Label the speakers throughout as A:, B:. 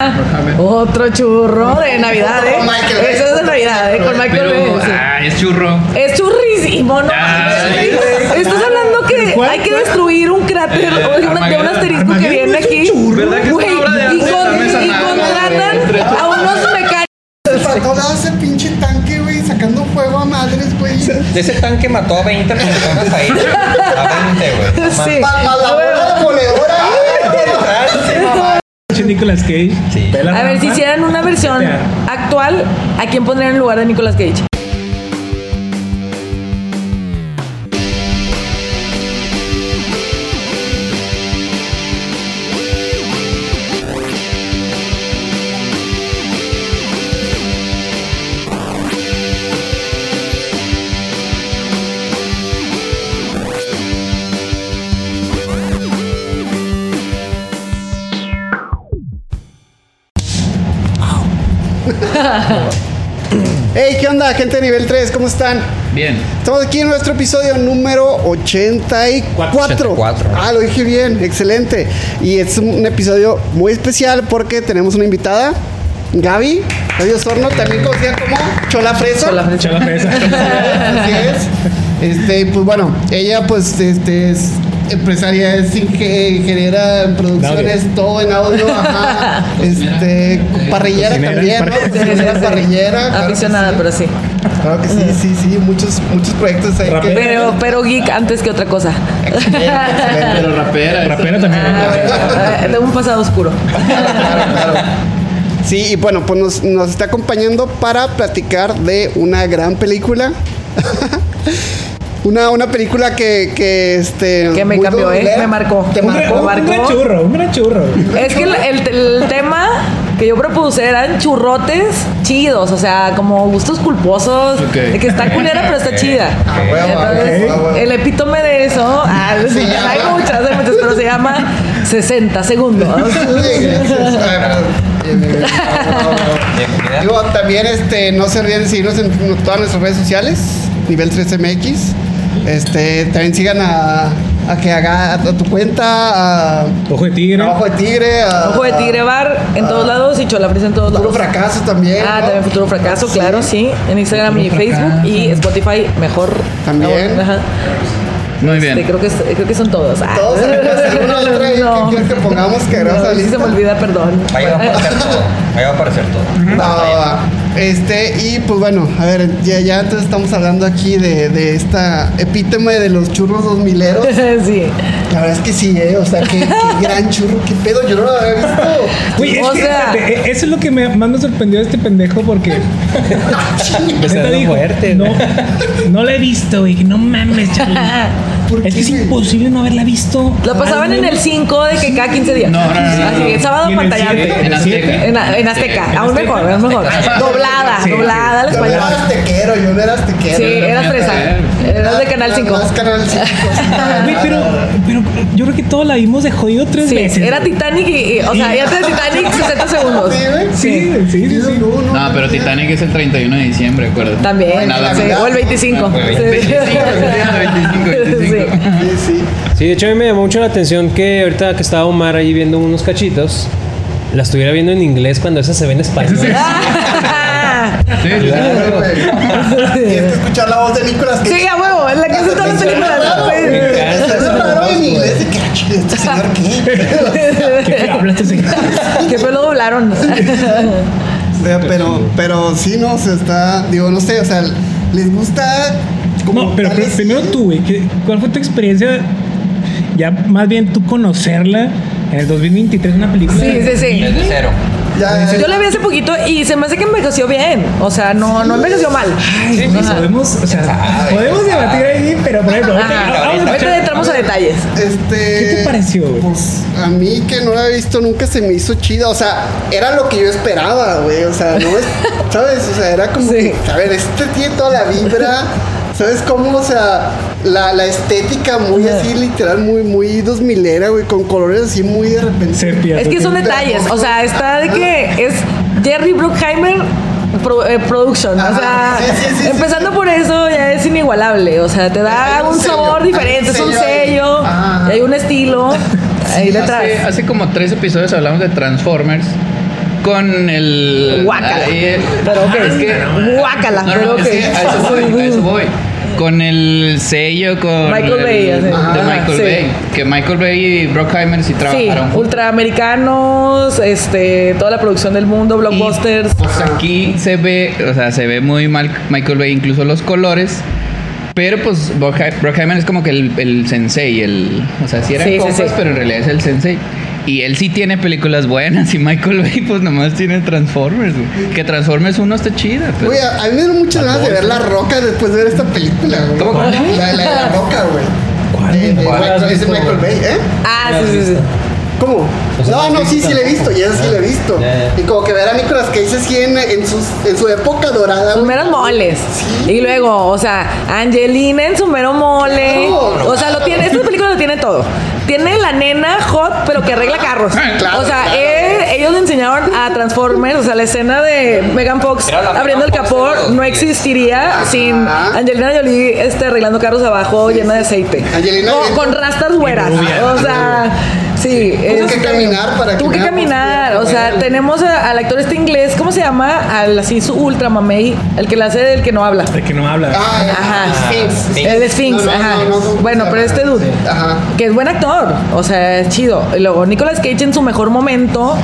A: Ah, otro churro de Navidad, ¿eh?
B: Con Michael Bay.
A: Eso es de Navidad, ¿eh? Con Michael
C: Pero,
A: Bay, sí.
C: ah, es churro.
A: Es churrísimo, ¿no?
C: Ay,
A: Estás hablando que
D: ¿Cuál?
A: hay que destruir un cráter
C: Eh,
A: o de una- de un
C: Armagedón.
A: asterisco que
D: Armagedón
A: viene
D: es un
A: aquí.
D: churro.
C: ¿Verdad que es una
A: Güey,
C: obra de
A: y,
C: arte?
A: con-
C: Dame esa
A: y
C: madre, güey.
A: contratan a unos mecánicos.
B: Faltó dar ese pinche tanque, güey, sacando fuego a madres, güey.
E: De ese tanque mató a 20 personas ahí. A 20, güey. No mames.
A: Sí.
B: Pa- pa la bola demoledora.
D: Pinche Nicolas Cage.
E: Sí.
D: Pela
A: A ver,
D: Rafa.
A: si hicieran una versión
D: Ya.
A: actual, ¿a quién pondrían en lugar de Nicolas Cage?
B: Hey, ¿qué onda, gente de nivel 3? ¿Cómo están?
C: Bien.
B: Estamos aquí en nuestro episodio número 84.
E: 84.
B: Ah, lo dije bien, excelente. Y es un episodio muy especial porque tenemos una invitada, Gaby, Gaby Sorno, también conocida como Chola Fresa.
A: Chola Fresa.
D: Chava Pérez.
B: Así es. Este, pues bueno, ella pues este es empresaria, es inge- ingeniera en producciones, todo en audio, ajá. Este, parrillera
D: Cocinera,
B: también, ¿no?
D: parrillera.
B: Cocinera, parrillera. claro que
A: Aficionada,
B: sí.
A: pero sí.
B: Claro que sí, sí, sí, muchos, muchos proyectos ahí que...
A: Pero, pero geek antes que otra cosa.
B: Excelente,
C: Pero rapera.
D: Rapera también.
A: Ah, bueno, ah, de un pasado oscuro.
B: claro, claro. Sí, y bueno, pues nos, nos está acompañando para platicar de una gran película. una, una película que, que este.
A: Que me
B: muy
A: cambió, ¿eh?
B: doble.
A: Me marcó.
B: Te
D: Un gran-
B: marcó.
D: Un gran
A: Marcó.
D: churro, un gran churro.
A: Es que el, el- el tema que yo propuse eran churrotes chidos, o sea, como gustos culposos,
C: Ok.
A: de que está culera pero está chida.
B: Ah, huevo,
A: Entonces,
B: ah, huevo.
A: el epítome de eso, ah, sí,
B: llama-
A: hay muchas, hay muchas, pero se llama 60 segundos.
B: Sí, gracias. Ah, perdón.
E: Bienvenida.
B: Digo, también este, no se olviden de seguirnos en todas nuestras redes sociales, nivel 3MX. Este, también sigan a, a que haga a tu cuenta, a
D: Ojo de tigre.
B: Ojo de Tigre, a
A: Ojo de Tigre Bar en todos lados y Chola Fresa en todos
B: Futuro
A: lados.
B: Fracaso también.
A: Ah,
B: ¿no?
A: también Futuro Fracaso,
B: Sí.
A: claro, sí. En Instagram y
D: Futuro
A: Facebook
D: Fracaso.
A: y Spotify, mejor.
B: También.
A: Ajá.
C: Muy
A: Este,
C: bien.
A: creo, que, es- creo que son todos. Ah.
B: Todos sabemos hacer uno, otro, y
A: No.
B: que quieres que pongamos que no,
A: No,
B: esa
A: sí se
B: lista?
A: me olvida, perdón.
E: Ahí va a aparecer todo. Ahí va a aparecer todo.
A: Ah,
B: No, este, y pues bueno, a ver, ya, ya entonces estamos hablando aquí de, de esta epítome de los churros dos mileros.
A: sí.
B: La verdad es que sí, ¿eh? O sea, qué, qué gran churro, qué pedo, yo no lo había visto.
D: Güey, es
A: O
D: que,
A: sea-
D: fíjate, e- eso es lo que me, más me sorprendió de este pendejo porque.
E: Empecé
D: neta
E: dando
D: dijo,
E: fuerte,
D: No,
E: güey.
D: no la he visto, güey. No mames, Charlie.
B: ¿Por qué,
D: Es que es
B: güey?
D: imposible no haberla visto.
A: Lo pasaban en el 5 de que cada 15 días.
C: No, no, no, no,
A: Así que
C: no.
A: sábado
D: Y en el siete,
A: pantallante.
C: En Azteca.
A: En, a- en Azteca,
C: Sí, en
A: aún
D: Azteca.
A: mejor, aún mejor. Doblada,
D: Sí,
A: doblada al
B: Yo no era
A: español.
B: aztequero, yo no era aztequero.
A: Sí,
B: Era-
A: eras fresa. Eras de Canal
B: era
A: 5.
B: Más Canal 5.
D: Güey, pero, pero yo creo que todos la vimos de jodido tres
A: Sí,
D: veces.
A: era Titanic y, y- o sea, ya te Titanic 60 segundos.
B: Sí, güey.
D: Sí, sí, sí. sí.
C: No, Ah, pero Titanic es el 31 de diciembre, acuérdate.
A: También,
C: Nada
A: sí,
C: más.
A: o el 25.
C: Ah, el 25, el 25.
A: Sí.
B: Sí, sí.
F: Sí, de hecho a mí me llamó mucho la atención que ahorita que estaba Omar ahí viendo unos cachitos, la estuviera viendo en inglés cuando esa se ve en español.
A: Ah.
C: Sí, sí, sí.
B: Tienes que escuchar la voz de Nicolas Cage.
A: Sí, a huevo, es la que hace todas las películas.
B: Me encanta, es raro en inglés, y que, "Ah, chinga, ¿Este señor qué?
D: ¿Qué te habla este señor?
A: Que pues lo doblaron.
B: O sea, pero, pero sí, no, se está. Digo, no sé, o sea, les gusta. como
D: No, pero,
B: tal,
D: pero
B: es-
D: primero tú, güey. ¿qué- ¿Cuál fue tu experiencia? Ya más bien tú conocerla en el 2023, una película.
A: Sí, sí, sí.
E: Desde cero.
B: Ya,
A: Yo la vi hace poquito y se me hace que envejeció bien. O sea, no, no envejeció mal.
D: Ay, güey, podemos, o sea, podemos debatir ahí, pero por ejemplo, ahorita-
A: Ajá.
D: vamos a
A: Ahorita
D: escuchar-
A: entramos a detalles.
B: Este.
D: ¿Qué te pareció, güey?
B: Pues a mí que no la he visto nunca se me hizo chida. O sea, era lo que yo esperaba, güey. O sea, no es. ¿Sabes? O sea, era como.
A: Sí.
B: que, a ver, este tiene toda la vibra. ¿Sabes cómo? O sea, la, la estética muy así, literal, muy, muy dos milera, güey, con colores así muy de repente.
D: Sepia,
A: Es que son
D: sepia.
A: detalles. O sea, está de que es Jerry Bruckheimer pro- eh, Production. O sea,
B: Ajá, Ah, sí, sí, sí, sí,
A: empezando por eso ya es inigualable. O sea, te da
B: Hay un
A: un
B: sello,
A: sabor
B: hay un
A: diferente, es un
B: sello ahí. Ah.
A: sello,
B: Ajá.
A: y hay un estilo ahí
C: Hace,
A: detrás.
C: hace como tres episodios hablamos de Transformers. con el.
A: Guácala. Ah,
C: ahí-
A: Pero ok.
C: Es que.
A: Guácala,
C: No, no,
A: pero
C: es
A: ok.
C: que a eso voy, a eso voy. Con el sello, con.
A: Michael
C: el-
A: Bay, así.
C: De
A: Ajá,
C: Michael
A: sí.
C: Bay. Que Michael Bay y Brockheimer sí
A: Sí,
C: trabajaron. juntos.
A: ultraamericanos, este, toda la producción del mundo,
C: Y,
A: blockbusters.
C: pues, aquí se ve, o sea, se ve muy mal Michael Bay, incluso los colores. Pero pues Brockhe- Brockheimer es como que el, el sensei, el, o sea, sí era
A: Sí, sí,
C: compas,
A: sí.
C: pero en realidad es el sensei. Y él sí tiene películas buenas y Michael Bay pues nomás tiene Transformers, güey. Que Transformers 1 está chida, pero...
B: Güey, a, a mí me dieron muchas ganas de ver La Roca después de ver esta película, güey.
C: ¿Cómo, cómo?
B: La, la de La Roca, güey. Eh,
F: ¿Cuál?
B: De- de
F: ¿Cuál
B: Michael-
F: has
B: es de
F: visto,
B: Michael
F: güey?
B: Bay, ¿eh?
A: Ah,
F: ¿La has
A: sí, sí, sí.
F: visto?
B: ¿Cómo?
F: O sea,
B: no,
F: no
B: no,
F: has
B: sí,
F: visto.
B: sí la he visto, ya sí
F: Ah,
B: la he visto.
F: ya, ya.
B: Y como que ver a Nicolas Cage así en, en, sus, en su época dorada.
A: Sus
B: güey.
A: meros moles.
B: Sí.
A: Y luego, o sea, Angelina en su mero mole.
B: Claro.
A: O sea, lo tiene, esta película lo tiene todo. Tiene la nena hot, pero que arregla carros.
B: Ah, Claro,
A: o sea,
B: claro.
A: eh, ellos le enseñaron a Transformers, o sea, la escena de Megan Fox
E: Era la
A: abriendo el
E: Megan Fox de los
A: capó no
E: 2000.
A: existiría sin
B: Ajá.
A: Angelina Jolie este, arreglando carros abajo llena de aceite.
B: Angelina
A: Con-
B: Jolie-
A: con rastas güeras.
D: rubia.
A: O sea, sí. este,
B: Tuvo que caminar para que
A: Tuvo que
B: veamos
A: caminar.
B: bien.
A: O sea,
B: Bueno.
A: tenemos a- al actor este inglés, ¿cómo se llama? Al así su ultra mamey, el que la hace el que no habla.
D: De que no habla.
B: Ah,
A: Ajá.
B: Sphinx.
E: Sí.
A: El Sphinx,
B: No, no,
A: ajá.
B: no, no, no, no,
A: bueno,
B: no,
A: pero este dude,
B: sí. Ajá.
A: que es buen actor, o sea, es chido. Y luego, Nicolas Cage en su mejor momento,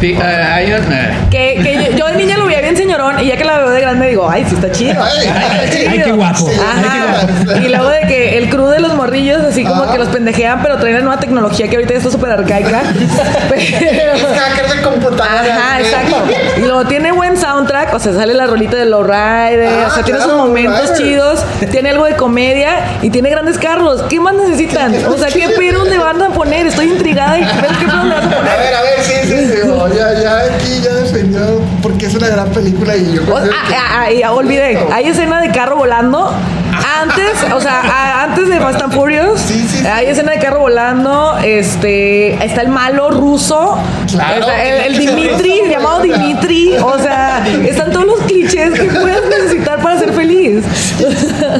C: Sí, ah, hay un- ah.
A: que, que yo, yo de niña lo veía bien señorón, y ya que la veo de grande digo, ay, sí está chido.
B: Ay, ay,
A: Está
B: ay,
A: chido".
D: qué guapo, ay,
A: Ajá.
B: qué guapo.
A: Y luego de que el crew de los morrillos, así como
B: Ajá.
A: que los pendejean, pero traen la nueva tecnología que ahorita está súper arcaica. Pero-
B: Es hacker de computadora. Eh,
A: Ajá,
B: güey.
A: exacto. Y luego tiene buen soundtrack, o sea, sale la rolita de Low Rider,
B: Ah,
A: o sea, tiene sus
B: claro,
A: momentos
B: Lowrider.
A: chidos, tiene algo de comedia y tiene grandes carros. ¿Qué más necesitan? O sea, ¿qué peros le van a poner? Estoy intrigada y ver qué peros le vas a
B: A
A: poner.
B: ver, a ver, sí, sí, sí. no, ya, ya, aquí ya defendió porque es una gran película y yo
A: O- ah,
B: considero que-
A: ah, ah, y ya olvidé, hay escena de carro volando. Antes, o sea, a- antes de Fast and Furious,
B: Sí, sí, sí.
A: hay escena de carro volando. Este, está el malo ruso,
B: Claro,
A: está el, el
B: tiene que ser
A: Dimitri,
B: ruso,
A: llamado
B: güey, o sea.
A: Dimitri. O sea, están todos los clichés que puedes necesitar para ser feliz.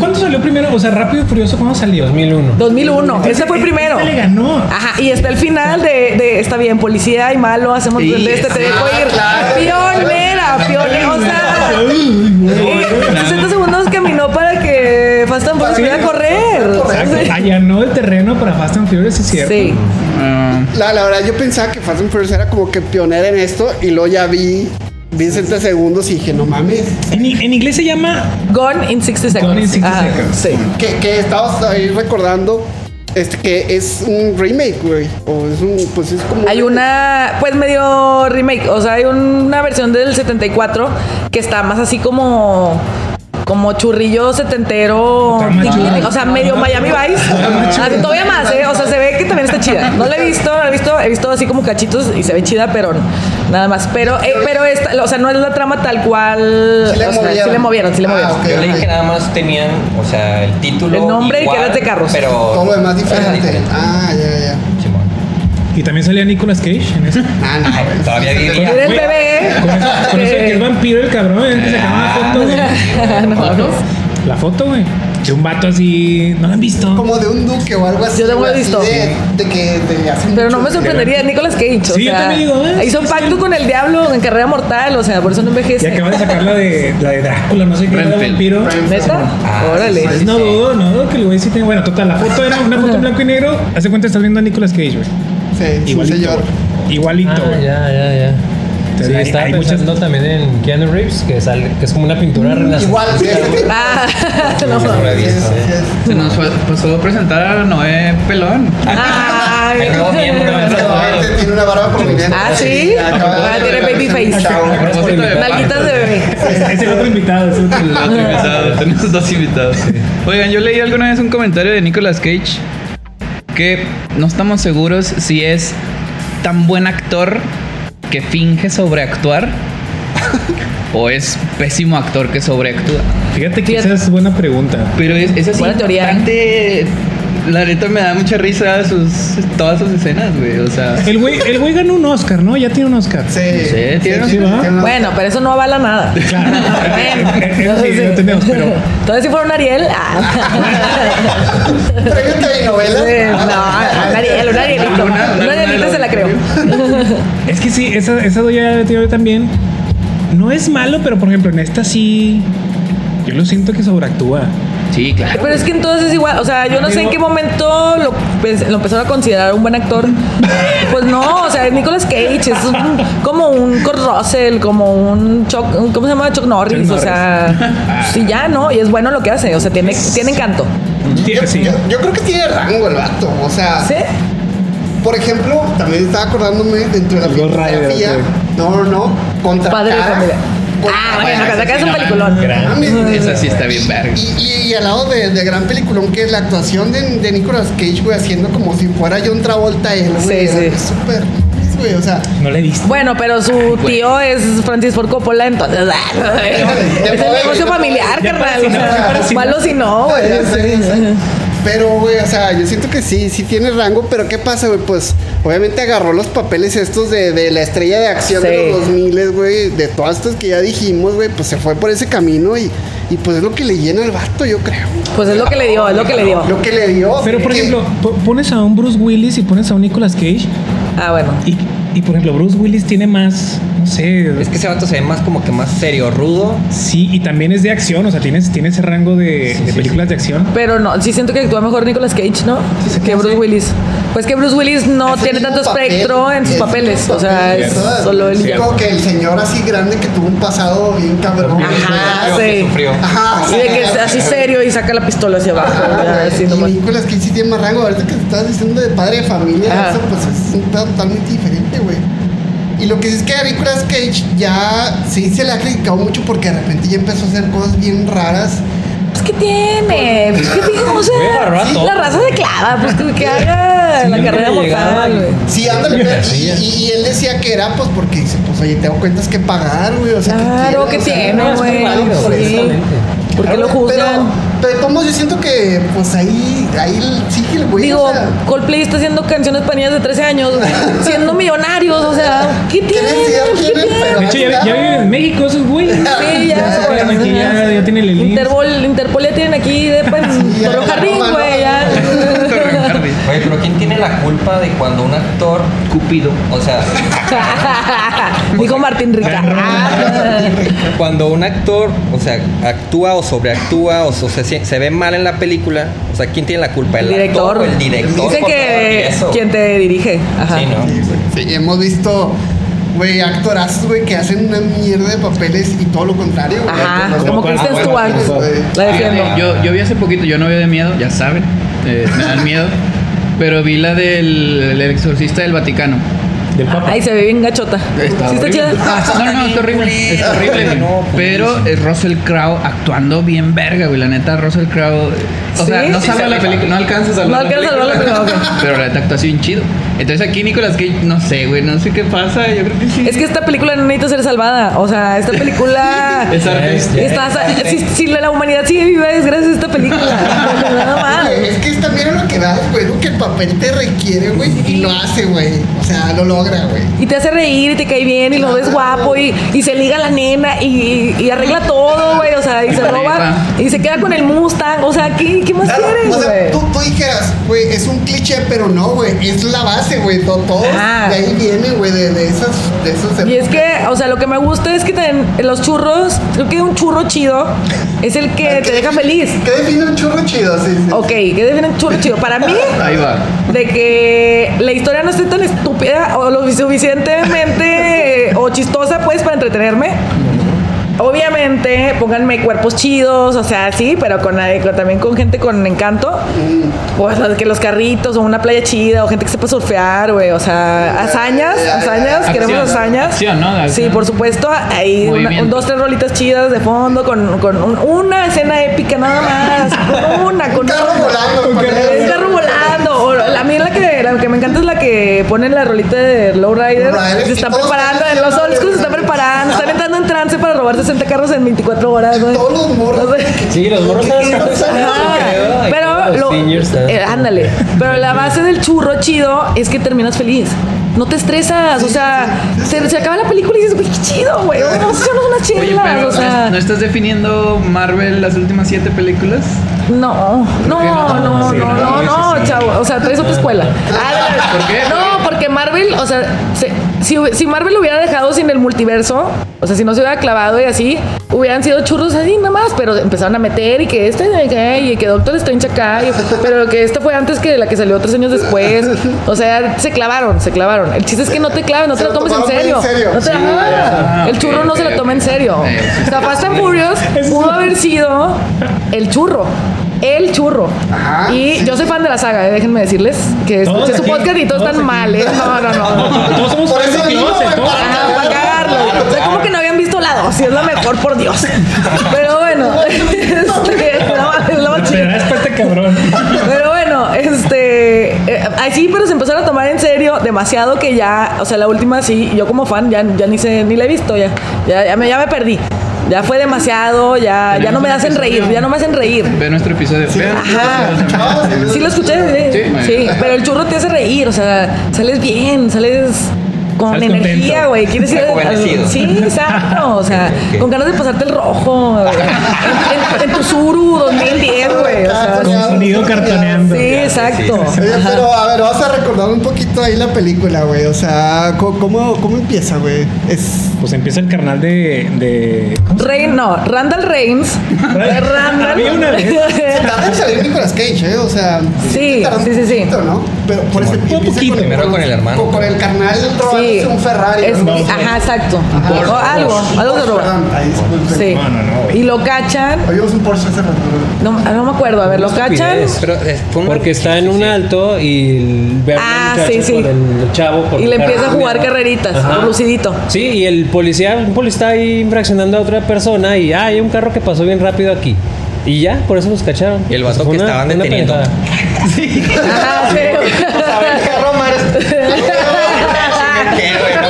D: ¿Cuánto salió primero? O sea, Rápido y Furioso, ¿cuándo salió?
F: 2001.
A: 2001, ese fue el
D: Este
A: primero.
D: le ganó.
A: Ajá, y está el final de, de está bien, policía y malo, hacemos
C: Sí,
A: de este, te
C: sí,
A: dejo ir.
B: claro.
A: Pionera, pionera, o sea. Eh, 60 segundos caminó para que Fast and Furious
B: Para
A: pudiera
B: que-
A: correr.
B: Exacto.
A: Sí.
D: Allanó el terreno para Fast and Furious, sí, es cierto.
A: Sí.
C: Ah,
B: La, la verdad, yo pensaba que Fast and Furious era como que pionera en esto y luego ya vi, vi 60 segundos y dije, no mames,
D: En, en inglés se llama.
A: Gone in 60 seconds.
D: Gone in 60
A: Ajá,
D: seconds.
A: Sí.
B: que, que estabas ahí recordando este, que es un remake, güey. O es un, pues es como...
A: Hay una, pues medio remake, o sea, hay una versión del 74 que está más así como como churrillo setentero,
D: Está más
A: tiquín,
D: chida.
A: o sea, medio Miami Vice, Así, todavía más, ¿eh? o sea, se ve que también está chida. No la he visto, la he visto, he visto así como cachitos y se ve chida, pero nada más. Pero, eh, pero esta, o sea, no es la trama tal cual,
B: Sí le
A: o sea, sí le
B: movieron.
A: movieron, sí le
B: Ah,
A: movieron.
B: ok.
E: Yo leí que nada más tenían, o sea, el título.
A: El nombre y que
E: igual,
A: eras de carros.
E: Pero.
B: Todo lo demás
E: Era
B: diferente. Ah, ya, ya.
E: Simón.
D: Y también salía Nicolas Cage en ese.
B: Ah, no,
E: Ay,
B: güey.
E: todavía vivía.
A: Era el
D: Güey,
A: bebé.
D: Con eso, con eso de que es
A: que-
D: vampiro el cabrón, eh, que sacaron una foto, güey.
A: No, no.
D: La foto, güey. De un vato así. No la han visto.
B: Como de un duque o algo así.
A: Yo tengo
B: güey, así
A: visto.
B: De, de que de hace
A: Pero
B: mucho.
A: no me sorprendería, Nicolas Cage. O
D: Sí, yo
A: sea,
D: también digo, eh,
A: hizo
D: sí,
A: pacto
D: sí.
A: con el diablo en carrera mortal, o sea, por eso no
D: Y
A: envejece.
D: acaba de sacar la de, la de Drácula, no sé qué, la de
C: Renfield.
D: vampiro.
A: ¿Neta?
E: Ah,
A: Órale.
E: sí,
D: Pues
E: sí.
D: no dudo, no dudo que el güey sí tiene. Bueno, total, la foto era una foto en blanco y negro. Hace cuenta estás viendo a Nicolas Cage, güey.
B: Sí, sí, señor.
D: Igualito,
F: Ah,
D: güey.
F: ya, ya, ya.
D: Entonces,
F: Sí,
D: hay-
F: estaba
D: hay muchas-
F: pensando también en Keanu Reeves, que, sale, que es como una
A: Mm,
F: pintura renacentista.
B: Igual, sí, sí,
A: Ah, no.
E: No la he
B: sí,
E: visto.
B: sí, sí.
C: se nos fue- pasó presentar a Noé Pelón.
A: Ah, Ay.
E: El nuevo miembro de esa banda.
B: Este tiene una barba prominente.
A: Ah, sí.
B: Acaba
A: Ah,
B: de-
A: tiene baby face.
C: A propósito de
A: Nalguitas de bebé.
D: Es, es el otro invitado. Es el otro
C: El otro invitado, tenemos dos invitados. Oigan, yo leí alguna vez un comentario de Nicolas Cage que no estamos seguros si es tan buen actor que finge sobreactuar o es pésimo actor que sobreactúa.
D: Fíjate que
A: Fíjate.
D: esa es buena pregunta.
C: Pero es, es así
A: Buena teoría,
C: bastante La neta me da mucha risa sus, todas sus escenas, güey. O sea,
D: El güey, el güey ganó un Oscar, ¿no? Ya tiene un Oscar.
B: Sí,
C: tiene razón.
D: ¿va?
A: Bueno, pero eso no avala nada.
D: Eso sí, no tenemos, pero-
A: Entonces, si fuera un Ariel. ah.
B: Pregúntale novela.
A: Sí, no, un Ariel, un Arielito.
C: Una- una-
A: Un Arielito se la creo.
D: Es que sí, esa, esa doy ya la tengo yo también. No es malo, pero por ejemplo, en esta sí. Yo lo siento que sobreactúa.
C: Sí, claro.
A: Pero es que entonces es igual, o sea, yo no sé en qué momento lo, pens- lo empezaron a considerar un buen actor. Pues no, o sea, es Nicolas Cage es un- como un Kurt Russell, como un Chuck, un- ¿cómo se llama? Chuck Norris, o sea, sí ya, ¿no? Y es bueno lo que hace, o sea, tiene, tiene encanto.
D: Tiene-
B: Yo,
D: sí.
B: yo- yo creo que tiene rango el vato. O sea,
A: ¿Sí?
B: por ejemplo, también estaba acordándome dentro de la
G: Ghost Rider,
B: filmografía.
G: ok.
B: No, no, no. Contra
A: Padre de
B: Cara.
A: familia.
B: Contra
A: Ah,
B: Cara.
A: bueno, acá es un peliculón.
C: Esa sí está bien verga.
B: Y, y- y al lado de, de gran peliculón que es la actuación de, de Nicolas Cage, güey, haciendo como si fuera John Travolta él, güey.
A: Sí, sí.
B: Es Súper, güey, o sea.
D: No le diste.
A: Bueno, pero su tío es Francis Ford Coppola, entonces. es el negocio familiar,
D: Ya
A: carnal.
D: para si
A: o
D: no, ya
A: sea,
D: para si no.
A: malo si no, güey.
B: Ya sé, ya sé. Pero, güey, o sea, yo siento que sí, sí tiene rango, pero ¿qué pasa, güey? Pues, obviamente agarró los papeles estos de, de la estrella de acción de
A: Sí.
B: los 2000, güey, de todas estas que ya dijimos, güey, pues se fue por ese camino y, y pues es lo que le llena el vato, yo creo.
A: Pues es lo que le dio, es lo que le dio.
B: Lo que le dio.
D: Pero por
B: que-
D: ejemplo, po- pones a un Bruce Willis y pones a un Nicolas Cage.
A: Ah, bueno.
D: Y, y por ejemplo, Bruce Willis tiene más. No sé.
E: Es que ese vato se ve más como que más serio, rudo.
D: Sí, y también es de acción. O sea, tienes, tiene ese rango de, de películas de acción.
A: Pero no, sí siento que actúa mejor Nicolas Cage, ¿no? que Bruce Willis. Pues que Bruce Willis no
B: Ese
A: tiene
B: mismo
A: tanto
B: papel,
A: espectro en sus
B: ese
A: papeles.
B: mismo
A: O sea,
B: papel,
A: es
B: ¿verdad?
A: solo
B: Sí,
A: el
B: Como que el señor así grande que tuvo un pasado bien cabrón.
A: Ajá,
E: Creo que
A: Ah, sí.
E: sufrió.
B: Ajá,
A: Y de que es así serio y saca la pistola hacia abajo. ya, así
B: Ah, y
A: nomás.
B: Nicolas Cage sí tiene más rango. Ahorita que te estabas diciendo de padre de familia,
A: Ajá.
B: eso pues es un pedo totalmente diferente, güey. Y lo que sí es que a Nicolas Cage ya sí se le ha criticado mucho porque de repente ya empezó a hacer cosas bien raras.
A: Pues que tiene, pues que tiene, o sea,
F: Güey, agarró a
A: sí,
F: todos.
A: la raza de clava, pues que, que haga la
F: nunca
A: carrera
F: llegaba
A: mortal,
F: al-
A: güey.
B: Sí, ándale. pero- y, y- y él decía que era pues porque dice, pues oye, tengo cuentas que pagar, güey. O sea, ¿qué
A: Claro que
B: quiero? O sea,
A: tiene,
B: es
A: güey.
B: válido, por eso.
A: Sí. ¿Por qué lo juzgan?
B: Ah, Pero, pero como yo siento que pues ahí, ahí sí que el güey.
A: Digo,
B: pues, o sea,
A: Coldplay está haciendo canciones para niñas de 13 años, güey, siendo millonarios, o sea, ¿qué tiene?
B: tienen ciudad,
A: ¿Qué
B: tienen,
A: tiene?
B: pero
D: De hecho, ya, ya viven en México esos güeyes.
A: Sí, ya,
D: se
A: güey.
D: quedan aquí, ya, ya tiene el IMSS.
A: Interpol, Interpol ya tienen aquí, de pues,
B: ya,
A: Torreón
B: ya
A: Jardín,
B: roban,
A: güey, ya.
E: Oye, pero ¿quién tiene la culpa de cuando un actor. Cupido. O sea,
A: Dijo Martín Ah, Ricardo.
E: cuando un actor, o sea, actúa o sobreactúa o, so- se, sie- se ve mal en la película, o sea, ¿quién tiene la culpa?
A: El
E: ¿El,
A: director.
E: actor o el director?
A: Dice
E: por
A: que
E: permitir eso?
A: quien te dirige. Ajá.
E: Sí, ¿no?
B: Sí, hemos visto, güey, actorazos, güey, que hacen una mierda de papeles y todo lo contrario. güey.
A: Ajá,
B: Como-
A: como
G: cuál?
A: Kristen
G: Ah,
B: pues,
A: Stewart.
G: bueno,
A: La defiendo.
C: Fíjate, Yo, yo vi hace poquito, yo no veo de miedo, ya saben, eh, me dan miedo, pero vi la del el exorcista del Vaticano.
D: Del Papa.
A: Ay, se ve bien gachota. ¿Sí está
C: horrible. Ah,
A: chida?
C: No, no, está horrible, está horrible. güey.
E: No, pues,
C: pero es Russell Crowe actuando bien verga, güey, la neta, Russell Crowe, o sea,
A: ¿Sí?
C: no
A: Sí,
C: salva
E: se
C: la
E: rifa.
C: película, no alcanza
A: No
C: a salvar
A: alcanza a salvar la película,
C: pero la neta actuación chido. Entonces aquí Nicolas Cage, no sé, güey, no sé qué pasa, yo creo que sí.
A: Es que esta película no necesita ser salvada. O sea, esta película.
C: Es arte.
A: está, si, si la humanidad sigue viva es gracias a esta película. Nada más.
B: Güey, Es que es también lo que da, güey, lo que el papel te requiere, güey, y lo hace, güey. O sea, lo logra, güey.
A: Y te hace reír y te cae bien y lo ves guapo y, y se liga a la nena y, y arregla todo, güey. O sea, y se roba y se queda con el Mustang. O sea, ¿qué, qué más
B: Claro,
A: quieres,
B: o sea,
A: güey?
B: tú, tú dijeras, güey, es un cliché, pero no, güey, es la base, güey, to- todos
A: Ajá.
B: de ahí viene, güey, de, de esos, de esos.
A: Y es que, o sea, lo que me gusta es que también los churros, creo que un churro chido es el que te deja feliz.
B: ¿Qué define un churro chido? Sí, sí.
A: Ok, ¿qué define un churro chido? Para mí,
C: Ahí va.
A: de que la historia no esté tan estúpida o lo suficientemente eh, o chistosa pues para entretenerme. Obviamente, pónganme cuerpos chidos, o sea, sí, pero con, con- también con gente con encanto. Pues las que los carritos, o una playa chida, o gente que sepa surfear, güey. O sea, hazañas, hazañas,
C: Eh, Acción,
A: queremos hazañas.
C: acción, ¿no?
A: Sí,
C: Acción.
A: por supuesto. Ahí una-
C: Movimiento.
A: un, dos, tres rolitas chidas de fondo, con, con un- una escena épica nada más. Una, con
B: Un carro
A: una.
B: volando, con
A: Es
B: él.
A: carro volando. O la, a mí la que, la que me encanta es la que ponen la rolita de Lowrider.
B: Lowrider,
A: Se están
B: que todos
A: preparando,
B: están
A: en los old
B: haciendo-
A: school se están preparando. Están entrando en trance para robar 60 carros en 24 horas, güey.
B: Todos los morros.
A: No sé.
F: Sí, los morros están
B: ¿Qué
F: haciendo
B: pasa?
A: Ajá. Pero
F: a los
A: lo-
F: seniors, ¿no?
A: eh, ándale. Pero la base del churro chido es que terminas feliz. No te estresas, o sea, se, se acaba la película y dices, güey, qué chido, güey, vamos a echarnos unas
C: Oye,
A: chelas,
C: pero
A: o sea.
C: ¿no estás definiendo Marvel las últimas siete películas?
A: No, no, no, no,
D: Sí,
A: no,
D: no,
A: no,
D: sí, sí.
A: chavo. O sea, traes otra escuela.
C: ¿Por qué?
A: No, porque Marvel, o sea, se- si, si Marvel lo hubiera dejado sin el multiverso, o sea, si no se hubiera clavado y así, hubieran sido churros así nada más, pero empezaron a meter y que este, y que Doctor Strange acá, y- pero que esta fue antes que la que salió tres años después. O sea, se clavaron, se clavaron. El chiste es que no te claves, no
B: Se
A: te lo
B: lo
A: tomes en
B: tomaron muy
A: serio.
B: en serio.
A: No te- Ah,
B: Sí,
A: ajá.
C: ya.
A: el churro
C: Ok,
A: no se
C: ok,
A: lo
C: ok.
A: toma en serio.
C: Sí.
A: O sea, Fast and Furious pudo haber sido el churro. El churro.
B: Ajá,
A: y
B: sí.
A: yo soy fan de la saga, eh, déjenme decirles que
D: Todos
A: escuché su
D: aquí,
A: podcast y todos
D: todos
A: están
D: aquí.
A: mal, ¿eh? No, no, no.
D: Todos somos
B: Por
D: fans
B: eso
D: de
B: digo,
D: Closet,
B: güey,
D: todos.
A: Ah, para cagarlo. O sea, como que no habían visto la dos, y es la mejor, por Dios. Pero bueno, este, no, es lo más chido.
D: Pero después este cabrón.
A: Pero bueno, este. eh, así, pero se empezaron a tomar en serio demasiado que ya. O sea, la última sí, yo como fan ya, ya ni sé, ni la he visto, ya. Ya, ya me, ya me perdí. Ya fue demasiado, ya, ya no me hacen reír, ya no me hacen reír.
C: Ve nuestro episodio. Ve nuestro episodio también.
A: Sí, lo escuché, sí,
C: Sí,
A: sí, pero el churro te hace reír, o sea, sales bien, sales con
D: Sales
A: energía,
D: contento.
A: güey. Quieres ir al-
E: Rejuvenecido.
A: Sí, exacto, o sea,
E: Ok.
A: con ganas de pasarte el rojo. güey. En, en- en tu Zuru 2010, güey. O sea,
D: Con sonido cartoneando.
A: sí, exacto.
B: Oye, pero a ver, vamos a recordar un poquito ahí la película, güey. O sea, co- ¿cómo, cómo empieza, güey? Es.
D: Pues empieza el carnal de. de
A: Rein, no, Randall Reigns. Randall.
D: Había una vez.
B: Tarda Eh, en salir Nicolas Cage, ¿eh? O sea,
A: Sí,
B: tarda un
A: sí, sí, sí.
B: poquito, ¿no? Pero por eso empieza
D: poquito.
E: Primero con el hermano.
B: Con, con el carnal robándose
A: Sí.
B: un Ferrari.
A: Es-
B: ¿no?
A: ajá, exacto.
B: Ajá.
A: O algo, algo de
B: Porsche,
A: robar.
B: perdón, ahí, disculpen.
A: Sí.
D: No, no, no, güey.
A: Y lo cachan.
B: Oímos un Porsche hace rato. ¿no?
A: No, ah, no me acuerdo, a ver, lo cachan.
F: estupidez.
E: Pero es- fue un-
F: Porque está en un alto y el- ve a una
A: Ah,
F: muchacha
A: sí, sí.
F: con el chavo. por
A: Y le
F: el
A: empieza a
F: carro.
A: jugar carreritas,
F: Ajá.
A: por lucidito.
F: Sí, y el policía, un policía está ahí infraccionando a otra persona y ah, hay un carro que pasó bien rápido aquí. Y ya, por eso los cacharon.
E: Y el vato
F: Fue
E: que estaban deteniendo.
F: pendejada.
A: Ajá, sí.
B: A ver, qué Romar.
E: ¿Qué, güey? No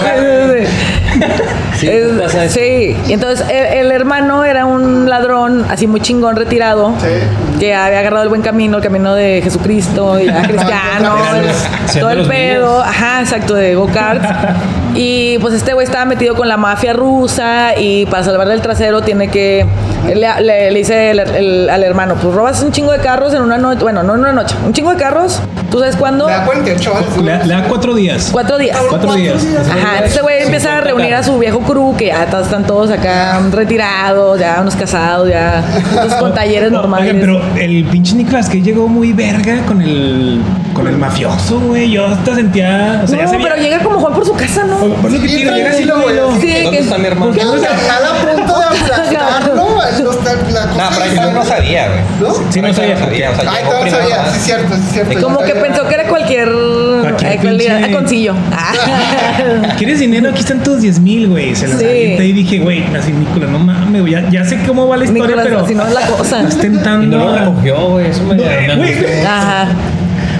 A: Sí,
E: mames.
A: sí, sí.
F: Sí,
A: Es-
F: pasa eso.
A: sí. Y entonces el, el hermano era un ladrón así muy chingón retirado
B: Sí.
A: que había agarrado el buen camino, el camino de Jesucristo, y era cristiano,
F: Hacían
A: todo
F: de
A: el
F: los
A: pedo,
F: niños.
A: ajá, exacto, de go-karts. Y pues este güey estaba metido con la mafia rusa y para salvarle el trasero tiene que, él le, le- le dice el- el- al hermano, pues robas un chingo de carros en una noche, bueno, no en una noche, un chingo de carros, ¿tú sabes cuándo?
B: Me da 48 horas.
D: Le, da- le da cuatro días.
A: Cuatro días.
D: Cuatro días.
A: Ajá, entonces, güey empieza a reunir a su viejo crew, que ya t- están todos acá mm, retirados, ya unos casados, ya unos con talleres
D: No,
A: normales.
D: Oigan, pero el pinche Nicolas que llegó muy verga con el con el mafioso, güey. Yo hasta sentía, o sea, ya
A: no,
D: sabía.
A: pero llega como Juan por su casa, ¿no?
D: Por- por lo que
B: Sí,
D: te digo, llega así,
B: tranquilo,
D: güey,
B: güey.
D: yo-
A: Sí,
E: ¿Dónde
A: que-
E: está mi hermano?
B: ¿Qué onda? Carnal a punto de aplastarlo. ahí no está la
E: No,
B: cosa
E: pero ahí yo no sabía, güey.
B: ¿No?
D: Sí, no sabía.
E: O sea,
B: Ay,
E: llegó
B: todo
E: primero
B: sabía.
E: nomás.
B: Sí, cierto, sí, cierto.
A: Como que pensó que era cualquier
D: Cualquier
A: eh, cualidad-
D: pinche-
A: aconcillo. Ah.
D: ¿Quieres dinero? Aquí están tus 10 mil, güey. Se las
A: Sí.
D: avienta y dije, güey, así, Nicolas, no mames, güey. Ya, ya sé cómo va la historia,
A: Nicolás,
D: pero.
A: si no es la cosa.
D: No estén
F: Y
D: tan.
F: no lo recogió, güey. Eso me
D: No, eh, güey.
A: Ajá.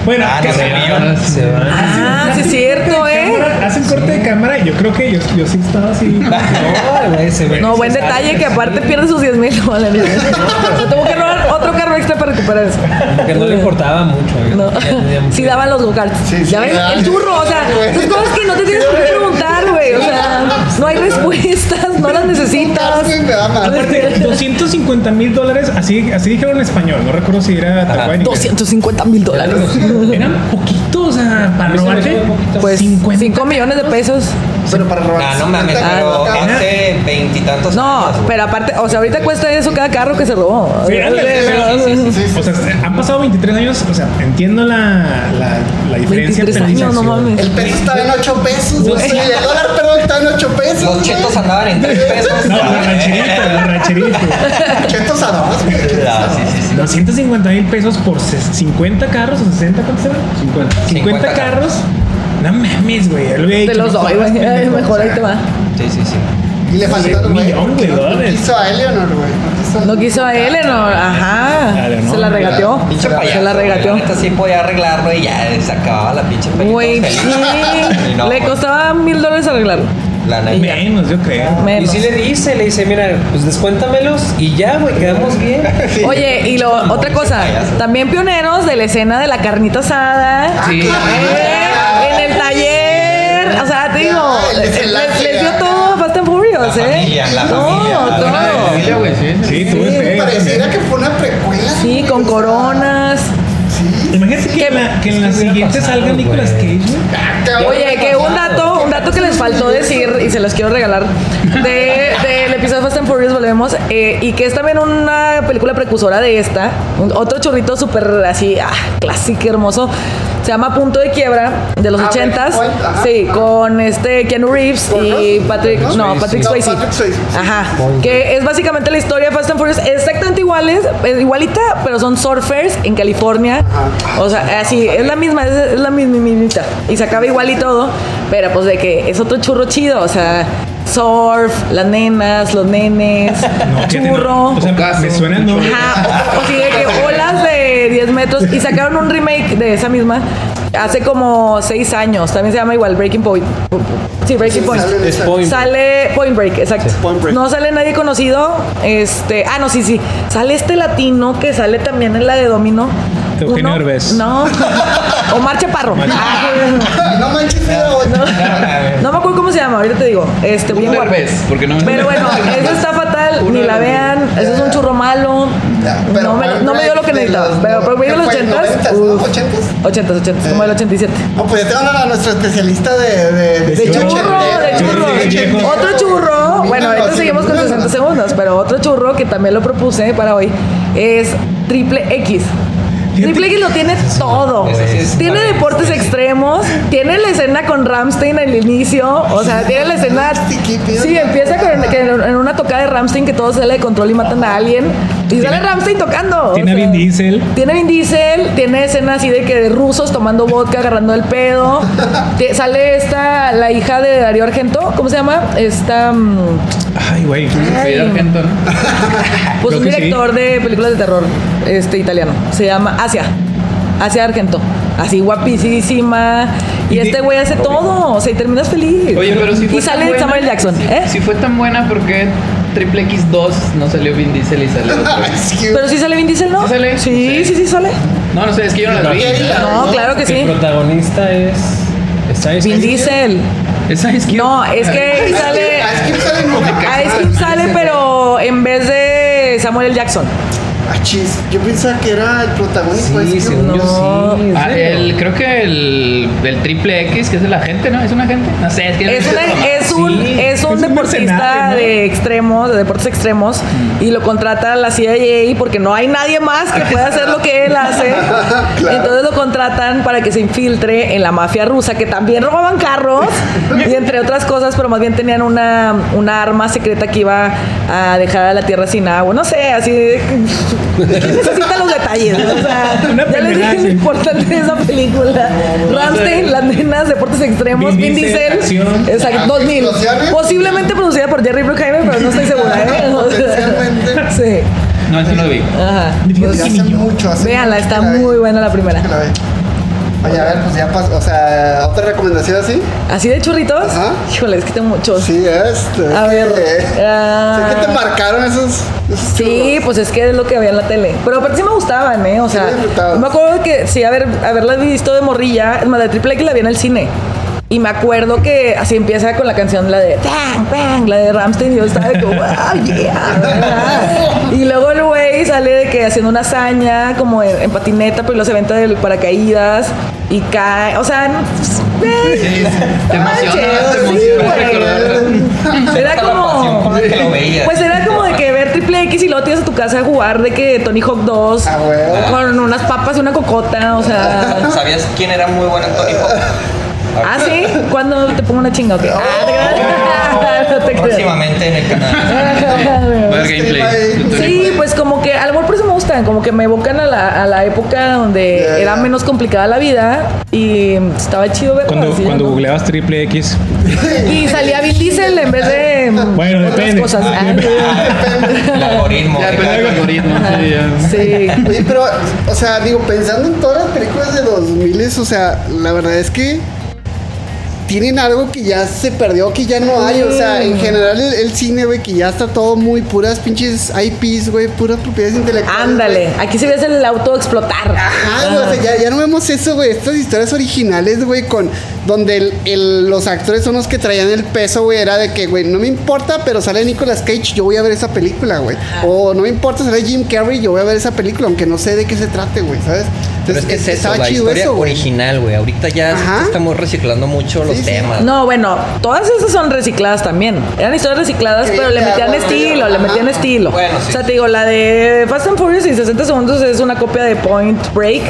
D: Bueno,
E: Ah,
D: que
E: no,
D: se-
E: güey.
C: Ah, sí.
F: Se van.
A: Ah, sí es cierto, ¿eh?
D: cámara, hacen corte de cámara y yo creo que yo, yo sí estaba así.
F: No, güey, se ve.
A: No, buen detalle que aparte pierde sus 10 mil dólares. Se tuvo que robar otro carro extra para recuperar eso.
F: Que no le importaba mucho, güey.
A: No.
F: Ya tenía mucho-
A: Sí daban los go-karts.
B: Sí, sí,
A: ya ves,
B: daban.
A: el churro, o sea,
B: Sí, güey.
A: esas cosas que no te tienes por qué preguntar, güey. O sea, no hay respuestas, no las necesitas.
B: Preguntarse me da mal.
D: Aparte, 250 mil dólares, así, así dijeron en español. No recuerdo si era tal cual en inglés.
A: 250 mil dólares.
D: Eran poquitos, o sea, para robarte.
A: Pues
D: 50.
A: 5 millones de pesos.
B: Pero para robar.
E: Ah, no mames,
B: 50
E: pero
B: cabrón,
E: hace veintitantos
A: No,
E: años, güey.
A: pero aparte, o sea, ahorita cuesta eso cada carro que se robó.
D: Sí, ándale,
B: Sí, sí, sí.
D: O sea, han pasado 23 años, o sea, entiendo la, la, la diferencia.
A: 23
D: pero-
A: años, no mames.
B: El peso estaba en 8 pesos, güey. El dólar, perdón, estaba en 8 pesos.
E: Los
B: güey.
E: chetos andaban en tres pesos.
D: No, la rancherita, la rancherita.
B: Chetos a dos, güey. chetos a
E: Ah,
B: dos.
E: sí, sí, sí.
D: 250 mil pesos por ses- 50 carros o 60, ¿cuántos eran? 50. 50,
E: 50
D: carros. No mames, güey. el güey
A: Te
D: que
A: los
D: no
A: doy,
D: estabas
A: güey. Ay,
D: pendejo,
A: Mejor
D: o sea,
A: ahí te va.
E: Sí, sí, sí.
B: Y le faltó,
D: Un
B: güey.
D: millón,
B: porque
D: güey,
B: no- no
D: dólares.
B: Quiso a Eleanor, güey. no quiso-
A: No quiso a Eleanor, ajá.
D: A Eleanor,
A: Se la
D: ¿verdad?
A: regateó.
E: Pinche payaso.
A: Se la
E: güey.
A: regateó.
E: neta sí podía arreglarlo y ya se acababa la pinche película.
A: Güey,
E: Feliz.
A: sí.
E: Y no, pues,
A: Le
E: güey.
A: costaba mil dólares arreglarlo.
E: lana.
D: Menos, yo creo.
F: Y
A: Menos.
F: sí le dice, le dice, mira, pues descuéntamelos y ya, güey, quedamos bien.
A: Oye, y lo, otra
E: pues,
A: cosa, también pioneros de la escena de la carnita
B: Ah,
A: asada.
C: Sí.
A: Eh, En el taller. O sea, te digo,
B: Ah, el
A: les,
B: desenlace,
A: les dio
B: ah.
A: todo a Fast and Furious,
E: La
A: ¿eh?
E: familia, la
A: todo,
E: familia, la
A: todo.
E: buena de
C: Mira, güey, sí.
D: Sí, tú
B: Sí,
D: ves.
B: pareciera que fue una precuela.
A: Sí,
B: güey,
A: con
B: o sea,
A: coronas.
B: Sí.
D: Imagínate que,
A: ¿Qué?
D: en la, que en la
F: hubiera
D: siguiente
F: pasado,
D: salga Nicolas Cage,
F: güey?
D: güey.
B: Cabrón.
A: Oye, que un dato, un dato que les faltó decir y se los quiero regalar de- del episodio Fast and Furious volvemos eh, y que es también una película precursora de esta, un- otro churrito súper así, ah, clásico, hermoso. Se llama Punto de Quiebra de los
B: Ah,
A: ochentas,
B: Breaking Point, ajá.
A: sí, con este Keanu Reeves
B: ¿Con
A: y
B: Ross?
A: Patrick,
B: ¿No?
A: no,
B: Sí,
A: Patrick
B: sí.
A: Swayze,
B: No, Patrick Swayze, sí.
A: ajá, que es básicamente la historia de Fast and Furious exactamente iguales, eh, igualita, pero son surfers en California, o sea, así, es la misma, es, es la mismita, y se acaba igual y todo, pero pues de que es otro churro chido, o sea, surf, las nenas, los nenes,
D: Fíjate, no.
A: Ah, churro,
D: O sea, me suena el nombre.
A: Ajá, o, o sí, de que olas de 10 metros. Y sacaron un remake de esa misma hace como 6 años. También se llama igual Breaking Point. Sí, Breaking Point.
B: sale esa-
F: Point.
A: Sale Point Break, exacto.
B: Point Break.
A: No sale nadie conocido. Este, ah, no, sí, sí. Sale este latino que sale también en la de Domino. Uno-
D: Eugenio Derbez.
A: No. Omar Chaparro. Ah,
B: No manches, era otro.
A: no me acuerdo cómo se llama, ahorita te digo. Este, bien
C: Un
A: guapo.
C: revés, Pues, porque no me
A: Pero bueno, eso está fatal, ni la vean, eso es un churro malo.
B: Ya, pero
A: no, me,
B: Point
A: no me dio
B: Break
A: lo que
B: de
A: necesitaba.
B: los-
A: pero por medio de los
B: ¿qué fue,
A: 80s.
B: 90s, no? 80s.
A: 80, 80, como el 87.
B: No, pues ya tenemos a nuestro especialista de... De,
A: De
D: churro,
A: churro, de churro.
D: ochentero.
A: Otro churro, bueno, ahorita seguimos con 60 segundos, pero otro churro que también lo propuse para hoy es Triple X. Triple X lo tiene todo.
E: Ese sí es
A: Tiene
E: padre.
A: deportes extremos, tiene la escena con Ramstein al inicio, o sea, tiene la escena... Sí, empieza con que en en una tocada de Ramstein que todo sale de control y matan a alguien. Y sale Ramstein tocando. o
D: Tiene a
A: sea.
D: Vin Diesel.
A: Tiene Vin Diesel, tiene escenas así de que de rusos tomando vodka, agarrando el pedo. Te- sale esta, la hija de Darío Argento, ¿cómo se llama? Esta, mm,
D: Ay, güey.
C: Cuidado, gente, ¿no?
A: pues
D: Creo
A: un
D: que sí.
A: director de películas de terror este italiano. Se llama Asia. Asia Argento. Así guapísima. Y,
D: Y
A: este
D: di-
A: güey hace todo. O sea, y terminas feliz.
C: Oye, pero si fue
A: Y
C: tan
A: sale
C: buena-
A: Samuel Jackson,
C: si,
A: ¿eh?
C: si fue tan buena, ¿por qué Triple X2 no salió Vin Diesel y salió otro?
B: Ah,
A: Pero sí sale Vin Diesel, ¿no?
C: ¿Sí sale?
A: Sí,
C: Sí.
A: sí, sí sale.
C: No, no sé, es que yo no la vi.
A: No, claro que
F: El
A: sí.
F: protagonista es. Está
A: Vin Diesel.
C: Esa es que...
A: No, es que sale...
B: Es que sale en una-
A: Ice Cube sale, pero en vez de Samuel L. Jackson.
B: Ah, chis, yo pensaba que era el protagonista.
F: Sí,
B: es que-
F: según
A: No.
F: yo sí. ¿en
C: Ah,
F: serio?
C: el, creo que el, el triple X, que es el agente, ¿no? ¿Es un agente? No sé, es que...
A: Es, una- es un,
D: Sí,
A: es un
D: es un
A: deportista
D: mercenario, ¿no?
A: de extremos, de deportes extremos, y lo contrata la CIA porque no hay nadie más que pueda hacer lo que él hace. Entonces lo contratan para que se infiltre en la mafia rusa, que también robaban carros, y entre otras cosas, pero más bien tenían una, una arma secreta que iba a dejar a la tierra sin agua. No sé, así... de- ¿Quién necesita los detalles? O sea,
D: Una
A: ya les dije
D: pendejada,
A: lo
D: sí.
A: importante de esa película. Ramstein, las nenas, deportes extremos, Vin
D: Vin Diesel,
A: Diesel...
D: acción.
A: Exacto, 2000.
B: ¿Explosiones?
A: Posiblemente producida por Jerry Bruckheimer, pero no estoy segura, ¿eh? O sea,
B: Potencialmente.
A: Sí.
C: No, eso no lo vi.
A: Ajá.
B: Pues ya hace mucho, hace
A: Véanla,
B: mucho
A: está
B: que la
A: muy
B: vi.
A: buena la primera.
B: Que la vi. Oye, a ver, pues ya pasó. O sea, otra recomendación así.
A: ¿Así de churritos?
B: Ajá.
A: Híjole, es que tengo muchos.
B: Sí, este.
A: A ver.
B: eh,
A: ah,
B: sé que te marcaron esos. esos
A: Sí, pues es que es lo que había en la tele. Pero aparte sí me gustaban, ¿eh? O sea,
B: Sí, disfrutabas.
A: me acuerdo que sí, haber, haberla visto de morrilla, es más, de triple que la vi en el cine. Y me acuerdo que así empieza con la canción, la de Bang, Bang, la de Ramstein. Y yo estaba de como, wow, yeah. ¿verdad? Y luego el güey sale de que haciendo una hazaña, como en, en patineta, pero los eventos del paracaídas. Y cae, o sea, no-
C: Sí, te
A: Ay,
C: emociona,
B: Ah,
C: te
A: chido, sí,
C: emociona
A: güey.
C: recordar.
A: Era
E: pasión con
A: como.
E: la que lo veías.
A: Pues era como de que ver triple X y luego tienes a tu casa a jugar de que Tony Hawk 2
B: Ah, güey.
A: con unas papas y una cocota, o sea.
E: ¿Sabías quién era muy buen Anthony Hopkins?
A: ¿Ah, sí? ¿Cuándo te pongo una chinga? o
B: Oh.
A: qué? Ah, te creas. No te creas.
E: Próximamente en el canal.
B: Este,
C: Va el gameplay.
A: Sí, pues como que a lo mejor por eso me gustan, como que me evocan a la, a la época donde
B: Ya,
A: era
B: ya.
A: menos complicada la vida y estaba chido verlo.
D: Cuando,
A: así,
D: cuando
A: ¿no?
D: googleabas triple X.
A: Y salía Vin Diesel en vez de mm,
D: Bueno,
A: otras
D: depende.
A: cosas. Ah,
E: El algoritmo.
C: Ya, pero el algoritmo, sí, ya.
A: sí.
B: Oye, pero, o sea, digo, pensando en todas las películas de 2000, o sea, la verdad es que tienen algo que ya se perdió, que ya no hay. O sea,
A: Mm.
B: en general el, el cine, güey, que ya está todo muy puras pinches IPs, güey, puras propiedades intelectuales.
A: Ándale,
B: güey.
A: aquí se ve el auto explotar.
B: Ajá, güey, o sea, ya, ya Ah, no vemos eso, güey. Estas historias originales, güey, con donde el- el- los actores son los que traían el peso, güey. Era de que, güey, no me importa, pero sale Nicolas Cage, yo voy a ver esa película, güey.
A: Ah.
B: O no me importa, sale Jim Carrey, yo voy a ver esa película, aunque no sé de qué se trate, güey, ¿sabes?
E: Pero es que es eso, la historia original, güey. Ahorita ya
B: Ajá.
E: estamos reciclando mucho los
B: sí.
E: temas.
A: No, bueno, todas esas son recicladas también. Eran historias recicladas,
B: Sí,
A: pero le
B: ya,
A: metían
B: bueno,
A: estilo, le
B: ajá.
A: metían estilo.
E: Bueno, sí.
A: O sea, te digo, la de Fast and Furious en 60 segundos es una copia de Point Break.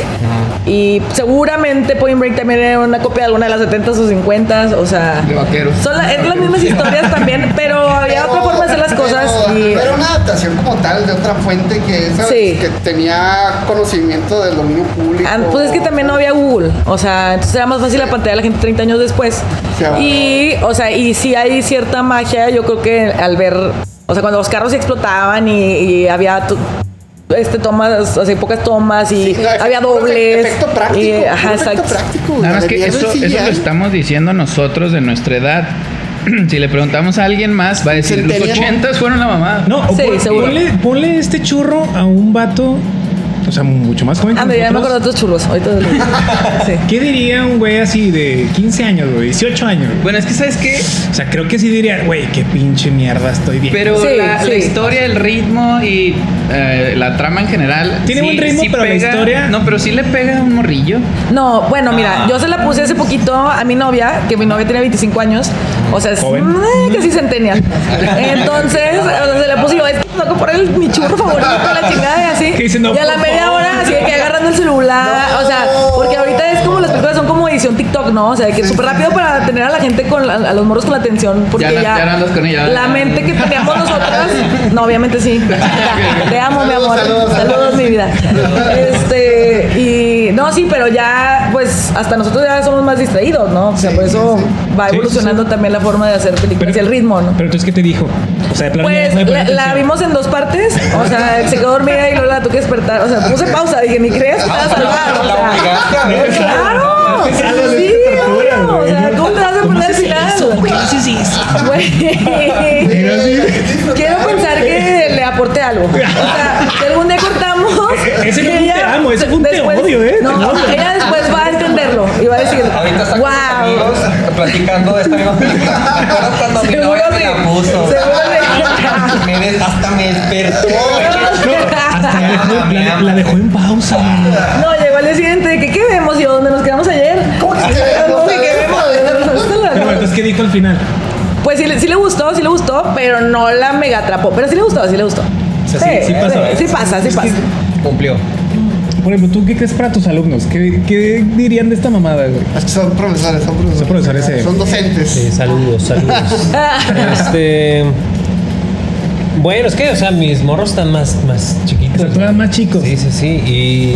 A: Y seguramente Point Break también era una copia de alguna de las 70s o 50s. O sea,
B: De vaqueros.
A: son la- es las mismas historias también, pero había otra forma de hacer las cosas. y-
B: Era una adaptación como tal de otra fuente que, esa
A: Sí.
B: que tenía conocimiento del dominio público.
A: Ah, pues es que también no había Google, o sea, entonces era más fácil la pantalla a la gente 30 años después.
B: Sí, ah.
A: Y, o sea, y sí hay cierta magia, yo creo que al ver, o sea, cuando los carros se explotaban y, y había to- este tomas, o sea, pocas tomas y
B: Sí, no,
A: había
B: Pues, efecto-
A: dobles.
B: Efecto práctico.
A: y-
B: puro
A: ajá,
B: efecto
A: exacto.
B: práctico.
C: Nada más
B: güey,
C: que
B: de
C: eso,
B: mierda,
C: eso
B: sí,
C: lo
B: ya.
C: estamos diciendo nosotros de nuestra edad. Si le preguntamos a alguien más, va a decir, los
B: Centenial.
C: ochentas fueron la mamá.
D: No, o
A: Sí,
D: pon-
A: seguro.
D: ponle, ponle este churro a un vato, o sea, mucho más joven. que
A: Ah, me- ya me
D: nosotros.
A: acuerdo de otros churros, ahorita. les digo. Sí.
D: ¿Qué diría un güey así de 15 años, güey? 18 años. güey?
C: Bueno, es que sabes qué,
D: O sea, creo que sí diría, güey, qué pinche mierda estoy bien.
C: pero
A: Sí,
C: la, la
A: sí.
C: historia, el ritmo y eh, la trama en general.
D: Tiene buen ritmo, pero la historia-
C: No, pero sí le pega a un morrillo.
A: No, bueno, mira,
C: Ah.
A: yo se la puse hace poquito a mi novia, que mi novia tiene 25 años, o sea, es
D: Joven.
A: eh, casi centenial. Entonces, o sea, se la puse y yo, es que tengo que poner mi churro favorito, la chingada y así.
D: ¿Qué dice? No,
A: y a la
D: por
A: media
D: favor.
A: hora, así de que agarrando el celular, o sea, porque ahorita es como las películas son como edición TikTok, ¿no? O sea, de que súper rápido para tener a la gente con, la- a los morros con la atención, porque
C: Ya no-
A: ya,
C: ya no andas con ella.
A: La mente que teníamos nosotras, no, obviamente sí. Te amo, mi
B: Saludos,
A: amor.
B: saludos,
A: saludos
B: saludos.
A: mi vida. Este, y no, sí, pero ya, pues, hasta nosotros ya somos más distraídos, ¿no? O sea,
B: Sí,
A: por eso
B: sí,
A: va
D: Sí,
A: evolucionando también la forma de hacer películas y el ritmo, ¿no?
D: Pero entonces, ¿qué te dijo? O sea, de plano
A: Pues
D: ya no me
A: la,
D: pone
A: la
D: atención.
A: vimos en dos partes, o sea, se quedó dormida y luego la tuve que despertar, o sea, puse pausa, dije, ni crees que te vas a salvar, o
E: La obligaste a ver.
A: sea, claro,
D: Sí, sí, sí,
A: sí,
D: te torturan,
A: obvio, o
D: güey. Pues
A: sea, ¿cómo te vas a
D: ¿Cómo
A: poner al
D: haces
A: final?
D: eso? ¿Por qué dices eso?
A: Güey. Quiero pensar que le aporte algo. O sea, si algún día cortamos.
D: E-, ese
A: que
D: fue un
A: ella
D: te amo, ese fue un te odio, ¿eh?
A: No,
D: Te odio.
A: ella después va a entenderlo y va a decir,
E: Ahorita saco a mis
A: wow.
E: amigos platicando de esta misma película. Ahora cuando mi
A: Seguro
E: novia me
A: sí.
E: la puso.
A: Seguro sí.
E: Me des- hasta me despertó.
D: Hasta la dejó-
E: Ah, me
D: la,
E: ama,
D: la dejó
E: güey.
D: en pausa. güey.
A: No, llegó al día siguiente de que qué vemos y yo, dónde nos quedamos ayer. ¿Cómo
B: que qué vemos?
D: Pero entonces, ¿qué dijo al final?
A: Pues sí, le- sí le gustó, sí le gustó, pero no la mega atrapó. Pero sí le gustó, sí le gustó.
D: sea, sí- sí pasa.
A: sí pasa, sí pasa.
E: Cumplió.
D: Por ejemplo, ¿tú qué crees para tus alumnos? ¿Qué, qué dirían de esta mamada, güey?
B: Es que Son profesores, son profesores.
D: Son profesores, eh.
B: Son docentes.
F: Sí, saludos, saludos. este. Bueno, es que, o sea, mis morros están más, más
D: O
F: chiquitos.
D: sea, tú eras más chicos.
F: Sí, sí, sí. Y.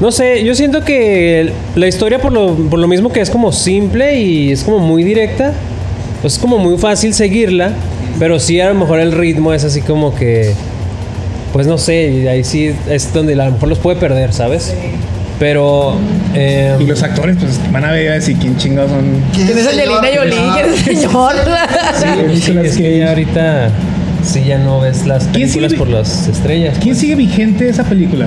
F: No sé, yo siento que la historia, por lo, por lo mismo que es como simple y es como muy directa, pues es como muy fácil seguirla, pero sí a lo mejor el ritmo es así como que. Pues no sé, y ahí sí es donde a lo mejor los puede perder, ¿sabes? Pero. eh,
D: Y los actores, pues, van a ver y van a decir quién chingados son.
A: ¿Quién es Angelina
B: Ah.
A: Jolie? ¿Quién es el señor?
F: Sí,
D: Nicolas
F: es que
D: Cage.
F: ya ahorita sí ya no ves las
D: ¿Quién sigue
F: películas
D: vi-
F: por las estrellas.
D: ¿Quién sigue vigente esa película?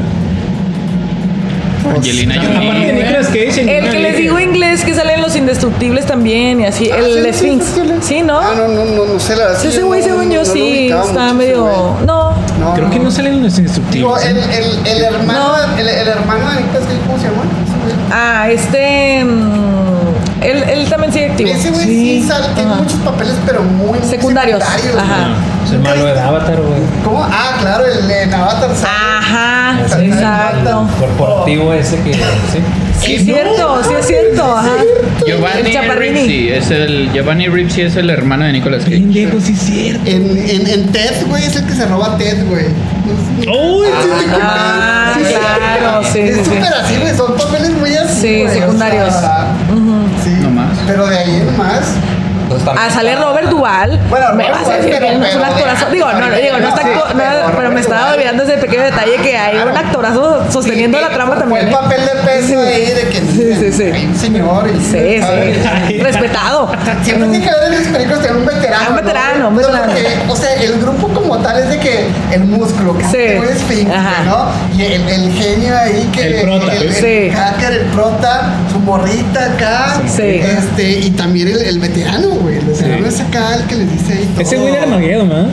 C: Angelina
D: Aparte de
C: Jolie.
D: Nicolas Cage,
A: El
D: Angelina
A: que les
D: Jolie.
A: digo inglés que salen los indestructibles también y así. el Sphinx. Sí, ¿no?
B: Ah, no, no, no, no sé la verdad.
A: Sí, ese güey,
B: no-
A: según yo,
B: no lo
A: sí,
B: ubicaba
A: está
B: mucho,
A: medio.
B: ese güey.
A: No.
B: No,
D: Creo que no salen los
B: Digo,
D: instructivos.
B: el, el, el hermano,
A: No.
B: el, el hermano de Nicolas Cage, ¿cómo se llama?
A: Ah, este. mm, él, él también sigue activo.
B: Ese güey sí, sale, tiene
A: Ajá.
B: muchos papeles, pero muy muy
A: Secundarios. Ajá.
B: güey.
F: Ah, Es el malo de Avatar, güey.
B: ¿Cómo? Ah, claro, el en Avatar sale.
A: Ah, Ajá,
B: Sale
A: exacto.
B: Avatar.
F: Corporativo ese que. Sí.
A: Sí, es cierto, sí es cierto. Ajá. El
C: Giovanni
A: chaparrini.
C: Ripsi es el Giovanni Ripsi es el hermano de Nicolas Cage.
D: Pendejo, sí es cierto.
B: En, en, en Ted, güey, es el que se roba a Ted, güey.
D: ¡Uy!
A: Ah,
B: Sí, sí.
A: claro, sí, sí,
B: Es
A: sí.
B: súper así, güey, son papeles muy así.
A: Sí,
B: güey, o
A: secundarios.
B: sea, sí.
C: No más.
B: Pero de ahí en más.
E: Entonces, también
A: Ah, sale
E: está-
A: Robert Duval.
B: Bueno,
A: me
B: Robert
A: vas a
B: Duvall,
A: decir
B: pero-
A: que no es un
B: pero de-
A: actorazo. Digo, no, no, digo, no está
B: Sí,
A: acto- no,
B: pero
A: pero,
B: Robert
A: me estaba
B: Duvall.
A: olvidando ese pequeño detalle que hay un actorazo sosteniendo la trama también.
B: Fue el
A: ¿eh?
B: papel de peso ahí de que.
A: Sí, sí, sí.
B: Hay un señor. y-
A: Sí, sí.
B: ¿sabes?
A: Respetado.
B: Siempre tiene que haber en las películas tener un veterano.
A: Ah, Mm. un
B: ¿no?
A: veterano, un veterano.
B: No, porque, o sea, el grupo como tal es de que el músculo, que
A: Sí.
B: es un esfínter,
A: Ajá.
B: ¿no? Y el, el genio ahí que.
D: El prota,
B: El, el,
A: Sí.
B: hacker, el prota, su morrita acá.
A: Sí.
B: Este, y también el, el veterano, güey. El veterano es acá el que les dice ahí todo.
D: Ese güey era Armageddon, ¿no?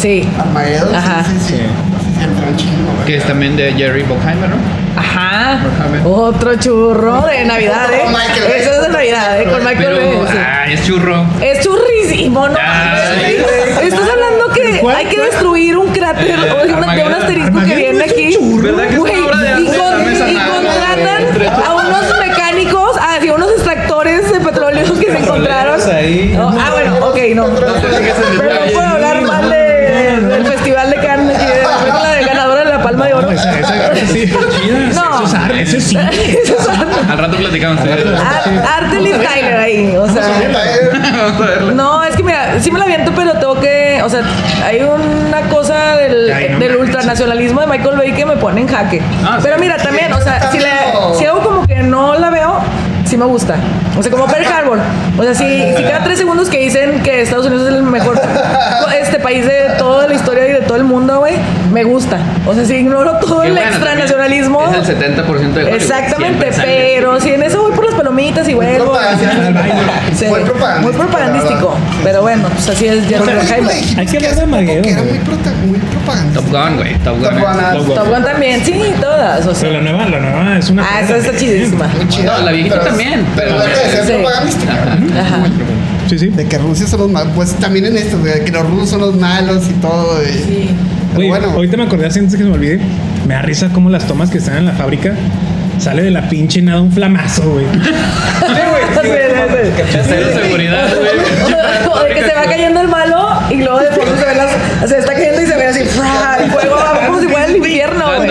A: Sí.
B: Armageddon,
A: Ajá.
B: sí, sí, sí. Sí, se entró un chingo, güey.
C: Que es también de Jerry Bruckheimer, ¿no?
A: Ajá. Otro churro de Navidad, ¿eh?
B: Con Michael Bay.
A: Eso es de Navidad, ¿eh? Con Michael
C: Pero, ah,
A: Bay, sí.
C: ay, es churro.
A: Es churrísimo, ¿no?
C: Ay.
A: Estás hablando que
D: ¿Cuál?
A: hay que destruir un cráter
C: Eh,
A: o de una- de un
C: Armageddon.
A: asterisco que
D: Armageddon
A: viene
D: no es un
A: aquí.
D: churro.
C: ¿Verdad que es
A: Güey,
C: una obra de
A: y,
C: arte?
A: con-
C: Dame esa
A: y
C: madre, güey.
A: contratan a unos mecánicos, a unos extractores de petróleo que se encontraron.
E: ahí.
A: No, ah, bueno, ok, no. Pero no puedo hablar mal de- del festival de Cannes y de la película de ganadora de la Palma de Oro.
D: Esa, esa, esa sí.
A: No.
D: Eso es ar- eso sí.
A: Eso es arte.
C: Al rato platicamos. ¿eh? de eso.
A: Ar- Arte Liv Tyler ahí, o
B: Ah,
A: sea.
C: Vamos a verlo.
A: No, es que mira, sí me la aviento, pero tengo que. O sea, hay una cosa del,
D: Ay, no
A: del
D: manches.
A: ultranacionalismo de Michael Bay que me pone en jaque.
C: Ah,
A: pero mira, también, o sea, si, la- si hago como que no la veo, sí me gusta. O sea, como Pearl Harbor. O sea, si, si cada tres segundos que dicen que Estados Unidos es el mejor este país de toda la historia y de todo el mundo, güey, me gusta. O sea, si ignoro todo
C: Qué
A: el
C: bueno,
A: extranacionalismo.
C: también Es el 70% de Hollywood,
A: Exactamente,
C: siempre sale.
A: pero si en eso voy por las palomitas y
B: Pues
A: vuelvo. Sí,
B: Fue propagandístico.
A: Muy propagandístico. Pero bueno, pues así es
B: la
A: Jerry
B: verdad.
A: Bruckheimer.
D: Hay que hablar de
B: Que
D: Armageddon.
B: era muy,
D: güey.
B: prota- muy propagandístico.
C: Top Gun, güey. Top Gun.
B: Top Gun, ah,
D: Top Gun.
A: Top Gun también, sí, todas. O
D: Pero
A: sea.
D: la nueva, la nueva es una.
A: Ah, esa está chidísima.
B: Muy chida.
C: No, la viejita
B: Pero-
C: también,
B: Pero
C: pero-
B: deja de ser
A: Sí.
B: propagandística.
A: Ajá.
D: Sí, sí.
B: este De que Rusia son los malos. Pues también en esto, güey, que los rusos son los malos y todo. güey.
A: Sí.
B: Pero
D: Oye,
B: bueno,
D: ahorita me acordé así antes que se me olvide. Me da risa como las tomas que están en la fábrica. Sale de la pinche nada un flamazo, güey.
A: Sí, sí, sí.
C: Cero seguridad, güey.
A: O de que se va cayendo el malo y luego de pronto se ve las. O sea, está cayendo y se ve así. ¡fra! El fuego va como si fuera el infierno, güey.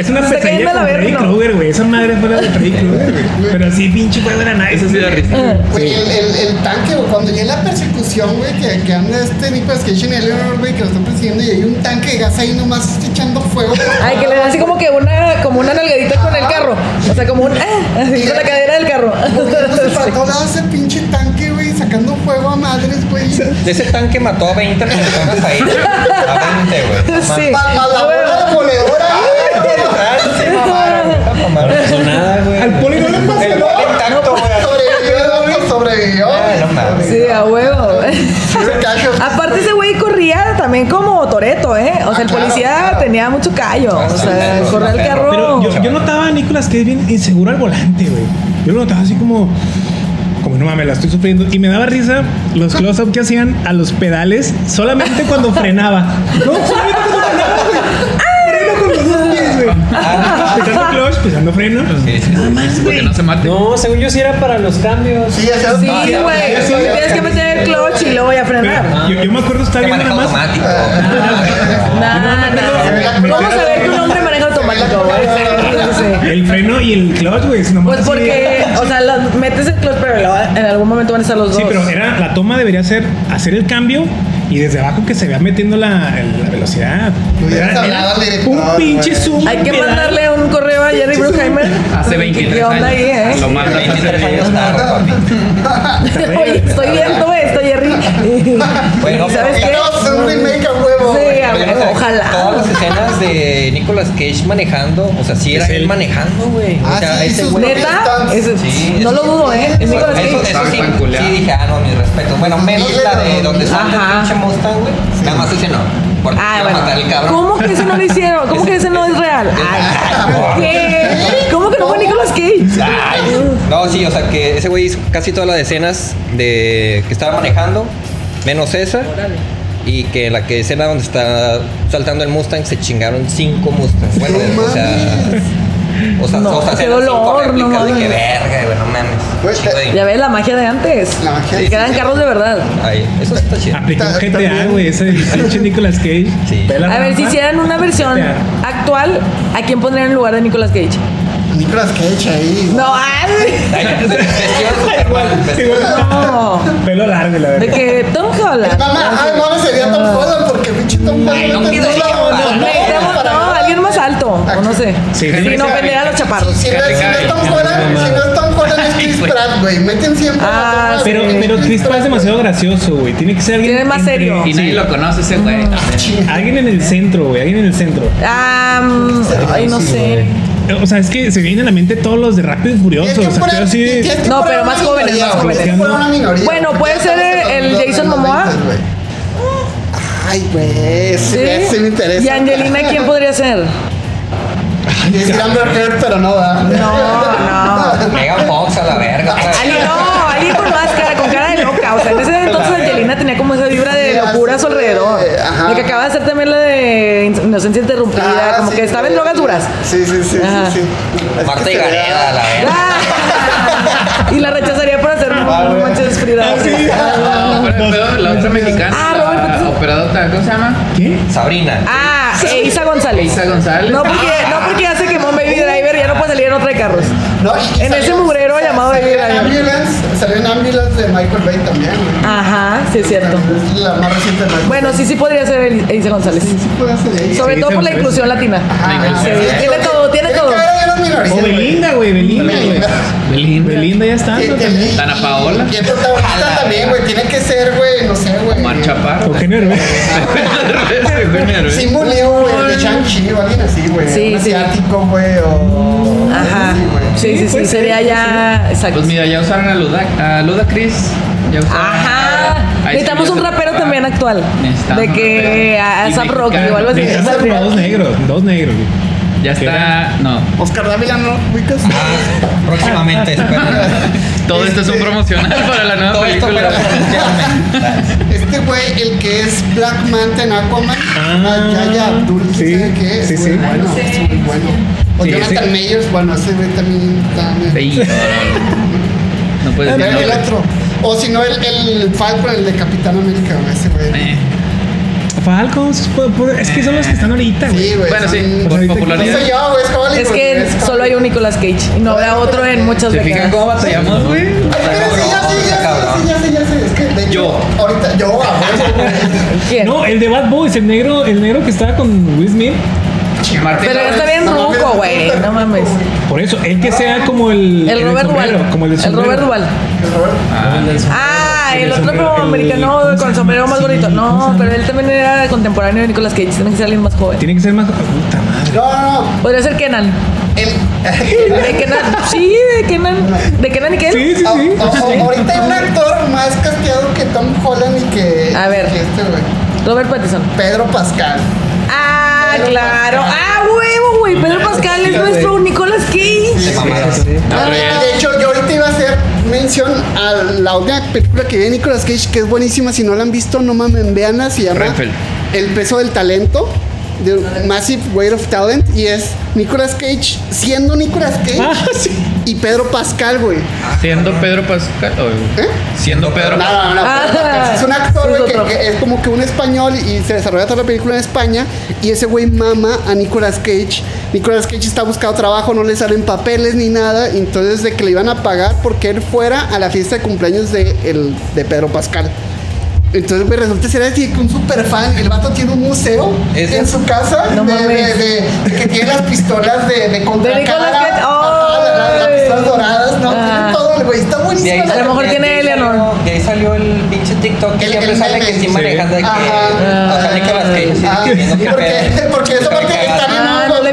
D: Es una
A: Se está cayendo
D: pesadilla
A: el
D: con Freddy
A: averno.
D: Krueger, güey. Esa madre fue la de Freddy Krueger, güey. Pero así pinche fue buena nada.
C: Eso sí da risa.
B: güey, el, el- el tanque, güey, cuando ya en la persecución, güey, que, que anda este Nicolas Cage en el error, güey, que lo están persiguiendo y hay un tanque de gas ahí nomás echando fuego.
A: Ay, que le da así como que una, como una nalgadita con el carro. O sea, como un. ¡ah! Así con la cadera del carro.
B: Porque no se faltó nada ese pinche tanque, güey, sacando fuego a madres, güey.
E: De ese tanque mató a 20 personas ahí. A 20, güey. No
A: Sí.
E: mames.
B: Pa- pa' la bola de moledora, güey.
E: Sí, mamaron, güey, mamaron.
D: Al poli no le pasa
E: El
D: nada.
E: gol intacto, güey.
B: Sobrevivió, güey, sobrevivió.
E: Ah, no mames.
A: Sí, a huevo.
B: Ese cacho-
A: Aparte ese güey corría también como Toreto, ¿eh? O sea, el
B: claro,
A: policía
B: claro.
A: tenía mucho callo. O sea,
E: perro,
A: corría el
E: perro.
A: carro.
D: Pero yo, yo notaba a Nicolas Cage bien inseguro al volante, güey. Yo lo notaba así como. Como no mames, la estoy sufriendo. Y me daba risa los close-up que hacían a los pedales solamente cuando frenaba. No, solamente cuando frenaba, güey. Freno con los dos pies, güey. Pisando clutch, pisando freno.
E: Ah. Pues Sí, sí, sí.
C: Porque no se mate.
F: No, según yo sí era para los cambios.
B: Sí, ya se-
A: Sí,
B: Ah, ya-
A: güey.
B: ya se-
A: Tienes que meter el clutch y luego voy a
D: Pero
A: frenar.
D: yo, yo me acuerdo estar
E: Que
D: viendo
E: maneja
D: nada más.
E: automático.
A: Nah, nah, nah.
B: Me-
A: Vamos a ver que un hombre maneja automático, güey. Sí, sí, sí.
D: El freno y el clutch, güey. es nomás
A: Pues
D: así.
A: porque, o sea, lo- metes el clutch, pero lo- en algún momento van a estar los dos.
D: Sí, pero era, la toma debería ser hacer el cambio y desde abajo que se vea metiendo la, el- la velocidad.
B: Lo hubieras
D: Era-
B: hablado
D: era
B: al director,
D: un pinche
B: güey.
D: zoom.
A: Hay que
D: pedal.
A: mandarle un correo a Jerry Bruckheimer.
C: Hace 23
A: ¿Qué onda
C: años.
A: ahí, eh?
C: Lo más de
E: 23 años tarde, papi.
A: Oye, estoy viendo esto, Jerry.
E: Bueno,
A: ¿Y ¿Sabes qué?
B: No, es un remake a huevo,
A: Sí,
B: güey.
A: a
E: Pero, o
A: huevo,
E: sea,
A: ojalá.
E: Todas las escenas de Nicolas Cage manejando, o sea, sí era
D: Es
E: él
D: él.
E: manejando, güey.
B: Ah,
E: o sea,
B: sí, sus
E: güey-
A: Neta, es-
E: Sí,
A: no
E: es-
A: lo dudo, ¿eh? Es
E: Eso,
A: Nicolas
E: eso,
A: Cage.
E: eso sí,
C: Tan culeado.
E: sí dije, ah, no, mis respetos. Bueno, me vi la de donde sale
A: Ajá.
E: el pinche Mustang, güey. Nada más ese no. Porque
A: Ah,
E: iba a matar el
A: bueno.
E: cabrón.
A: ¿Cómo que ese no lo hicieron? ¿Cómo que ese no es real? Ay, ¿qué? ¿Cómo que no fue Nicolas Cage?
E: No, sí, o sea, que ese güey hizo casi todas las escenas de que estaba manejando, menos esa. Y que la que escena donde está saltando el Mustang se chingaron cinco Mustangs. Bueno,
B: No
E: o sea.
B: mames.
E: O sea,
A: No,
E: o sea,
A: qué
E: eran cinco
A: dolor, no
E: réplicas de que
A: mames.
E: verga, güey, no mames.
B: Güey,
E: Chingo de-
A: Ya ves la magia de antes.
B: La magia de-
A: Que eran carros de verdad.
E: Ay, eso está chido.
D: Aplicó
B: Ta-
D: GTA,
B: también.
D: güey, ese del pinche Nicolas Cage.
E: Sí.
D: Ve la
A: A ver,
D: rampa.
A: si hicieran una versión
D: Ya.
A: actual, ¿a quién pondrían en lugar de Nicolas Cage?
B: Nicolas Cage ahí.
A: No, ay,
E: pues,
A: no.
D: Pelo largo, la
A: De
D: verdad.
A: que Tom Holland.
B: Mamá, ay, no me sería Tom Holland porque pinche Tom Holland no te
A: Necesitamos-
B: no,
A: no, alguien más alto, o no sé.
D: Sí,
A: Si
D: sí,
A: no
D: sí.
A: pelea a los chaparros.
B: Si no es si no es Tom Holland, si no es Tom Holland es Chris Pratt, güey. Meten siempre a Tom
A: Ah,
B: Holland,
D: Pero,
B: güey.
D: pero Chris Pratt es demasiado gracioso, güey. Tiene que ser alguien.
A: Tiene más
D: entre-
A: serio.
C: Y nadie lo conoce ese güey.
D: Alguien en el centro, güey. Alguien en el centro.
A: Ah, mm, ay, no sé.
D: O sea, es que se vienen a la mente todos los de Rápido y
B: Tienes
D: Furioso.
B: que
D: O sea,
B: poner-
D: pero sí.
B: tienes que
A: No,
B: poner
A: pero
B: una
A: más jóvenes,
B: minoría,
A: más
B: güey,
A: jóvenes.
B: tienes que poner una minoría.
A: Bueno, puede
B: Ya
A: ser
B: estamos
A: el- el
B: hablando de
A: Jason
B: los
A: Momoa.
B: 90s, güey. Ay, güey,
A: ¿Sí?
B: ese sí me interesa.
A: ¿Y Angelina quién podría ser?
B: Es Amber Heard, pero no va.
A: No, no.
E: Megan Fox a la verga. pues. o sea,
A: Alguien, no, alguien con máscara, con cara de loca. O sea, en ese entonces Angelina tenía como esa vibra de
B: Sí,
A: locura a
B: así
A: su alrededor.
B: de- ajá.
A: Lo que acaba de hacer también la de Inocencia Interrumpida,
B: Ah,
A: como
B: sí,
A: que estaba en
B: güey.
A: drogas duras.
B: Sí, sí, sí, sí,
A: Ajá.
B: sí. Es que
E: Marta y
B: se vea.
E: Gareda a la verga.
A: Ah, y la rechazaría por hacer un manches
B: Ah,
A: Frida.
C: No, fuera de Ah, pedo, la otra mexicana.
A: Ah, Robert
C: la
A: Pattinson.
C: operadota, ¿cómo se llama?
D: ¿Qué?
E: Sabrina.
A: Ah, e Isa González.
C: Isa González.
A: No porque, no porque ya se quemó en Baby Driver, ya no puede salir en otra de carros.
B: pues, No, y
A: En ese
B: salió-
A: mugrero llamado
B: salió
A: Baby
B: en
A: Driver.
B: Ambulance, salió en Ambulance de Michael Bay también, güey.
A: Ajá, sí Ah, es cierto.
B: Es la más reciente de Michael
A: Bueno,
B: Bay.
A: sí, sí podría ser el- Isa González.
B: Sí, sí puede ser ella.
A: Sobre
D: Sí,
A: todo
D: Isa
A: por la
D: González.
A: inclusión latina.
B: Ajá.
A: Sí,
B: Sí,
A: tiene todo, tiene todo.
B: que haber unas minorías,
D: O
B: güey.
D: Belinda, güey. Belinda, güey.
C: Belinda.
D: Belinda ya está.
B: Que- que- y-
C: Dana Paola.
B: Y el protagonista también, güey. Tiene que ser, güey, no sé, güey.
C: Omar Chaparro.
D: Eugenio Herbert.
B: Sí, Leo, güey, el de Shang-Chi o alguien así, güey.
A: Sí,
B: Un
A: sí.
B: asiático, güey, o...
A: Ajá.
B: Sí, güey.
A: Sí, sí, sí.
D: puede ser,
A: Sería ya. Exacto.
C: Pues mira, ya usaron a Ludac, a Ludacris. Ya usaron
A: Ajá.
C: a- a-
A: Necesitamos un rapero también actual.
C: Necesitamos
A: De
C: un
A: que
C: rapero.
A: a, a
C: Y
A: Zap Rocky
C: mexicano.
A: o algo así.
D: Necesitamos como a dos negros. Dos negros, güey.
C: Ya está. No.
B: Oscar Dávila, ¿no? ¿Ubicas?
E: Ah, próximamente. espera.
C: Todo esto es un
A: Este,
C: promocional para la nueva
E: Todo esto para
C: película.
E: pronunciarme.
B: Este güey, el que es Black Manta en Aquaman, ah, Yaya Abdul,
D: sí,
B: ¿sabe qué es?
D: sí,
B: Muy
D: sí.
B: bueno, es muy bueno. O
C: Sí,
B: Jonathan
C: sí.
B: Meyers, bueno, ese güey también está...
C: Sí, No
B: Y
C: puedes
B: el
C: decir no.
B: otro. O si no, el, el Falcon, el de Capitán América, güey, ese güey.
C: Eh,
D: Falcons. pu- pu- Es que son los que están ahorita, güey.
B: Sí, güey.
C: Bueno, sí,
B: son- Pues
C: por
D: ahorita-
B: No
C: popularidad.
B: soy yo, güey, es Hollywood.
A: Es que
B: güey,
A: solo hay un Nicolas Cage y no habrá otro en muchas
C: ¿Se fijan
A: décadas.
C: cómo batallamos, güey?
B: Pero sí, ya sé, ya sé, sí, ya sé, ya sé. Es que, de hecho,
C: Yo.
B: ahorita, yo, ah, a huevo, güey.
A: ¿Quién?
D: No, el de Bad Boys, el negro, el negro que estaba con Will Smith.
C: Martín
A: Pero ya
C: Lawrence.
A: está bien
B: No mames,
A: ruco, güey.
B: está
A: No mames.
D: Por eso, el que sea como el.
A: El
D: del
A: Robert
D: sombrero,
A: Duval.
D: Como el de
A: El Robert Duval.
C: Ah,
A: Ah,
D: El
A: el otro
D: sombrero,
A: como
D: el-
A: americano
D: ¿cómo se
A: con
D: llama?
A: sombrero más
D: Sí,
A: bonito.
D: ¿cómo se
A: No,
D: llama?
A: pero él también era contemporáneo de Nicolas Cage. Tiene que ser alguien más joven.
D: Tiene que ser más. Puta madre.
B: No, no, no. Em,
A: Podría ser Kenan.
B: El-
A: De Kenan. Sí, de Kenan. ¿De Kenan y Kel?
D: Sí, sí,
B: Ah,
D: sí.
B: o- o- Ahorita hay un actor más casteado que Tom Holland y que.
A: A ver.
B: que este, güey.
A: Robert Pattinson.
B: Pedro Pascal.
A: Ah,
B: Pedro
A: claro.
B: Pascal.
A: Ah, huevo, güey. Pedro Pascal es nuestro Nicolas Cage.
E: Se mamaron.
C: No,
B: Ah,
C: pero ya-
B: de hecho, yo ahorita iba a hacer mención a la última película que vi de Nicolas Cage, que es buenísima. Si no la han visto, no mamen, veanla. Se llama
C: Renfield.
B: El peso del talento. De Massive Weight of Talent. Y es Nicolas Cage siendo Nicolas Cage y Pedro Pascal, güey.
C: Siendo Pedro Pascal. oh,
B: ¿Eh?
C: Siendo Pedro
B: No, no,
C: Pascal.
B: no.
A: Ah.
B: es un actor, güey,
A: Es otro.
B: que, que es como que un español y se desarrolla toda la película en España. Y ese güey mama a Nicolas Cage. Nicolas Cage está buscando trabajo, no le salen papeles ni nada. y Entonces, de que le iban a pagar porque él fuera a la fiesta de cumpleaños de, el, de Pedro Pascal. Entonces, güey, resulta ser así que un super fan. El vato tiene un museo
E: Es-
B: en su casa
A: No
B: de, de-
A: mames.
B: de- que tiene las pistolas de, de contracara.
A: Nicolas Cage.
B: Ajá, la- la- las
A: ¡Ay!
B: pistolas doradas. No,
A: Ah.
B: tiene todo el güey. Está
E: De ahí
B: buenísimo.
A: A lo mejor tiene
E: de ahí
A: Eleanor.
E: salió- De ahí salió el pinche TikTok que
B: El-
E: siempre
B: el
E: sale
B: meme,
E: que sí
B: sí.
E: manejando de que.
B: Ajá.
E: O sea, Nicolas Cage. sí,
B: Ah,
E: viendo
B: sí,
E: qué
B: porque,
E: pedo.
B: porque esa parte que están en
A: Ah, no lo he
B: hongos, los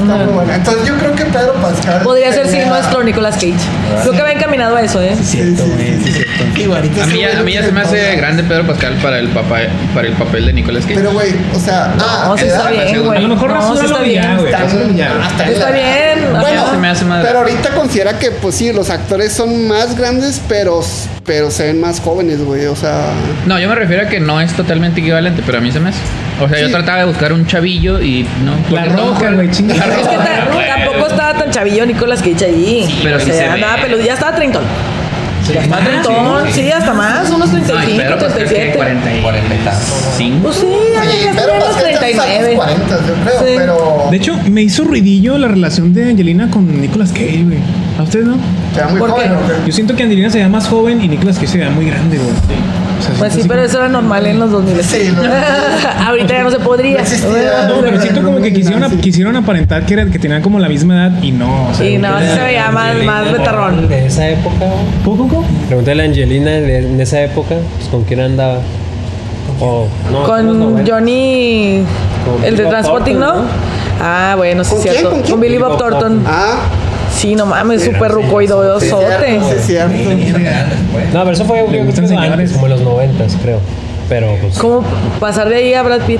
B: está muy bueno. Entonces yo creo que Pedro Pascal...
A: Podría ser sí
B: sería-
A: nuestro Nicolas Cage. Creo que va encaminado a eso, ¿eh?
B: Sí, sí, sí, Igualito
C: A
B: ese
C: mí, ya-
B: güey
C: a mí ya se me hace
B: tiene
C: grande Pedro Pascal para el, papá, para el papel de Nicolas Cage.
B: todo. Pero güey, o sea, ah,
A: No, sí
B: eh,
A: está bien, güey.
D: A lo mejor
A: no, sí está
D: rasúralo ya,
A: bien.
D: güey.
B: Está
D: Rasúralo ya. güey.
B: hasta en
A: Está
B: la-
A: bien.
B: Bueno,
A: ajá.
C: se me hace madre.
B: pero ahorita considera que, pues sí, los actores son más grandes, pero, pero se ven más jóvenes, güey. O sea,
C: No, yo me refiero a que no es totalmente equivalente, pero a mí se me hace. O sea, yo
B: Sí.
C: trataba de buscar un chavillo y no.
D: La
C: porque no,
D: roja, güey, chinga.
C: La
A: Es que
C: roja.
A: ta- tampoco estaba tan chavillo Nicolas Cage allí.
C: pero
A: o
C: sí
A: sea,
C: se
A: andaba
C: ve.
A: peludo. Ya estaba treintón. Más
C: más,
A: rentón, sí, hasta más, unos 35,
C: pero pues creo que
A: 37.
E: 40 y tantos.
C: 45.
A: Pues sí, a
B: Sí,
A: mí
B: pero pues,
A: unos
B: más que están en los
A: 39.
B: 40, yo creo,
A: Sí.
B: pero.
D: De hecho, me hizo ruidillo la relación de Angelina con Nicolas Cage, güey. ¿A ustedes no?
B: ¿Te da muy
A: ¿Por
B: joven
A: qué?
B: o qué?
D: Yo siento que Angelina se vea más joven y Nicolas Cage se vea muy grande, güey. O sea,
A: Pues
D: siento
A: sí,
D: así
A: pero
D: como-
A: eso era normal en los 2000.
B: Sí, no.
A: Ahorita ya no se podría.
B: No existía.
D: No, pero siento como que quisieron,
B: Sí.
D: quisieron aparentar que, eran- que tenían como la misma edad y no. O sea,
A: Y nada más se veía más, más betarrón.
F: De esa época,
D: ¿Poco, poco?
F: pregúntale a Angelina en en esa época, pues, con quién andaba. O, no, no, no,
A: Con
F: bueno.
A: Johnny, el
F: Con
A: de
F: Billy Bob
A: Transporting,
F: Thornton,
A: ¿no?
F: ¿no?
A: Ah, bueno, sí,
B: ¿Con
A: es
B: quién?
A: cierto.
B: ¿Con quién?
A: Con Billy Bob
F: Billy Bob
A: Thornton.
B: Ah,
A: Sí, no mames, súper Pues
B: sí,
A: rucoidosote.
B: cierto, sí, cierto.
F: No, pero eso fue yo creo que
D: gustan
F: fue
D: señores.
F: antes, como en los noventas, creo. Pero pues.
A: ¿Cómo pasar de ahí a Brad Pitt?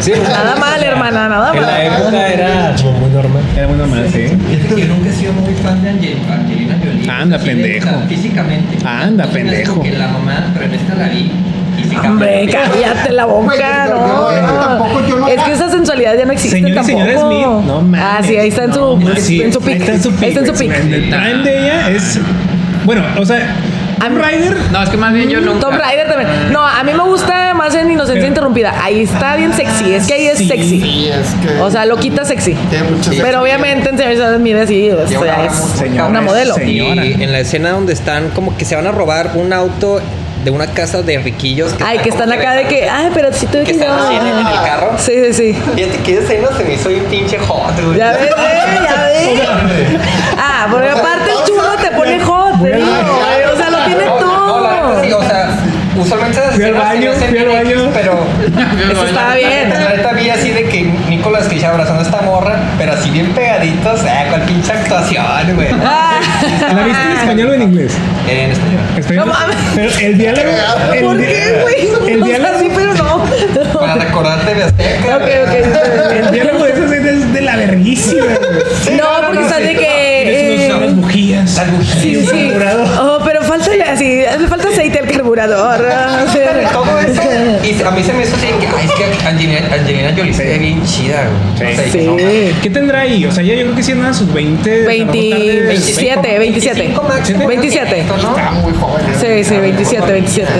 F: Sí, pues,
A: Nada mal, hermana, nada
F: En la
A: mal.
F: época era como muy normal.
D: Era muy normal, sí.
E: Yo nunca he sido muy fan de Angel- Angelina Jolie.
D: Anda,
E: Así de-
D: pendejo.
E: Físicamente.
D: Anda,
E: No se me hace
D: pendejo.
E: Que la mamá, pero en esta la vi. físicamente.
A: Hombre, cállate la
B: Güey,
A: boca,
B: yo-
A: no.
B: yo- yo tampoco, yo no-
A: es que esa sensualidad ya no existe
D: Señor y
A: tampoco.
D: señora Smith. No mames.
A: ah, sí, ahí está en su,
D: No,
A: en
D: sí,
A: su pick.
D: Ahí está en su pick.
A: Ahí está en su
D: güey.
A: pick.
D: El time de ella es. Bueno, o sea.
A: Am-
D: Tomb Raider.
C: No, es que más bien yo nunca.
A: Mm, Tom Rider también. No, a mí me gusta más en Inocencia
D: Pero-
A: Interrumpida. Ahí está bien sexy. Es que ahí es
D: Sí.
A: sexy.
B: Sí, es que.
A: O sea, lo quita sexy.
B: Tiene mucho sexo.
A: Pero obviamente en Señor y Señora Smith así, o
E: Lleva
A: sea,
E: una
A: es
E: rama
D: muy
A: una
D: cabrón.
A: modelo.
D: Sí. Señora.
E: Y en la escena donde están como que se van a robar un auto de una casa de riquillos.
A: Ay, que están
E: como
A: acá de que, ay, pero si tuve
E: Que
A: que
E: están así en el en el carro.
A: Sí, sí, sí.
E: Fíjate que esa escena se me hizo un pinche hot, güey.
A: Ya ves, eh, ya ves. Ah, porque aparte el chulo te pone hot, te digo, güey, O sea, lo tiene
E: No, No, la neta sí,
A: todo.
E: o sea, usualmente esas
D: Fui al
E: escenas se me
D: baño,
E: hacen
D: fui al
E: bien
D: baño.
E: X, Pero
A: Eso estaba bien.
E: la neta vi así de que Nicolás que ya abrazando a esta morra, pero así bien pegaditos, eh, cual pinche actuación, güey.
A: Ah.
D: ¿La viste en español o en inglés?
E: En español.
D: Español.
A: No mames.
D: Pero el diálogo. el
A: ¿Por
D: di-
A: qué, güey?
D: El
A: O sea, sí,
D: diálogo.
A: pero no.
E: Para
A: Ok,
E: recordarte de Azteca.
A: ok, está bien.
D: El diálogo de esas es de la verguísima. güey.
A: No, porque está de que.
D: Tienes unos- unas
A: eh,
D: bujías.
E: Las mujeres.
A: Sí, sí, sí. Oh, pero falta ya, sí, hace falta aceite al carburador. ah, sí.
E: Todo eso. Y a mí se me hizo así de que, ay, es que Angelina, Angelina Jolie se ve bien chida, güey. O sea, dije, no, mames.
A: Sí.
D: ¿Qué tendrá ahí? O sea, ya yo creo que si andan sus 20.
A: 27, 27. 27.
B: Está muy joven. ¿eh?
A: Sí, sí, 27, 27.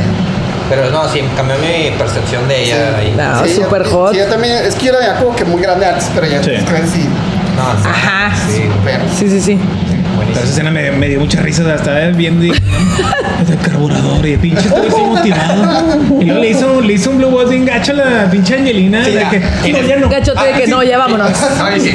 E: Pero no, sí, cambió mi percepción de ella ahí. No,
A: No,
B: Sí, yo-
A: Ah, super hot.
B: Sí, yo también. Es que yo la veía como que muy grande antes, pero ya
D: Sí.
B: después sí.
E: sí.
A: Ajá.
E: Sí,
B: Pero.
A: Sí, sí, sí.
D: Pero
E: buenísimo.
D: esa escena me, me dio mucha risa, la estaba viendo y. el carburador y pinche todo así motivado. Y luego le hizo, le hizo un blue balls bien gacho a la pinche Angelina.
E: Sí,
D: de
E: ya.
D: que, no, ya no.
A: Gachote de que no, ya vámonos.
E: No, dice,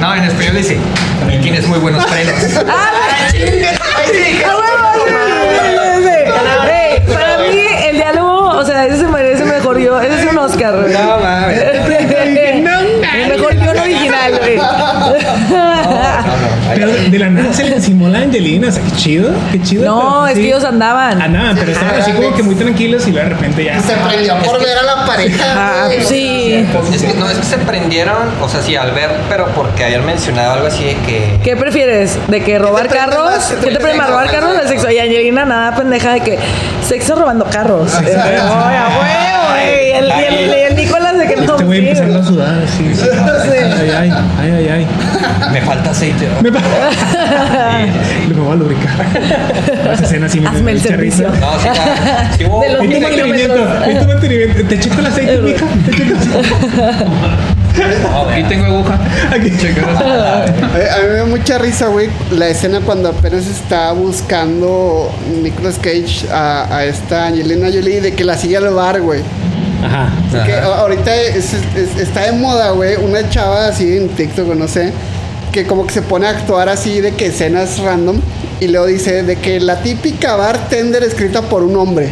E: no, en español dice, también tienes muy buenos frenos.
A: Ah, ¡A huevo! Sí, sí, sí, sí. Ey, Para mí, el diálogo, o sea, ese se merece mejor yo. Ese es un Oscar, güey.
E: No, mames.
A: El mejor guión original, güey.
D: Pero de la nada se le encimó la Angelina. O sea, qué chido, qué chido.
A: No,
D: pero
A: es
D: sí.
A: que ellos andaban.
D: Andaban, pero estaban así como que muy tranquilos y luego de repente ya.
B: Se prendió por ver a la pareja.
A: Ah,
B: güey.
A: sí.
E: Es que, no, es que se prendieron, o sea, sí, al ver, pero porque habían mencionado algo así de que...
A: ¿Qué prefieres? ¿De que robar
B: ¿Qué te prende
A: carros?
B: más? ¿Qué te
A: ¿Qué te
B: prende
A: prende más
B: más?
A: robar carros o sexo? Y Angelina nada pendeja de que sexo robando carros.
B: Ah,
A: Ay, a huevo, güey. Y el, y el, y el Nicolás de que no.
D: Este güey
A: sí,
D: empezando
A: güey.
D: a sudar así. Ay, ay, ay, ay, ay.
E: Me falta aceite. ¿no?
D: Me va, me voy a lubricar. Esa escena sí me
A: Hazme el
D: me echa
A: servicio.
D: risa.
E: No, sí, ya, sí hubo-
A: De los
D: Y tu
A: mil
D: mantenimiento,
A: kilómetros.
D: y tu mantenimiento. Te checo el aceite, mija. Te checo el aceite.
C: Aquí tengo aguja.
D: Aquí.
B: Eh, A mí me da mucha risa, güey, la escena cuando apenas está buscando Nicolas Cage a, a esta Angelina Jolie de que la sigue al bar, güey.
D: Ajá.
B: Que
E: Ajá.
B: a- ahorita es- es- está de moda, güey, una chava así en TikTok, o no sé, que como que se pone a actuar así de que escenas random y luego dice de que la típica bartender escrita por un hombre.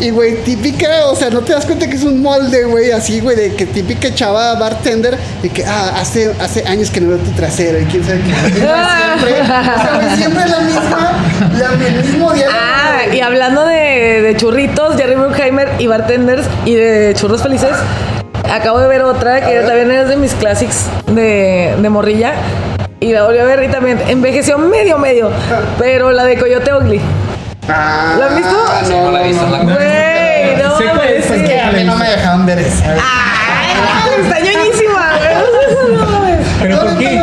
B: Y, güey, típica, o sea, no te das cuenta que es un molde, güey, así, güey, de que típica chava bartender y que, ah, hace, hace años que no veo tu trasero y quién sabe qué. Y, güey, Siempre, o sea, güey, siempre la misma, la, el mismo diálogo.
A: Ah,
B: güey.
A: y hablando de, de churritos, Jerry Bruckheimer y bartenders y de churros felices, acabo de ver otra que también es de mis classics de, de morrilla. Y la volví a ver y también envejeció medio, medio. Pero la de Coyote Ugly.
B: Ah,
A: ¿lo han visto?
E: Sí, no la he visto, la-
A: Güey, no
D: Sé cuál
A: mames,
D: es, es
A: sí.
B: Que a mí no me dejaban ver esa. güey.
A: Ay, está ñoñísima, güey. No mames.
D: ¿Pero por qué?
B: ¿Eh?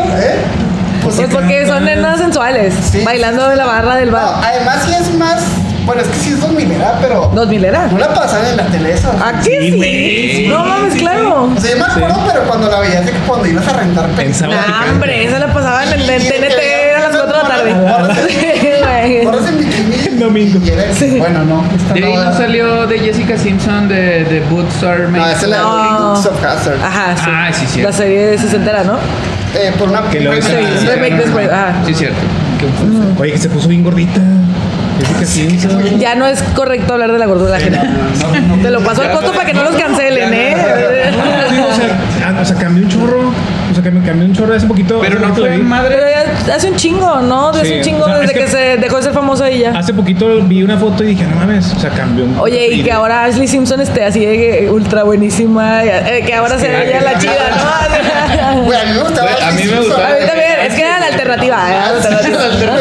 B: pues,
A: Pues porque son nenas sensuales,
B: Sí. Ah.
A: bailando de la barra del
B: No,
A: bar.
B: además sí es más. Bueno, es que sí es 2000 era, pero.
A: ¿Dos milera?
B: No la pasaban en la tele esa.
A: ¿A qué sí? no mames, claro.
B: O sea, yo me acuerdo, pero cuando la veías de que cuando ibas a rentar
D: Pensaba
A: Nah, Ah, hombre, esa la pasaba en el, en
B: Sí,
A: TNT a las 4 de la
B: morras
A: tarde.
B: en-
A: Sí, güey.
B: Corres en bikini.
D: Domingo.
B: Y era- Bueno, no. esta
C: De ahí
B: no,
C: no
B: era-
C: salió de Jessica Simpson de, de Boots Are Made
B: No, esa es la de
A: No.
B: Dukes of Hazzard.
A: Ajá, sí.
C: Ah, sí, sí.
A: La serie de 60 ¿no?
B: Eh, por una
D: Que lo
B: película
D: hizo-
B: que-
A: Sí, remake después. Ajá.
C: Sí, cierto.
A: Mm.
D: Oye, que se puso bien gordita. Jessica Simpson.
A: Ya no es correcto hablar de la gordura de la gente. Te lo paso al costo para que no los cancelen, ¿eh?
D: No, digo, o sea, ah, o sea, cambió un chorro. O sea, cambió, cambió un chorro hace poquito.
C: Pero
D: hace
C: no
D: poquito la
C: fue
D: Pues vi.
C: madre.
A: Pero ya hace un chingo, ¿no? Hace
D: Sí,
A: un chingo
D: o sea, es
A: desde que,
D: que-
A: se dejó de ser famosa y ya.
D: Hace poquito vi una foto y dije, no mames, o sea, cambió un
A: Oye, y que ahora Ashley Simpson esté así de que ultra buenísima, y, eh, que ahora sea ella la chida, ¿no?
B: Güey, a mí me gustaba.
C: Güey, a mí me
B: Simpson.
C: gustaba.
A: A mí también, es que era la alternativa, era la alternativa.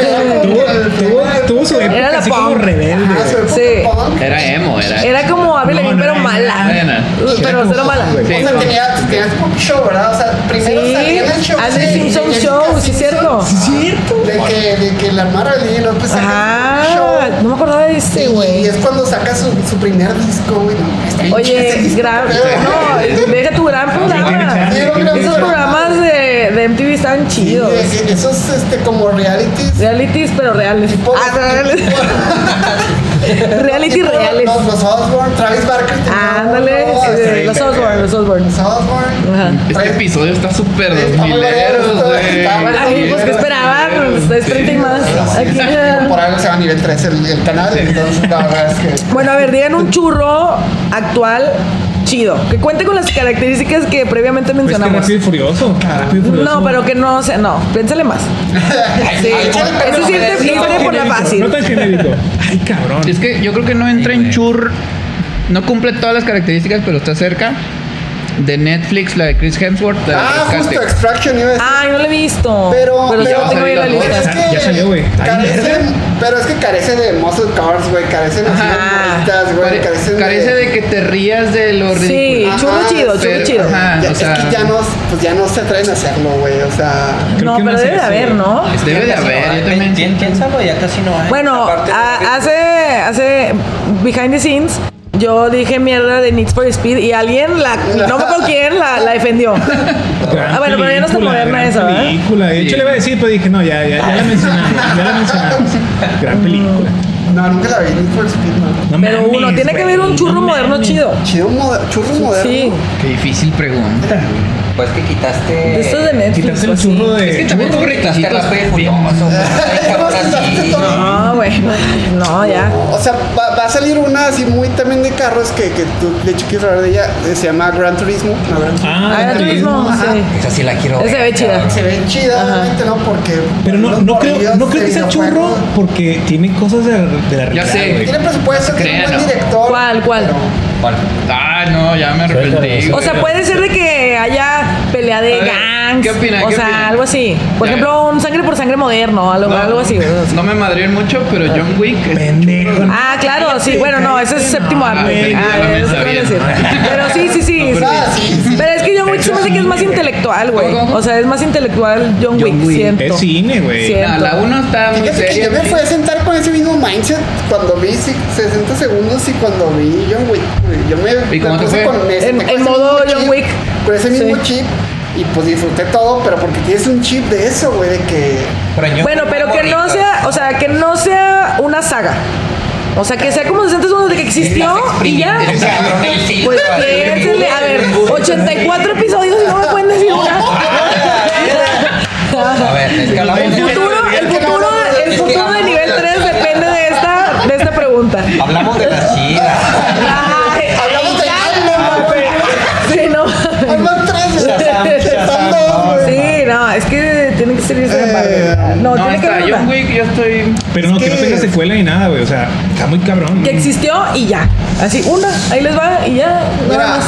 D: Tuvo, tuvo, tuvo su época
A: Era la
D: así como
A: punk.
D: rebelde.
B: Ah, su época
A: Sí.
B: punk.
C: Era emo, era.
A: Era como Avril Lavigne,
D: No, no,
A: pero
D: no,
A: mala.
C: no, no, no.
A: Uh, Pero cero mala.
D: güey.
C: Sí,
B: O sea,
C: no.
B: tenía, tenía como show, ¿verdad? O sea, primero
A: Sí,
B: salía en el show.
A: Ashley Simpson Show, sí, cierto.
B: cierto.
A: Pues
B: De que, de que la Mara y luego pues saca un
A: Ajá,
B: show.
A: no me acordaba de ese,
B: Y
A: güey.
B: es cuando saca su, su primer disco, güey. no,
C: Este,
B: está bien chido ese
A: Oye,
B: disco,
A: gran,
B: pero-
A: no, deja tu gran programa.
B: Sí,
C: Este,
B: era un gran
A: Esos programas de, de MTV estaban
B: Y
A: chidos.
B: de- de Esos, este, como realities.
A: Realities, pero reales.
B: Tipo-
A: Ah, reales. Reality
B: tipo
A: reales.
B: Los, los Osborne, Travis Barker. tenía
A: Ándale,
B: uno,
A: sí,
B: este,
A: los Osborne, los Osborne.
B: Los Osborne.
A: Ajá.
C: Este episodio está súper
B: Está
C: dos
B: muy
C: mileros,
B: bueno,
C: güey.
B: está bueno.
A: Ay, pues que esperaban,
C: Pues,
A: es 30 y más. Aquí.
B: Digo, Por algo se va a nivel 3 el, el canal, entonces la verdad es que.
A: Bueno, a ver, digan un churro actual chido, que cuente con las características que previamente
D: Pues que
A: mencionamos.
D: rápido y furioso. Rápido y furioso.
A: No, pero que no, o sea, no, piénsale más. Sí, eso sí es de irte por la
D: genérico,
A: fácil.
D: No tan genérico. Ay, cabrón.
C: Es que yo creo que no entra en chur. No cumple todas las características, pero está cerca. De Netflix, la de Chris Hemsworth. la de
B: Ah,
C: Rescate.
B: justo Extraction iba a decir.
A: Ay, no lo he visto.
B: Pero,
A: pero ya
B: pero,
A: lo tengo ahí en la
C: pero
A: lista.
B: es
D: Ya-
B: que
D: ya salió, güey. Ay,
B: Carecen, pero es que carecen de muscle cars, güey. Carecen así de
A: Ajá.
B: morritas, güey.
C: Pare-
B: Carecen
C: carece de que te rías de lo
A: Sí,
C: ridículo.
A: churro
B: Ajá,
A: chido, churro
C: pero-
A: chido.
C: ajá.
B: Ya-
C: o sea-
B: es que ya no, pues ya no se atreven a hacerlo, güey. O sea.
D: Creo
A: No,
D: que
A: pero
D: no sé
A: debe de
D: si-
A: haber, ¿no?
C: Debe de haber, yo también.
E: Pien- Piénsalo, ya casi no hay.
A: Bueno,
E: Aparte de-
A: a- hace, hace behind the scenes. Yo dije mierda de Need for Speed y alguien, la, no me acuerdo quién, la, la defendió.
D: Gran
A: Ah, bueno, pero ya no está
D: película,
A: moderna ¿eh?
D: gran
A: esa, ¿verdad?
D: película. De hecho,
C: Sí.
D: le iba a decir, pero dije, no, ya, ya, ya la mencionamos. ya la mencionamos. Gran película.
B: No, nunca la vi en Need for Speed, no.
D: No
A: Pero
D: mames,
A: uno, tiene que
D: güey,
A: haber un churro
D: no
A: moderno
D: mames.
A: chido.
B: Chido moder- churro moderno.
A: Sí,
C: Qué difícil pregunta.
E: Pues que quitaste.
A: de estos de Netflix.
D: Quitarse el
A: pues, sí.
D: churro de.
C: Es que también tuve
E: Quitaste pues,
C: requisitos.
E: rápido y furioso. güey. Ay, cabrón, así, no.
A: No, güey. Ah, No, ya.
B: O sea, va, va a salir una así muy también de carros que, que tú, de hecho, quieres hablar de ella. eh, Se llama Gran Turismo. No, Gran Turismo.
D: Ah,
A: Ahora
D: Gran
A: tú
D: Turismo.
A: mismo,
B: ajá.
A: sí.
E: Esa sí la quiero.
A: Esa se ve
E: ver,
A: chida.
E: cabrón.
B: Se ve chida,
A: Ajá.
B: obviamente, ¿no? Porque.
D: Pero no, no,
B: por
D: creo,
B: Dios,
D: no creo que
B: de
D: sea churro
B: videojuegos.
D: porque tiene cosas de, de la realidad.
C: sé.
D: güey.
B: Tiene presupuesto, tiene un
C: Crean,
B: buen
C: ¿no?
B: director.
A: ¿Cuál, cuál?
E: ¿Cuál?
C: Ah, no, ya me arrepentí.
A: O sea, puede ser de que haya pelea de
C: A ver,
A: gangs.
C: ¿qué opinan?
A: O
C: ¿Qué
A: sea,
C: opinan?
A: algo así. Por
C: Ya.
A: ejemplo, un sangre por sangre moderno, algo,
C: No,
A: algo así. güey.
C: No me madrien mucho, pero John Wick es
D: Pendejo.
A: Ah, claro, sí. Bueno, no, ese es séptimo arte.
D: güey,
A: Ah,
C: ya
A: eso
C: lo
A: te iba a
C: sabía.
A: decir. Pero sí, sí, sí.
B: pero- Ah, sí, sí.
A: Pero es que John Wick se me hace que es más intelectual, güey.
C: ¿Cómo, cómo?
A: O sea, es más intelectual John Wick,
C: Wick.
A: siento.
D: Es cine, güey.
A: Cierto.
C: No, la 1 está muy
B: Fíjate que
C: seria.
B: yo me fui a sentar con ese mismo mindset cuando vi si- 60 segundos y cuando vi John Wick. güey. Yo me,
C: ¿Y cómo
B: me
C: te
B: puse
C: fue?
B: con ese,
A: En-
B: con
A: en
B: ese
A: modo
B: mismo
A: John
B: chip,
A: Wick.
B: Con ese mismo
A: Sí.
B: chip y pues disfruté todo, pero porque tienes un chip de eso, güey, de que.
E: Pero yo-
A: Bueno, pero que no
E: Morritas.
A: sea, o sea, que no sea una saga. O sea, que sea como 60 segundos de que existió y ya.
E: Ese cabrón, el sí,
A: Pues
E: vale.
A: piénsenle, a ver, 84 episodios y no me pueden decir una.
E: A ver, es que hablamos
A: El
E: de-
A: futuro, el futuro, el futuro de nivel 3 depende de esta, de esta pregunta.
E: Hablamos de las chidas.
A: Ay,
B: Hablamos de
A: Sí, no.
B: Hablamos tres,
A: Shazam,
B: están dos, güey.
A: Sí, no, es que tiene que ser esa parte. No,
C: No,
A: tiene que
C: está
A: haber
C: John
A: una.
C: Wick, yo estoy.
D: Pero no, que, no
B: que-
D: tenga secuela ni nada, güey. O sea, está muy cabrón.
A: Que existió y ya. Así, una, ahí les va y ya.
B: Mira,
A: Nada más.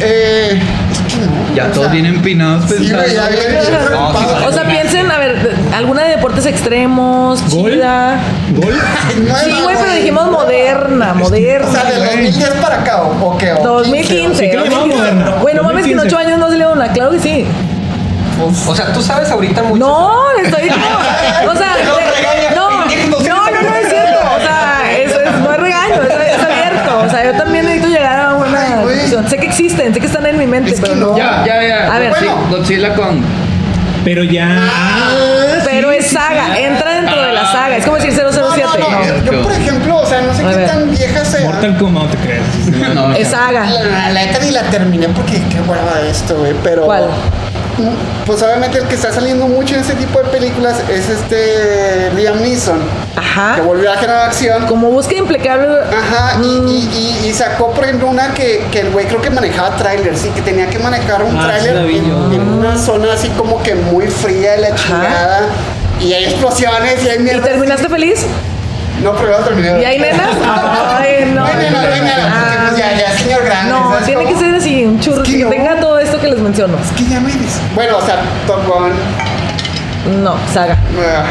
B: eh, es que no, o
C: Ya todos
B: sea,
C: vienen empinados
B: Sí,
C: pensando.
B: güey, ya vienen bien
E: No, sí,
B: repados.
A: O sea, piensen, a ver, de- alguna de deportes extremos,
D: ¿Gol?
A: chida.
D: Gol.
A: Sí, güey, pero dijimos moderna,
B: O sea,
A: moderna.
B: del 2010 para acá, ¿o o qué? o
A: 2015.
D: Sí, que le llamamos moderna.
A: Bueno, mames, que en
D: 2015.
A: 8 años no se le da una, claro que sí.
E: O sea, tú sabes ahorita mucho.
A: No, le estoy diciendo. O sea,
E: No,
A: le-
E: regaña,
A: no,
E: pendejo,
A: no,
E: sí,
A: no, no es cierto. O sea, es, es- no es regaño, es, es abierto. O sea, yo también necesito llegar a una
B: Ay, güey.
A: conclusión. Sé que existen, sé que están en mi mente,
B: Es que
A: pero no.
B: no.
C: Ya, ya, ya.
A: A ver.
C: Godzilla- Godzilla con.
D: Pero ya.
A: Pero es saga, entra dentro de la saga. Es como decir 007.
B: No, no,
A: no.
B: no. Yo, por ejemplo, o sea, no sé
A: A
B: qué
A: ver.
B: tan vieja sea.
D: Mortal Kombat, ¿te crees?
C: No,
A: Es saga.
B: La- La la neta ni la terminé porque qué hueva esto, güey. Pero.
A: ¿Cuál?
B: Mm, Pues obviamente el que está saliendo mucho en ese tipo de películas es este Liam Neeson,
A: Ajá.
B: que volvió a generar acción.
A: Como busca implacable.
B: Ajá, y,
A: Mm.
B: y- y- y sacó por ejemplo una que, que el güey creo que manejaba trailers y que tenía que manejar un
F: Ah, sí la
B: trailer
F: vi
B: en,
F: yo.
B: en una zona así como que muy fría de la chingada. Y hay explosiones y hay
A: ¿Y
B: mierda.
A: terminaste feliz?
B: No, pero ya lo terminé.
A: ¿Y hay nenas? Ay, no. Ah,
B: Ay, nena, ay, nena, porque, pues, ya, ya, señor grande.
A: No,
B: ¿sabes
A: tiene que
B: cómo?
A: ser así, un churro
B: Es que
A: que
B: no.
A: tenga todo esto que les menciono.
B: ¿Qué ya me dices? Bueno, o sea, Top Gun.
A: No, saga.
B: ah,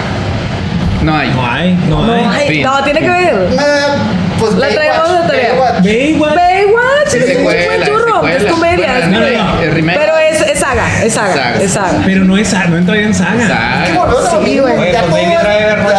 C: No hay.
D: No hay, no,
A: No,
D: hay.
A: ay,
C: fin.
A: no, tiene que ver.
B: ah, pues
A: La traemos
B: Baywatch,
A: de tarea.
B: Baywatch.
D: Baywatch.
A: Baywatch
C: Es
A: es un buen
C: secuela, es
A: churro,
C: secuela.
A: es comedia.
C: Bueno,
A: es-
D: no, no, no.
C: es remake.
A: Pero es, es saga, es saga,
C: Saga.
A: es saga.
D: Pero no es, no entraría en saga.
C: Saga.
B: Qué boludo,
A: Sí,
B: amigo,
E: güey.
B: ya todo-
E: Pues, Baby Driver, güey.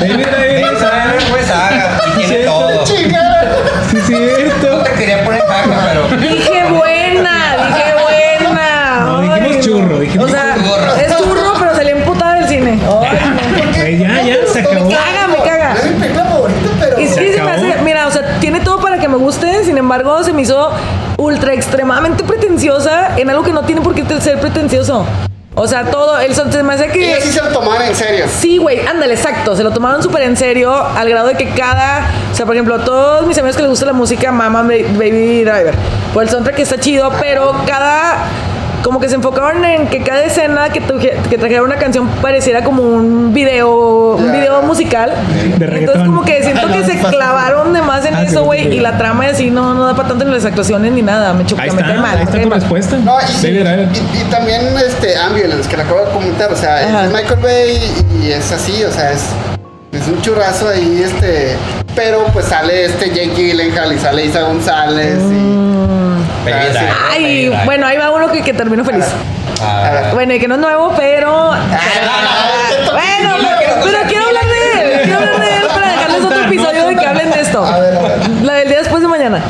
D: Baby Driver
E: Baby
D: es saga.
E: Driver, pues haga. Y tiene
D: Sí,
E: todo.
B: Chingada.
D: Sí,
E: No
D: cierto.
E: te quería poner haga, pero.
A: Dije buena, dije buena.
D: No,
A: Ay,
D: dijimos churro, dijimos
A: O sea,
E: churro.
A: es churro, pero salí emputada del cine. Ay, no.
D: Güey, ya, ya, se acabó.
A: Me caga, me caga.
B: Es mi película favorita, pero.
A: Y sí, se me
D: acabó.
A: hace, mira, o sea, tiene todo para que me guste, sin embargo, se me hizo ultra extremadamente pretenciosa en algo que no tiene por qué ser pretencioso. O sea, todo, el se me hace que...
B: Ellos sí se lo tomaban en serio.
A: Sí, güey, ándale, exacto. Se lo tomaron súper en serio al grado de que cada. O sea, por ejemplo, todos mis amigos que les gusta la música maman Ba- Baby Driver. Por el soundtrack que está chido, pero cada. Como que se enfocaron en que cada escena que, truje- que trajera una canción pareciera como un video, un
B: Ya.
A: video musical.
D: De
A: Entonces
D: reggaetón.
A: como que siento que se clavaron de más en
D: Ah,
A: eso,
D: sí,
A: güey.
D: sí.
A: Y la trama es así no, no da para tanto en las actuaciones ni nada. Me choca,
D: Ahí
A: me cae
D: está,
A: mal.
D: ahí
A: me
D: está
A: cae
D: tu
A: mal.
D: respuesta.
B: No, y,
D: Baby Driver.
B: y- y también este Ambulance, que la acabo de comentar, o sea,
A: Ajá.
B: es de Michael Bay y, y es así, o sea, es, es un churrazo ahí, este, pero pues sale este Jake Gyllenhaal y sale Isa González y...
E: Baby Driver, Baby
A: Ay,
E: Driver.
A: bueno, ahí va uno que, que terminó feliz.
E: Ah,
A: Bueno, y que no es nuevo, pero. Bueno, pero, pero quiero hablar de él. Quiero hablar de él para dejarles otro episodio de que hablen de esto.
B: A ver, a ver.
A: La del día después de mañana.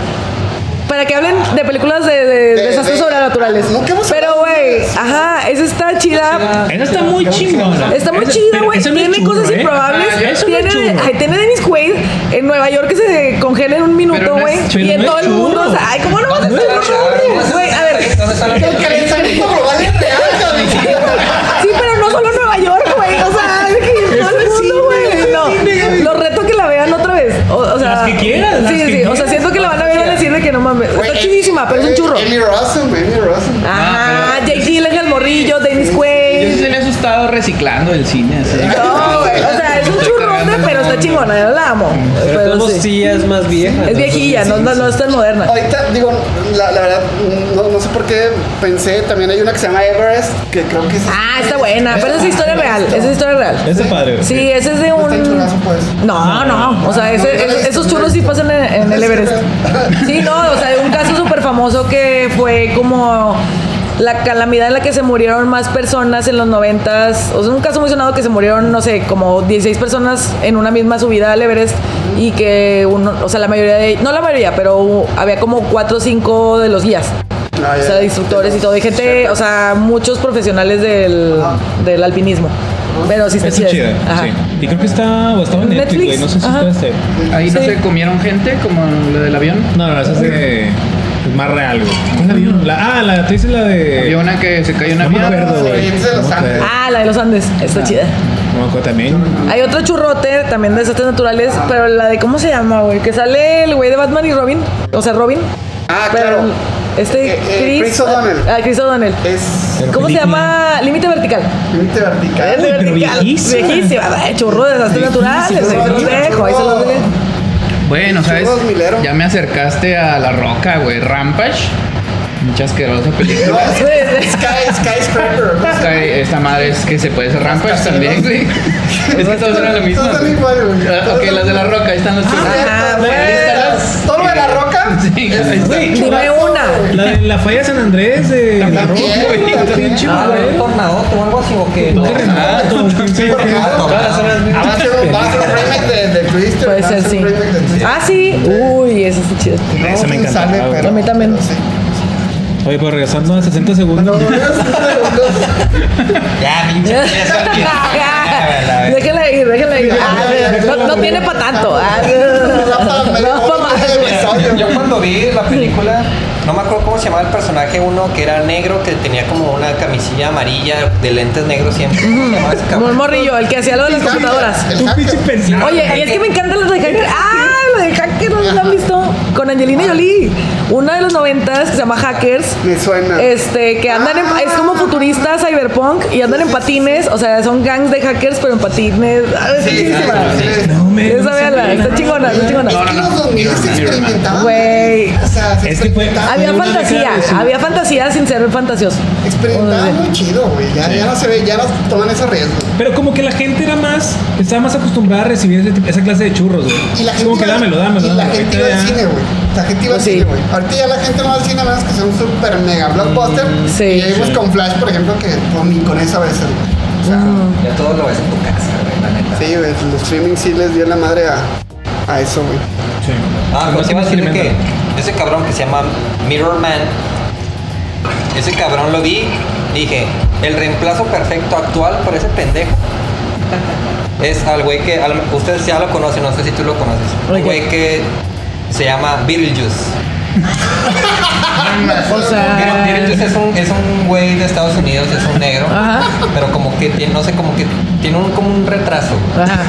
A: Para que hablen de películas de, de desastres
B: de-
A: sobrenaturales.
B: Nunca hemos
A: Pero,
B: hablado de
A: güey,
B: eso.
A: ajá, esa está chida.
D: Esa está muy chingona.
A: Está muy
D: Esa-
A: chida,
D: pero
A: güey.
D: esa no es
A: Tiene
D: churro,
A: cosas
D: ¿eh?
A: improbables.
D: Ah, eso no
A: tiene,
D: es churro.
A: ay, tiene Dennis Quaid en Nueva York que se congela en un
C: Pero
A: minuto,
C: no es
A: güey.
D: churro,
A: y en
D: no es
A: todo el
D: churro.
A: mundo. o sea, ay, ¿cómo no vas a
E: ¿dónde
A: estar
E: está la
A: churro?
E: chava?
A: Güey, a ver.
E: ¿Dónde está la
B: El calentamiento global es real, cabrón.
A: Sí, pero no solo en Nueva York, güey. O sea, de que todo el mundo, güey. No, lo reto a que la vean otra vez. O, o sea,
D: Las que quieran, las
A: Sí,
D: que
A: sí. O sea,
D: quieran.
A: siento que la van a ver y van a decir de que no mames. Está chidísima, pero es un churro. Ah,
B: Amy Rossum, Amy Rossum.
A: Ajá,
C: pero-
A: Jake Gyllenhaal, Morrillo, Dennis
C: Yo sí
A: Quaid.
C: salí asustado reciclando el cine. Así.
A: No, güey. O sea, es un
C: Estoy
A: churrote,
C: cargando
A: pero está
C: un-
A: chingona. Yo la amo.
F: Pero
A: Pero
F: todos
A: sí.
F: sí ya es más vieja.
A: Es viejilla, no, no, no es tan moderna.
B: Ahorita, digo, la, la verdad, no, no sé por qué pensé, también hay una que se llama Everest, que creo que es...
A: Ah, está buena. Pero esa es historia real. Esa es historia real.
D: Ese padre.
A: Sí, ese es de
B: No está en
A: un.
B: churrazo, pues.
A: No, no. O sea, ese-
B: no, no,
A: esos-
B: no,
A: esos
B: no,
A: churros sí
B: no,
A: pasan en, en el
B: no,
A: Everest.
B: no.
A: Sí, no. O sea, hay un caso súper famoso que fue como la calamidad en la que se murieron más personas en los noventas. O sea, un caso muy sonado que se murieron, no sé, como 16 personas en una misma subida al Everest y que uno, o sea, la mayoría de, no la mayoría, pero había como cuatro o cinco de los guías.
B: Ah,
A: O
B: ya,
A: sea,
B: ya.
A: de instructores y todo. Hay gente, o sea, muchos profesionales del, del alpinismo. Pero sí está
D: Está
A: chida.
D: chida.
A: Ajá.
D: Sí. Y creo que está, o estaba en Netflix,
A: Netflix,
D: güey. No sé si
A: ajá.
D: está este.
C: Ahí no
A: Sí.
C: se comieron gente como lo del avión.
D: No, no, esa es de. Es más real, güey. ¿Cuál avión? La, ah, la, tú dices la de.
C: Había una que se cayó en
D: No me
C: avión.
D: acuerdo, güey.
B: Sí, es de Los
D: No me acuerdo.
A: Ah, la de los Andes, está chida.
D: No me acuerdo también.
A: Hay otro churrote también de desastres naturales, pero la de cómo se llama, güey, que sale el güey de Batman y Robin, o sea, Robin.
B: Ah,
A: Pero
B: claro.
A: Este
B: Eh, eh, Chris O'Donnell.
A: Ah, Chris O'Donnell.
B: Es
A: ¿Cómo se
D: película.
A: llama? Límite vertical.
B: límite vertical.
A: Límite
D: pero viejísima.
A: Viejísima, güey, churro de desastres naturales, ahí se los dejo, ahí se los dejo.
C: Bueno, ¿sabes?
B: Churros milero.
C: Ya me acercaste a la roca, güey. Rampage. Mucha asquerosa película.
B: Sky, skyscraper. ¿no?
C: Esta, esta madre es que se puede hacer Rampage también, güey. Es que todos eran lo mismo.
B: Todos son iguales, güey.
C: Ah, Ok, las de la roca, ahí están los churros.
A: Ah,
B: Todo lo de la roca,
C: Sí, ahí está.
D: Güey,
A: Dime una.
D: la, de la falla San Andrés de la ropa, güey. Pinche
E: Ah,
D: madre.
E: un tornadote o algo así o qué.
D: Un terremoto, quién sabe qué.
B: Ah, va a ser un va a ser un remake de- de Twister.
A: Puede
B: va a
A: ser,
B: un
A: sí.
B: remake de Twister.
A: Ah, sí. Uy, eso está chido.
B: No,
D: Ese me
B: quién
D: encanta.
B: sabe, pero-
A: A mí también.
B: sí.
D: Oye, pero regresando a 60
B: No,
D: segundos.
B: no, no.
E: Ya, pinche. ya sabes que-
A: déjala ir, déjala ir. Ah, no, no tiene para tanto. Ah,
B: Me da pa- me da
A: no, pa'
B: pa-
A: más.
B: episodio.
E: Yo cuando vi la película, no me acuerdo cómo se llamaba el personaje, uno que era negro, que tenía como una camisilla amarilla de lentes negros siempre. ¿Cómo se llamaba ese
A: Como el
E: cabrón?
A: morrillo, el que hacía lo de las computadoras.
B: El
D: Un
B: hacker.
D: pinche pensado.
A: Oye, y es que me encantan los de hacker. ¡Ah! Lo de hacker, ¿no lo han visto? Con Angelina Jolie. Una de los noventas que se llama Hackers.
B: Me suena.
A: Este, que andan en, es como futurista cyberpunk y andan en patines. O sea, son gangs de hackers, pero en patines. Ah, está chidísima.
D: No, me.
A: Esa véanla, está chingona, está
B: Es
A: chingona.
B: que los 2000 se experimentaban.
A: Güey.
B: O sea, se
D: Es que fue-
B: experimentaban.
A: Había
D: Una
A: fantasía,
D: década de su-
A: había fantasía sin ser fantasioso.
B: Experimentaban muy chido, güey. Ya, ya no se ve, ya no toman ese riesgo.
D: Pero como que la gente era más, estaba más acostumbrada a recibir ese tipo- esa clase de churros, güey.
B: Y la gente
D: Como que
B: iba-
D: dámelo, dámelo.
B: y la
D: dámelo.
B: gente iba
D: Ahorita
B: al
D: ya-
B: cine, güey. La gente iba al
A: Pues sí.
B: cine, güey. Ahorita ya la gente no va al cine a menos que sea un super mega blockbuster.
A: Sí.
B: Y ahí con Flash, por ejemplo, que pues, ni con eso a veces, güey. O sea,
D: Mm.
E: Ya todo lo ves en tu casa, güey, la neta.
B: sí, güey. Los streaming sí les dio la madre a, a eso, güey.
D: Sí.
E: Ah,
D: Además,
E: pero te iba a
D: sí me
E: decir que
D: experimenta.
E: ese cabrón que se llama Mirror Man, ese cabrón lo vi, dije, el reemplazo perfecto actual por ese pendejo es al güey que, al- ustedes ya lo conocen, no sé si tú lo conoces,
A: Ok.
E: el güey que se llama Beetlejuice.
A: O
E: Pero
A: sea,
E: Beetlejuice es un, es un güey de Estados Unidos, es un negro,
A: Ajá.
E: pero como que tiene, no sé, como que tiene un, como un retraso.
A: ajá.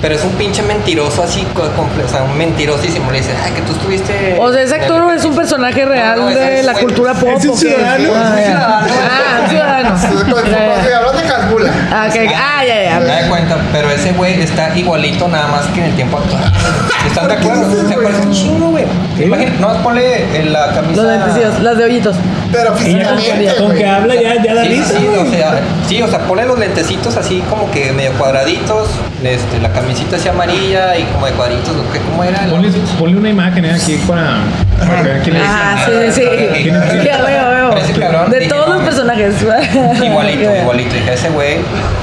E: Pero es un pinche mentiroso así, co- comple- o sea, un mentirosísimo. Le dice, ay, que tú estuviste...
A: O sea, ese actor es un personaje real
E: No, no,
A: de
E: es-
A: la
E: es-
A: cultura pop.
D: es un
A: ¿o qué?
D: ciudadano.
A: Ah,
E: Es un
A: ya. Ah, un ciudadano. Ah, Ya, ya.
B: Hablando de Hasbula.
A: Ah, ok. Ah, ya, ya.
E: Me da cuenta, pero ese güey está igualito nada más que en el tiempo actual. ¿Están de
B: ¿Por qué
E: acuerdo?
B: dices,
E: Se
B: güey?
E: parece un chingo, güey. Imagínate, no, ponle en la camisa.
A: Los lentecillos, las de hoyitos.
B: Pero
D: Y ya con-
B: físicamente,
D: con, que
B: güey.
D: habla ya, ya da
E: Sí, sí,
D: risa,
E: sí,
D: güey.
E: o sea, sí, o sea, ponle los lentecitos así como que medio cuadraditos, este, la camisita así amarilla y como de cuadritos, lo que cómo era.
D: Ponle, ponle una imagen eh, aquí para, para que vean quién es.
A: Ah, sí, sí. Ya veo,
E: Pero ese
A: veo.
E: cabrón
A: De
E: dije,
A: todos
E: no,
A: los
E: güey.
A: personajes.
E: Igualito, igualito. Dije, ese güey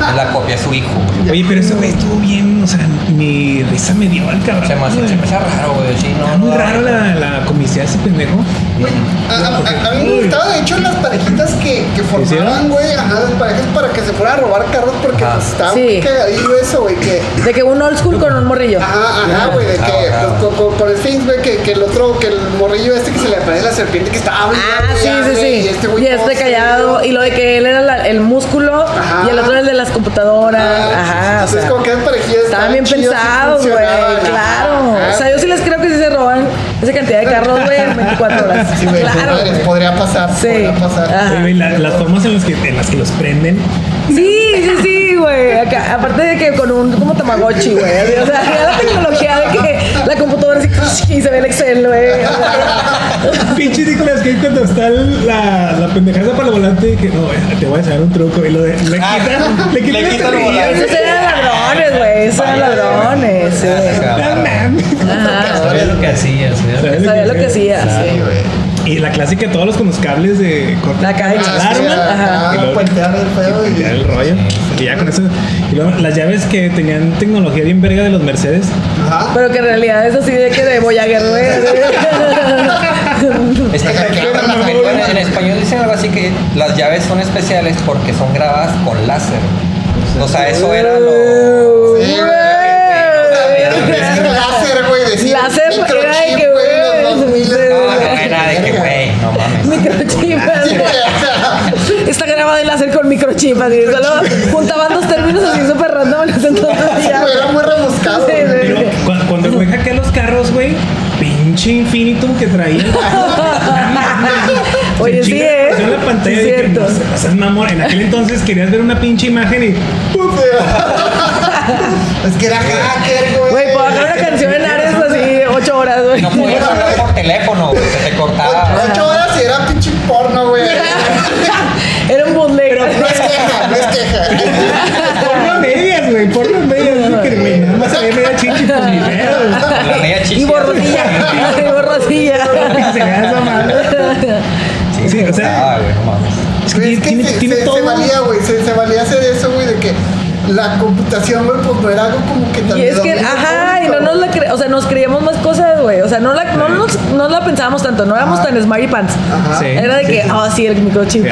E: es la copia de su hijo, güey.
D: Oye, pero ese güey estuvo bien, o sea, mi risa me dio al cabrón.
E: Se me hace
D: güey.
E: se me hace raro, güey. Sí, no,
D: Está muy
E: no,
D: raro la, la comicidad de ese pendejo.
B: A, a- a- a mí me gustaba, de hecho, las parejitas que, que formaban,
D: ¿Hicieron?
B: güey, ajá, las parejas para que se fueran a robar carros porque
E: Ajá.
B: pues, estaba
A: Sí.
B: muy cagadillo eso, güey, que...
A: De que un old school con un morrillo.
B: Ajá, ajá, güey, de que
E: Claro, claro.
B: pues, Con, con- con el Things, güey, que, que el otro, que el morrillo este que se le aparece la serpiente que está hablando.
A: Ah, sí, sí,
B: Y
A: sí.
B: este güey
A: Y
B: todo
A: este callado.
B: serio.
A: Y lo de que él era la- el músculo
B: Ajá. Ah,
A: y el otro era el de las computadoras. Ajá. o
B: Entonces,
A: sea.
B: como que eran parejillas.
A: Estaban bien
B: chidas, sí
A: pensados, güey.
B: funcionaban, ajá,
A: Claro.
B: ajá.
A: O sea, yo sí les creo que sí se roban esa cantidad de carros, güey, en 24 horas.
B: Sí, güey,
A: claro.
B: madres,
A: güey.
B: podría pasar,
A: Sí.
B: podría pasar.
A: Ajá.
D: Oye, güey, la- las formas en las que, en las que los prenden.
A: Sí, sí, sí, güey. Acá, Aparte de que con un como Tamagotchi, güey. así, O sea, era la tecnología de que la computadora así y se ve el Excel, güey. o sea.
D: Pinche Nicolas Cage cuando está el- la, la pendejada para el volante que no, güey, te voy a enseñar un truco y lo de, le
E: Ah,
D: quitan, le
E: le
D: quitan
E: quitan el volante.
A: Esos eran ladrones, güey. Esos eran ladrones, sí.
D: No mames.
A: Ajá.
E: Sabía lo que hacías, güey.
A: Sabía lo que hacía, sí.
D: Y la clásica, todos los con los cables de corta.
A: La caja de
B: Ah, sí,
A: alarma.
B: ajá,
D: Y luego-
E: pues.
B: puentear el pedo
D: Ya
B: y-
D: el rollo. Y ya con eso. Y luego las llaves que tenían tecnología bien verga de los Mercedes.
B: Ajá.
A: Pero que en realidad es así de que de Voyager, güey. así.
E: Es que
B: Claro,
E: en- en, en español dicen algo así que las llaves son especiales porque son grabadas con láser. O sea, eso era lo.
D: Eh,
B: Sí, güey. Decir láser, güey, decir
A: Láser,
B: microchip,
A: era de que,
B: güey,
A: güey,
B: los dos miles.
A: sí,
E: No, Ah, no era de que, güey, no mames.
A: Microchip,
B: Sí, güey,
A: güey.
B: o sea,
A: Está grabado el láser con microchip, así. Solo juntaban dos términos así súper random en ese entonces y
B: sí,
A: ya.
B: güey, era muy rebuscado. güey.
A: Sí,
D: Pero cu- cuando, fue hackear los carros, güey, pinche infinito que traía.
A: Oye,
D: Se
A: sí,
D: chinga-
A: ¿eh?
D: se ve en la pantalla
A: Sí,
D: de que,
A: cierto.
D: no, se pasan mamón. En aquel entonces querías ver una pinche imagen y.
B: Es que era hacker, güey.
A: Güey, pues, puedo agarrar una canción en Ares así ocho horas, güey.
E: No podías hablar por teléfono, güey, se te cortaba.
B: Ah,
A: ah.
B: Ocho horas y era pinche porno, güey.
A: Era un bootleg.
B: No es queja, no es queja.
D: Porno a medias, güey. Porno a medias. así que, güey, nada más había media chichi por mi pedo.
E: La media chichi.
A: y borrosilla. y borrosilla.
D: chingada esa madre. Sí, o sea,
E: Ah, güey, no mames.
D: es que
B: Güey,
D: tiene,
B: Pues es que se,
D: tiene- tiene
B: se- se
D: todo.
B: valía, güey, se, se valía hacer eso, güey, de que la computación, güey, pues no era algo como que tan
A: Y es que,
B: dominio
A: ajá, y
B: público,
A: no nos la cre- o sea, nos creíamos más cosas, güey. O sea, no la, no nos, no la pensábamos tanto, no éramos
B: Ajá.
A: tan smarty pants.
B: Ajá.
C: Sí.
A: Era de que, ah, sí, el microchip. Sí.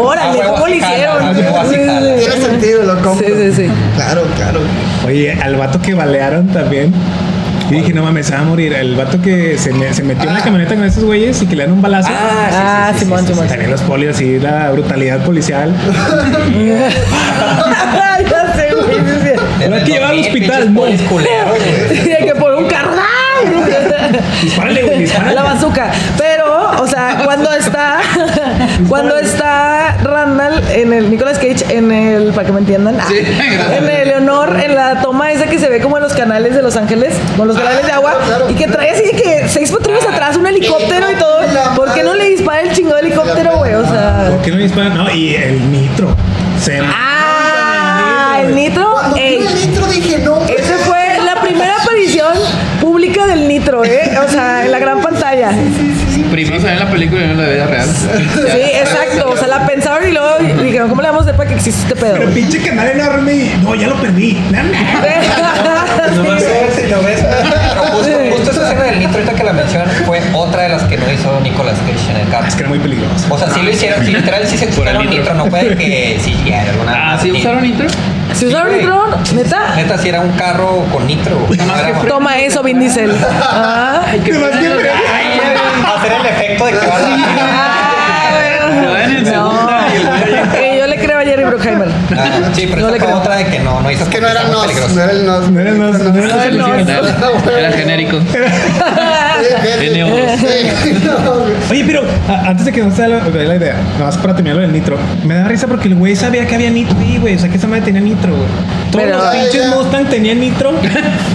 A: Órale,
E: Ah,
A: ¿cómo
E: huevo,
A: lo
E: sí jala,
A: hicieron?
E: ah, huevo, sí jala.
B: Tiene sentido, lo compro.
A: Sí, sí, sí. Oh,
B: Claro, claro.
D: Oye, al vato que balearon también. Y dije, no mames, se va a morir. El vato que se, me- se metió en la camioneta con esos güeyes y que le dan un balazo.
E: Ah, sí,
A: Ah,
E: sí, sí,
A: Simón,
E: sí, sí,
A: Simón.
D: También los polios y la brutalidad policial.
A: Ya sé, güey, sí, sí.
D: Pero hay que llevar al hospital, no.
A: Sí, de que por un carnal.
D: Dispárale, güey, dispárale.
A: La bazooka. Pero, o sea, cuando está. cuando está Randall en el. Nicolas Cage en el. Para que me entiendan. ah,
C: Sí.
A: en el Leonor, en la toma esa que se ve como en los canales de Los Ángeles. Con los canales de agua.
B: Ah, claro. Ah,
A: Y que trae así de que seis patrullas atrás, un helicóptero y todo.
B: la
A: ¿Por qué no
B: madre.
A: le dispara el chingo helicóptero, güey? O sea.
D: ¿Por qué no disparan? No, y el nitro. Se
A: ¡Ah! El nitro.
B: Cuando vi
A: ey.
B: el intro dije, no, güey.
A: Esa fue la primera aparición pública del Nitro, ¿eh? O sea, en la gran pantalla. Sí,
C: Primero salió en la película y no en la vida real.
A: exacto. O sea, la pensaron y luego dijeron, ¿cómo le vamos a hacer para que exista este pedo?
D: Pero pinche canal enorme. y- No, ya lo perdí. No, no.
A: Sí.
E: ¿Lo ves? Pero justo, justo esa escena del nitro ahorita que la mencionas fue otra de las que no hizo Nicolas Cage en el carro.
D: Es que era muy peligroso.
E: O sea, sí lo hicieron, sí, literal, sí se usaron nitro, no fue que sí, ya era alguna.
C: Ah, ¿sí usaron intro?
A: ¿Se usaron
E: Sí,
A: Nitro? ¿Neta?
E: Neta, sí era un carro con nitro. güey. No era-
A: Toma eso, Vin Diesel. Ah.
D: Nomás que me-
E: Ay, güey, hacer el efecto de que va
A: Ah,
C: Lo dan en
A: No.
C: segunda y el güey-
A: Eh, Yo le creo a Jerry Bruckheimer.
E: Ah, sí, pero
A: No
E: esa
A: le
E: fue
A: creo.
E: otra de que no, no hizo
B: Es que no era
E: porque está muy
B: nos,
E: peligroso.
B: no era el nos.
D: No era el nos, no era el nos
A: Ay, no.
B: original.
C: Era genérico. N1.
B: Sí, no, güey.
D: Oye, pero a- antes de que nos dé la, de la idea, nomás para terminar lo del nitro, me da risa porque el güey sabía que había nitro ahí, güey. O sea, que esa madre tenía nitro, güey. Todos
A: Pero-
D: los pinches Mustang tenían nitro.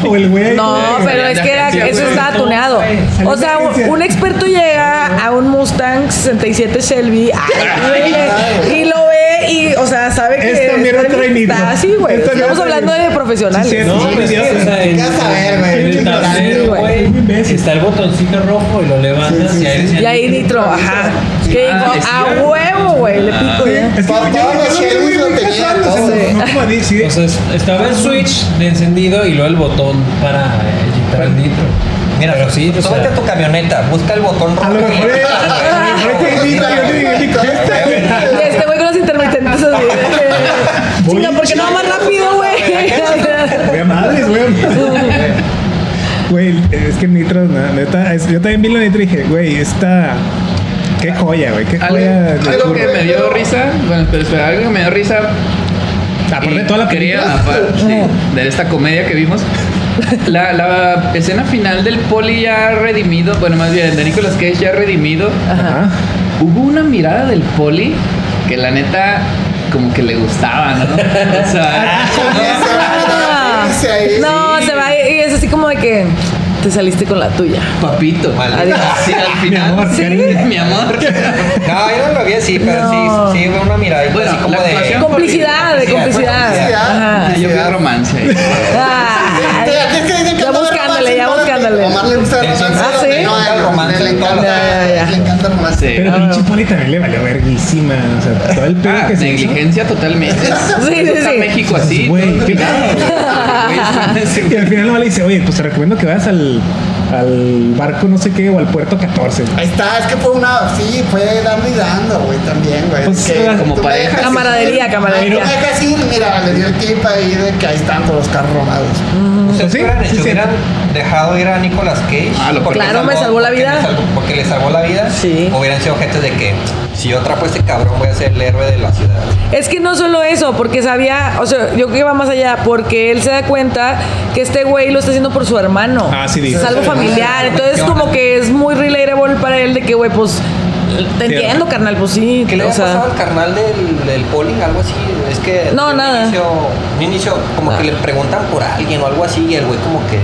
D: o el güey.
A: No,
D: güey.
A: pero es que era,
C: Sí,
A: eso
C: güey.
A: estaba tuneado. O sea, un, un experto llega a un Mustang 67 Shelby ay, güey, y lo ve y, o sea, sabe que
D: Esta mierda trae nitro.
A: Ah, sí, güey.
D: Esta
A: Estamos
D: mierda
A: hablando
D: trae-
A: de profesionales.
D: Sí, sí,
F: No,
D: sí,
F: pues
D: sí,
F: es que, o
D: sí.
F: sea,
B: ¿Qué vas a ver, güey?
F: en el
A: Sí,
F: tablero,
A: güey.
F: güey,
D: Es muy imbécil.
F: Está el botoncito rojo y lo levantas y ahí
A: Y ahí nitro, ajá. Que digo,
C: Ah, decía.
A: a huevo, güey, le pico ya.
D: Es que
B: Papá,
D: ya- ya
B: los
D: lo vi,
B: Shelby
D: güey,
B: lo
D: muy
B: tenían
D: casual, o sea,
B: todo.
D: No como dice.
F: O sea, es- estaba el switch de encendido y luego el botón para eh, quitar el nitro.
E: Mira,
F: Pero sí, o
E: súbete
F: sea-
E: a tu camioneta, busca el botón rojo.
D: A lo mejor es- a lo mejor es que nitro, yo te dije, nitro, este.
A: Y este güey con los intermitentes así. de que, Chinga, ¿por qué no va más rápido, güey?
D: Voy a madres, güey. Güey, es que Nitro, na- neta, es- yo también vi la Nitro y dije, güey, esta. Qué joya, güey, qué joya.
C: Algo,
D: de
C: algo
D: curva.
C: que me dio risa, bueno, pero espera, algo que me dio risa.
D: Aparte de
C: y
D: toda la
C: quería,
D: película.
C: aparte, sí, de esta comedia que vimos. La, la escena final del poli ya redimido, bueno, más bien de Nicolas Cage ya redimido.
D: Ajá.
C: Hubo una mirada del poli que la neta como que le gustaba, ¿no? O sea,
A: Ah.
B: Dice ahí.
A: No, se va y es así como de que te saliste con la tuya.
C: papito,
A: Adiós.
C: Sí, al final.
D: Mi amor,
C: sí,
D: cariño.
C: mi amor.
E: No, yo no lo vi así, pero
A: No.
E: sí, sí, fue una mirada pues,
C: Bueno,
E: así como
C: la
E: de.
C: actuación-
A: Complicidad, de complicidad. Ajá.
C: Yo vi romance ahí.
A: Ay.
B: Espérate, es que dicen que
A: Ya
B: no,
A: buscándole, ya
B: no,
A: buscándole.
B: Omar le gusta el
E: Sí, sí.
B: romance.
A: Ah, ¿sí?
B: No,
E: El romance,
B: le
A: ya, ya,
B: encanta.
A: ya.
B: Le encanta el romance.
C: Sí.
D: Pero el pinche Poli también le valió verguísima. O sea, todo el pedo
C: Ah,
D: que se hizo.
C: negligencia totalmente.
A: Sí, sí,
C: Está
A: sí.
C: México así.
D: Güey, qué Y
C: Güey,
D: al final nomás le dice, oye, pues te recomiendo que vayas al, al barco no sé qué o al puerto 14.
B: Ahí está, es que fue una. Sí, fue dando y dando, güey, también, güey.
D: Pues,
B: Que
D: era
C: como
B: tú me
C: pareja.
B: dejas
A: Camaradería,
B: ir-
A: camaradería.
B: Ay, Tú me dejas ir, mira, le dio el tip ahí de que ahí están todos los carros robados.
E: ¿Ustedes
D: Sí,
E: qué hubieran
D: sí,
E: hecho?
D: sí.
E: ¿Hubieran dejado ir a Nicolas Cage?
C: Ah, lo
E: Porque
A: Claro, me salvó la
E: porque
A: vida.
E: le salvó- Porque le salvó la vida.
A: Sí.
E: ¿O hubieran sido gente de que si yo atrapo a este cabrón voy a ser el héroe de la ciudad.
A: Es que no solo eso, porque sabía, o sea, yo creo que va más allá, porque él se da cuenta que este güey lo está haciendo por su hermano.
D: Ah, sí, dice.
A: Es algo familiar, entonces como que es muy relatable para él de que, güey, pues, te entiendo, carnal, pues sí.
E: ¿Qué le
A: o
E: había
A: sea,
E: pasado al carnal del, del poli? Algo así. Es que.
A: No,
E: de un
A: nada. Ah.
E: Inicio, un inicio, como que le preguntan por alguien o algo así y el güey como que.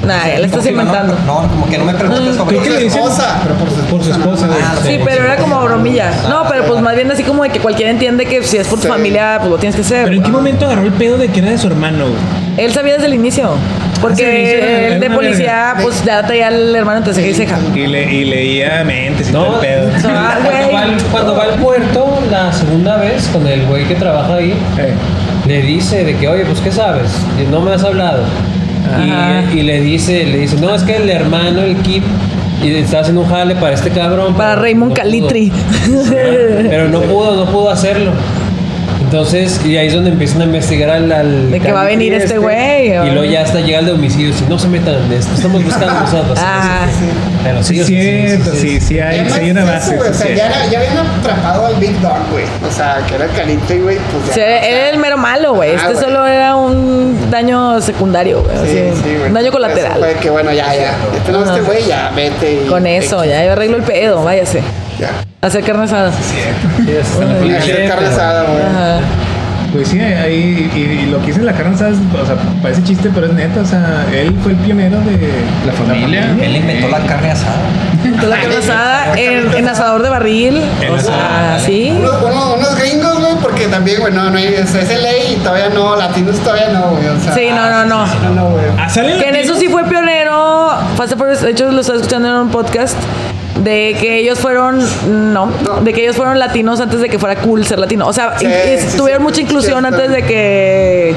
A: Nah, él está
E: Como que no-
A: inventando. Ah.
E: No, como que no me preguntes sobre
D: Creo que le
E: eso.
D: dicen
B: esposa, pero por su
D: por su
B: esposa.
D: esposa, güey.
E: Ah,
A: Sí, pero era como bromilla. este. No, pero pues más bien así como de que cualquiera entiende que si es por tu
B: Sí.
A: familia, pues lo tienes que hacer.
D: Pero en qué momento agarró el pedo de que era de su hermano, güey.
A: Él sabía desde el inicio.
D: Desde el
A: Porque
D: inicio era
A: él de
D: una
A: policía,
B: verga.
A: pues ya traía al hermano entre ceja y ceja.
D: Y, le, y leía mentes y
F: No.
D: todo el pedo.
A: Ah,
F: Cuando va, al,
A: güey.
F: cuando va al puerto la segunda vez con el güey que trabaja ahí,
D: Eh,
F: le dice de que, oye, pues qué sabes, Y no me has hablado.
A: Ajá.
F: Y, y le dice, le dice, no, es que el hermano, el Kip, y está haciendo un jale para este cabrón.
A: Para
F: pero
A: Raymond
F: no pudo".
A: Calitri.
F: Pero no pudo, no pudo hacerlo. Entonces, y ahí es donde empiezan a investigar al. al
A: De que va a venir
F: Calitri
A: este güey, o-
F: Y luego ya hasta llega el de homicidio. Si no se metan, esto estamos buscando nosotros.
A: Ah.
F: Pero
D: Sí,
F: sí, o sea,
D: es
F: sí,
D: cierto, sí, sí, hay, sí hay una base.
B: güey, o
D: sí,
B: sea,
D: sí.
B: ya, era- ya habían atrapado al Big Dog, güey. O sea, que era el caliente, güey. Pues ya.
A: O sea, él era el mero malo, güey.
B: Ah,
A: Este
B: güey.
A: solo era un daño secundario, güey.
B: Sí,
A: así,
B: sí, güey.
A: un daño
B: Eso fue
A: colateral.
B: que bueno, ya, ya. Ya tenemos este güey, ya, vete. y-
A: Con eso, ya yo arreglo el pedo, váyase.
B: Ya.
A: A Hacer carne asada.
F: sí, hasta la
B: Y
F: pinche,
B: hacer carne
F: pero-
B: asada, güey.
A: Ajá.
D: Pues sí, ahí, y, y lo que hice en la carne asada, es- o sea, parece chiste, pero es neta, o sea, él fue el pionero de
C: La familia.
E: Él inventó la carne asada.
A: Entonces, la carne asada en, en asador de barril.
D: En
A: O sea,
D: asador.
A: sí.
B: Unos, unos- unos gringos, güey, porque también, güey, no, no hay, o sea, es ley y todavía no, latinos todavía no, güey, o sea.
A: Sí, no, no, no.
B: No, no, güey.
D: Ah, sale
A: Que en
D: latino?
A: eso sí fue pionero. Fast and Furious, de hecho lo estaba escuchando en un podcast. De que ellos fueron, no, de que ellos fueron latinos antes de que fuera cool ser latino. O sea,
B: Sí,
A: in- in-
B: sí,
A: tuvieron
B: sí,
A: mucha
B: sí,
A: inclusión
B: sí,
A: antes de que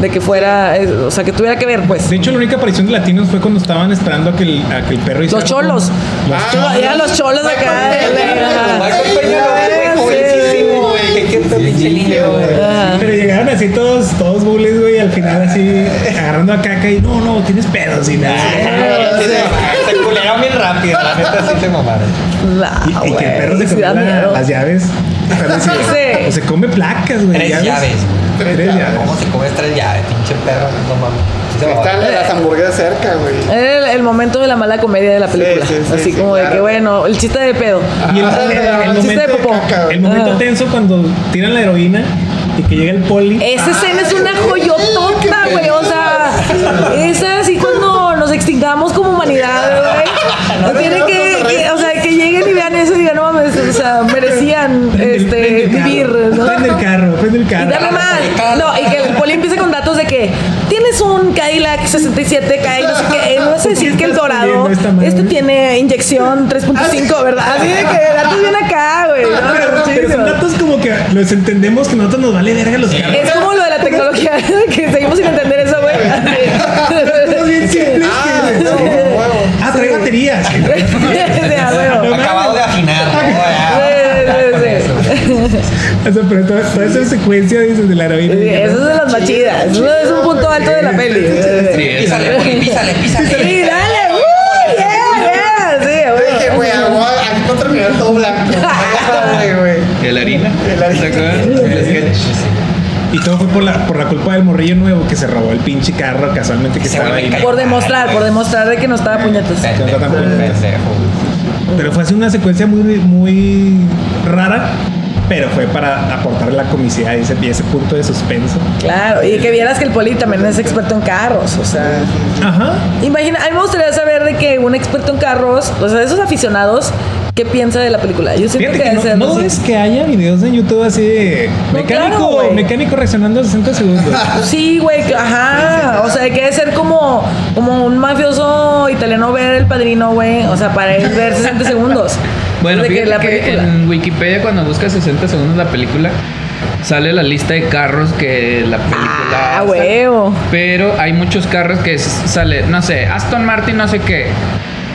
A: de que fuera, eh, o sea, que tuviera que ver, pues.
D: De hecho, la única aparición de latinos fue cuando estaban esperando a que el, a que el perro hiciera.
A: Los cholos.
D: Los
B: Ah,
D: cholos.
A: Eran los cholos
B: Michael
A: acá.
B: Peña,
A: eh,
B: güey,
A: ajá.
B: Michael Peña,
A: Sí,
B: güey, jovencísimo, güey, que quiere ser pinche niño, güey.
A: Ajá.
D: Pero llegaron así todos, todos bullies, güey, y al final así agarrando a caca y no, no, tienes pedos y
A: Ah,
D: nada.
E: Sí, se mamaron, Se culearon bien rápido, la neta sí se mamaron.
D: Y,
A: No,
D: y que el perro
A: güey, sí
D: se comió
A: da
D: la-
A: miedo.
D: las llaves.
A: Sí.
D: O se come placas, güey.
E: Tres llaves.
D: Tres llaves.
E: ¿Cómo se come tres llaves, pinche perro? No mames. Sí se mamaron.
B: Están las hamburguesas cerca, güey.
A: Era el, el momento de la mala comedia de la película.
B: sí, sí,
A: Así
B: sí,
A: como de
B: claro.
A: que, bueno, el chiste de pedo.
D: Y el,
B: Ah,
D: el- el
B: el
A: chiste de
D: momento,
A: popó.
B: caca,
D: el momento
A: Ah.
D: tenso cuando tiran la heroína y que llega el poli. Ah,
A: Esa escena es una
B: qué
A: joyotota, güey. O sea, esa así cuando nos extingamos como humanidad, güey. No tiene que, que- o sea, que lleguen y vean eso y digan, no mames, o sea, merecían
D: Prende el- prende
A: este,
D: el carro,
A: vivir, ¿no?
D: Prende el carro, prende el
A: Y
D: carro.
A: dale más. No, y que el poli empiece con datos de que tienes un Cadillac 67 k y no sé qué. No sé decir que el dorado,
D: poniendo esta madre?
A: este tiene inyección 3.5, ¿verdad? Así de que datos bien acá, güey. No,
D: Ah, Pero, pero son
A: muchísimo.
D: datos como que los entendemos que nosotros nos vale verga los carros.
A: Es como lo de la tecnología, que seguimos sin entender eso, güey.
D: Cosas bien simples
B: Ah,
D: que-
B: no, huevo.
D: Ah, trae baterías.
A: Sí, a huevo.
E: Acabado de afinar. ¿no? Ya,
A: Sí,
E: con
A: sí,
E: eso.
D: O sea, pero toda, toda esa secuencia dices, de la heroína.
A: Sí, Eso es de las machidas. Eso es un punto alto de la peli.
C: Sí, es-
E: Písale, poli, písale, písale.
A: Sí, dale. ¡Uh! Yeah, yeah. Sí, a huevo.
B: Dije, güey, a huevo, aquí no terminó todo blanco. Ay, güey.
C: ¿Y la harina?
B: El harina.
C: ¿Se acuerdan? El sketch.
D: Y todo fue por la, por la culpa del morrillo nuevo que se robó el pinche carro casualmente que
E: Se
D: estaba
E: vuelve
D: ahí.
E: ca-
A: Por demostrar, por demostrar de que no estaba puñetas.
E: Pendejo, pendejo.
D: Pero fue así una secuencia muy, muy rara, pero fue para aportar la comicidad y ese, y ese punto de suspenso.
A: Claro, y que vieras que el poli también es experto en carros, o sea.
D: Ajá.
A: Imagina, a mí me gustaría saber de que un experto en carros, o sea, de esos aficionados, ¿qué piensa de la película? Yo siento
D: Fíjate
A: que,
D: que
A: debe
D: no,
A: ser
D: no
A: así.
D: dudes que haya videos en YouTube así de
A: No,
D: mecánico,
A: claro, güey.
D: mecánico reaccionando a 60 segundos.
A: Sí, güey, que- ajá. O sea, que debe ser como, como un mafioso italiano ver el padrino, güey. O sea, para él ver 60 segundos.
C: Bueno,
A: de que
C: fíjate
A: la
C: que,
A: película.
C: en Wikipedia cuando buscas 60 segundos la película sale la lista de carros que la película
A: Ah,
C: hace.
A: huevo.
C: Pero hay muchos carros que s- sale, no sé, Aston Martin no sé qué.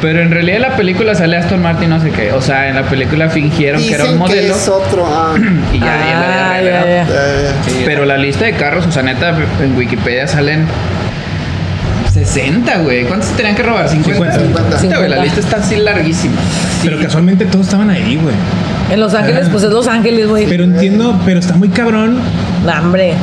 C: Pero en realidad en la película sale Aston Martin no sé qué. O sea, en la película fingieron que era un
B: Dicen que
C: modelo
B: es otro. Ah,
C: y ya y en la vida
A: Ah,
C: real
A: ya,
C: era
A: ya.
B: eh,
C: Pero la lista de carros, o sea, neta, en Wikipedia salen 60, güey. ¿Cuántos tenían que robar? 50.
B: 50.
C: Puta, güey, la
A: 50.
C: lista está así larguísima.
D: Pero casualmente todos estaban ahí, güey.
A: En Los Ángeles, pues es Los Ángeles, güey.
D: Pero entiendo, pero está muy cabrón.
A: Nah, hombre.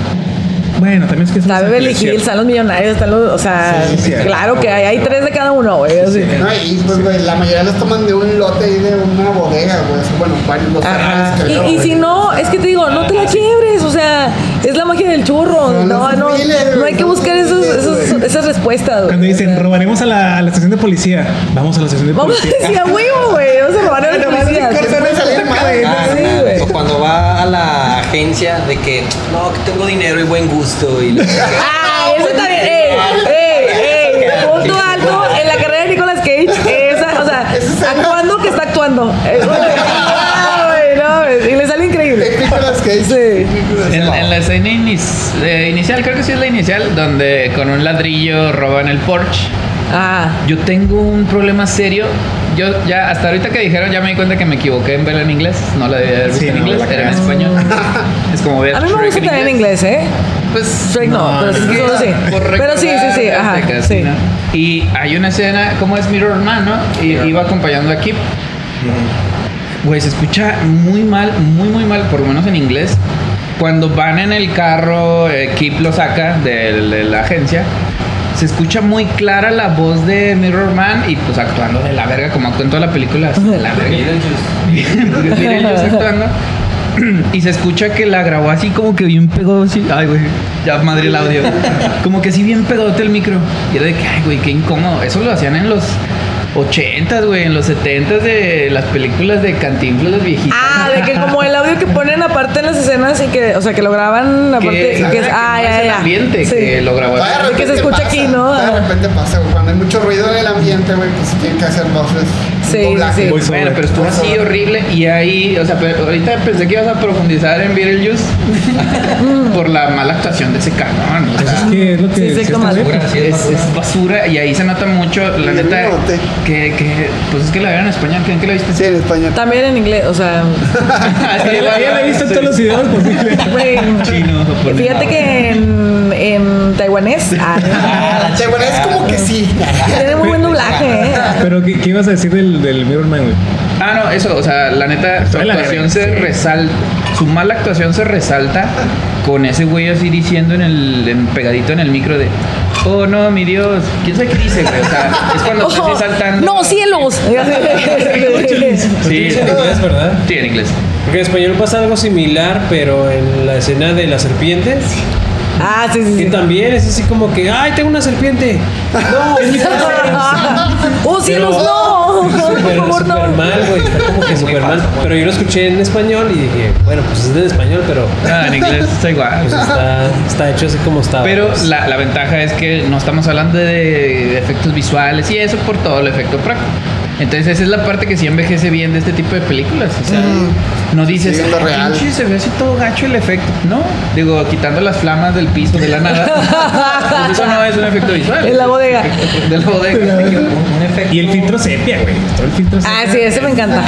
D: Bueno, también es que es
A: Está
D: una
A: Beverly
D: secuencia.
A: Hills, están los millonarios, están los. O sea,
D: Sí, sí, sí.
A: claro que hay, hay tres de cada uno, güey. así.
B: No, y pues, güey, la mayoría los toman de un lote y de una bodega, güey. Bueno, varios los
A: Ajá.
B: Ferraris, creo,
A: Y, y
B: güey.
A: si no, es que te digo, no te la quiebres, o sea, es la magia güey, el churro.
B: No,
A: No,
B: no
A: no,
B: son
A: no,
B: thrillers, güey,
A: hay que
B: son
A: buscar esos,
B: thrillers,
A: esos-
B: güey.
A: esas respuestas. güey.
D: Cuando dicen, robaremos a la, a la estación de policía. Vamos a la estación de
A: Vamos a
D: policía.
A: decir a huevo, güey. Vamos a robar a
B: Ah,
A: los policías.
B: Cortona salía madre.
E: Ah,
A: Sí,
E: no,
A: güey.
E: o cuando va a la agencia de que no, que tengo dinero y buen gusto. Y lo-
A: Ah, eso también. Ey, ey, ey. Punto alto en la carrera de Nicolas Cage. Esa, o sea, actuando que está actuando. Eh, güey. Ah, güey, no, güey, y le sale increíble.
B: Películas que
A: Sí.
C: En,
E: No.
C: en la escena inis- eh, inicial, creo que sí es la inicial, donde con un ladrillo roban el Porsche.
A: Ah,
C: Yo tengo un problema serio. Yo ya, hasta ahorita que dijeron, ya me di cuenta que me equivoqué en verla en inglés. No la debía haber visto
D: Sí,
C: en
D: no,
C: inglés,
D: la
C: era en
D: cagaste.
C: español. es como ver
A: a mí me
C: Shrek
A: gusta también en inglés, ¿eh?
C: Pues
A: Shrek no, pero sí, solo sí.
C: por
A: Pero sí, sí, sí,
C: recordar,
A: ajá,
C: aztecas,
A: sí.
C: ¿no? Y hay una escena, como es Mirror Man, ¿no? Y iba acompañando a Kip. Güey, se escucha muy mal, muy, muy mal, por lo menos en inglés. Cuando van en el carro, eh, Kip lo saca del- de la agencia. Se escucha muy clara la voz de Mirror Man y pues actuando de la verga, como actuó en toda la película. de la verga. Porque miren, yo estoy actuando. Y se escucha que la grabó así como que bien pegado así. Ay, güey, ya madre el audio. Como que sí bien pedote el micro. Y era de que, ay, güey, qué incómodo. Eso lo hacían en los 80s, güey, en los 70s de las películas de Cantinflas las viejitas.
A: Ah, de que como el audio que ponen aparte en las escenas y que, o sea, que lo graban
C: Que-
A: aparte y
C: ajá,
A: que es,
C: que
A: ah,
C: no
A: ya,
C: es el
A: ya.
C: ambiente
A: Sí.
C: que lo grabó.
A: de repente se escucha
B: pasa,
A: aquí, ¿no?
B: todavía De
A: Ajá.
B: repente pasa, güey. Cuando hay mucho ruido en el ambiente, güey, pues tienen que hacer voces.
A: Sí,
B: doblaje.
A: sí, sí.
D: Voiceover.
C: Bueno, pero estuvo así horrible y ahí, o sea, pero ahorita pensé que ibas a profundizar en Beetlejuice por la mala actuación de ese cabrón. o sea.
D: Pues es que es lo que
A: Sí, sí,
D: decía
A: como
D: este
A: algo.
D: güey.
E: Así
C: Es,
E: es,
C: es basura y ahí se nota mucho, la
B: Y el
C: neta,
B: bigote.
C: que, que, pues es que la vieron en español, ¿creen que la viste?
B: Sí, en español.
A: También en inglés, o sea,
D: Ya la- ya la he visto en todos los idiomas posibles.
A: güey.
C: Chino, japonés.
A: Fíjate que en, en taiwanés ah,
B: Sí, bueno, es como que sí.
A: tiene muy buen doblaje, ¿eh?
D: Pero, ¿qué, qué ibas a decir del, del Mirror Man, güey?
C: Ah, no, eso, o sea, la neta, su
D: Fue la
C: actuación
D: verga,
C: se
D: sí.
C: resalta, su mala actuación se resalta con ese güey así diciendo en el, en- pegadito en el micro de, oh no, mi Dios, quién sabe qué dice, güey, o sea, es cuando está así
A: Oh,
C: saltando.
A: ¡No, cielos!
C: Sí,
F: Dice Pues en inglés, ¿verdad?
C: Sí, en inglés.
F: Porque en español pasa algo similar, pero en la escena de la serpiente.
A: ah, sí, sí,
F: Que
A: sí.
F: también es así como que, ¡ay, tengo una serpiente! ¡No! es mi padre".
A: ¡Oh, cielos, no! Por
F: Super,
A: favor, no.
F: super mal, güey. Está como que super mal. Pero yo lo escuché en español y dije, bueno, pues es en español, pero
C: Ah, en inglés está igual.
F: pues está, está hecho así como estaba.
C: Pero
F: pues.
C: la, la ventaja es que no estamos hablando de efectos visuales y eso por todo el efecto práctico. Entonces esa es la parte que sí envejece bien de este tipo de películas. O sea, no dices,
B: Sí, es lo
C: "Ay,
B: real".
C: pinche, se ve así todo gacho el efecto. No, digo, quitando las flamas del piso de la nada. pues eso no es un efecto visual.
A: En la bodega.
C: De la bodega. Un efecto.
D: Y el filtro sepia, güey. Todo el filtro sepia.
A: Ah, sí, ese me encanta.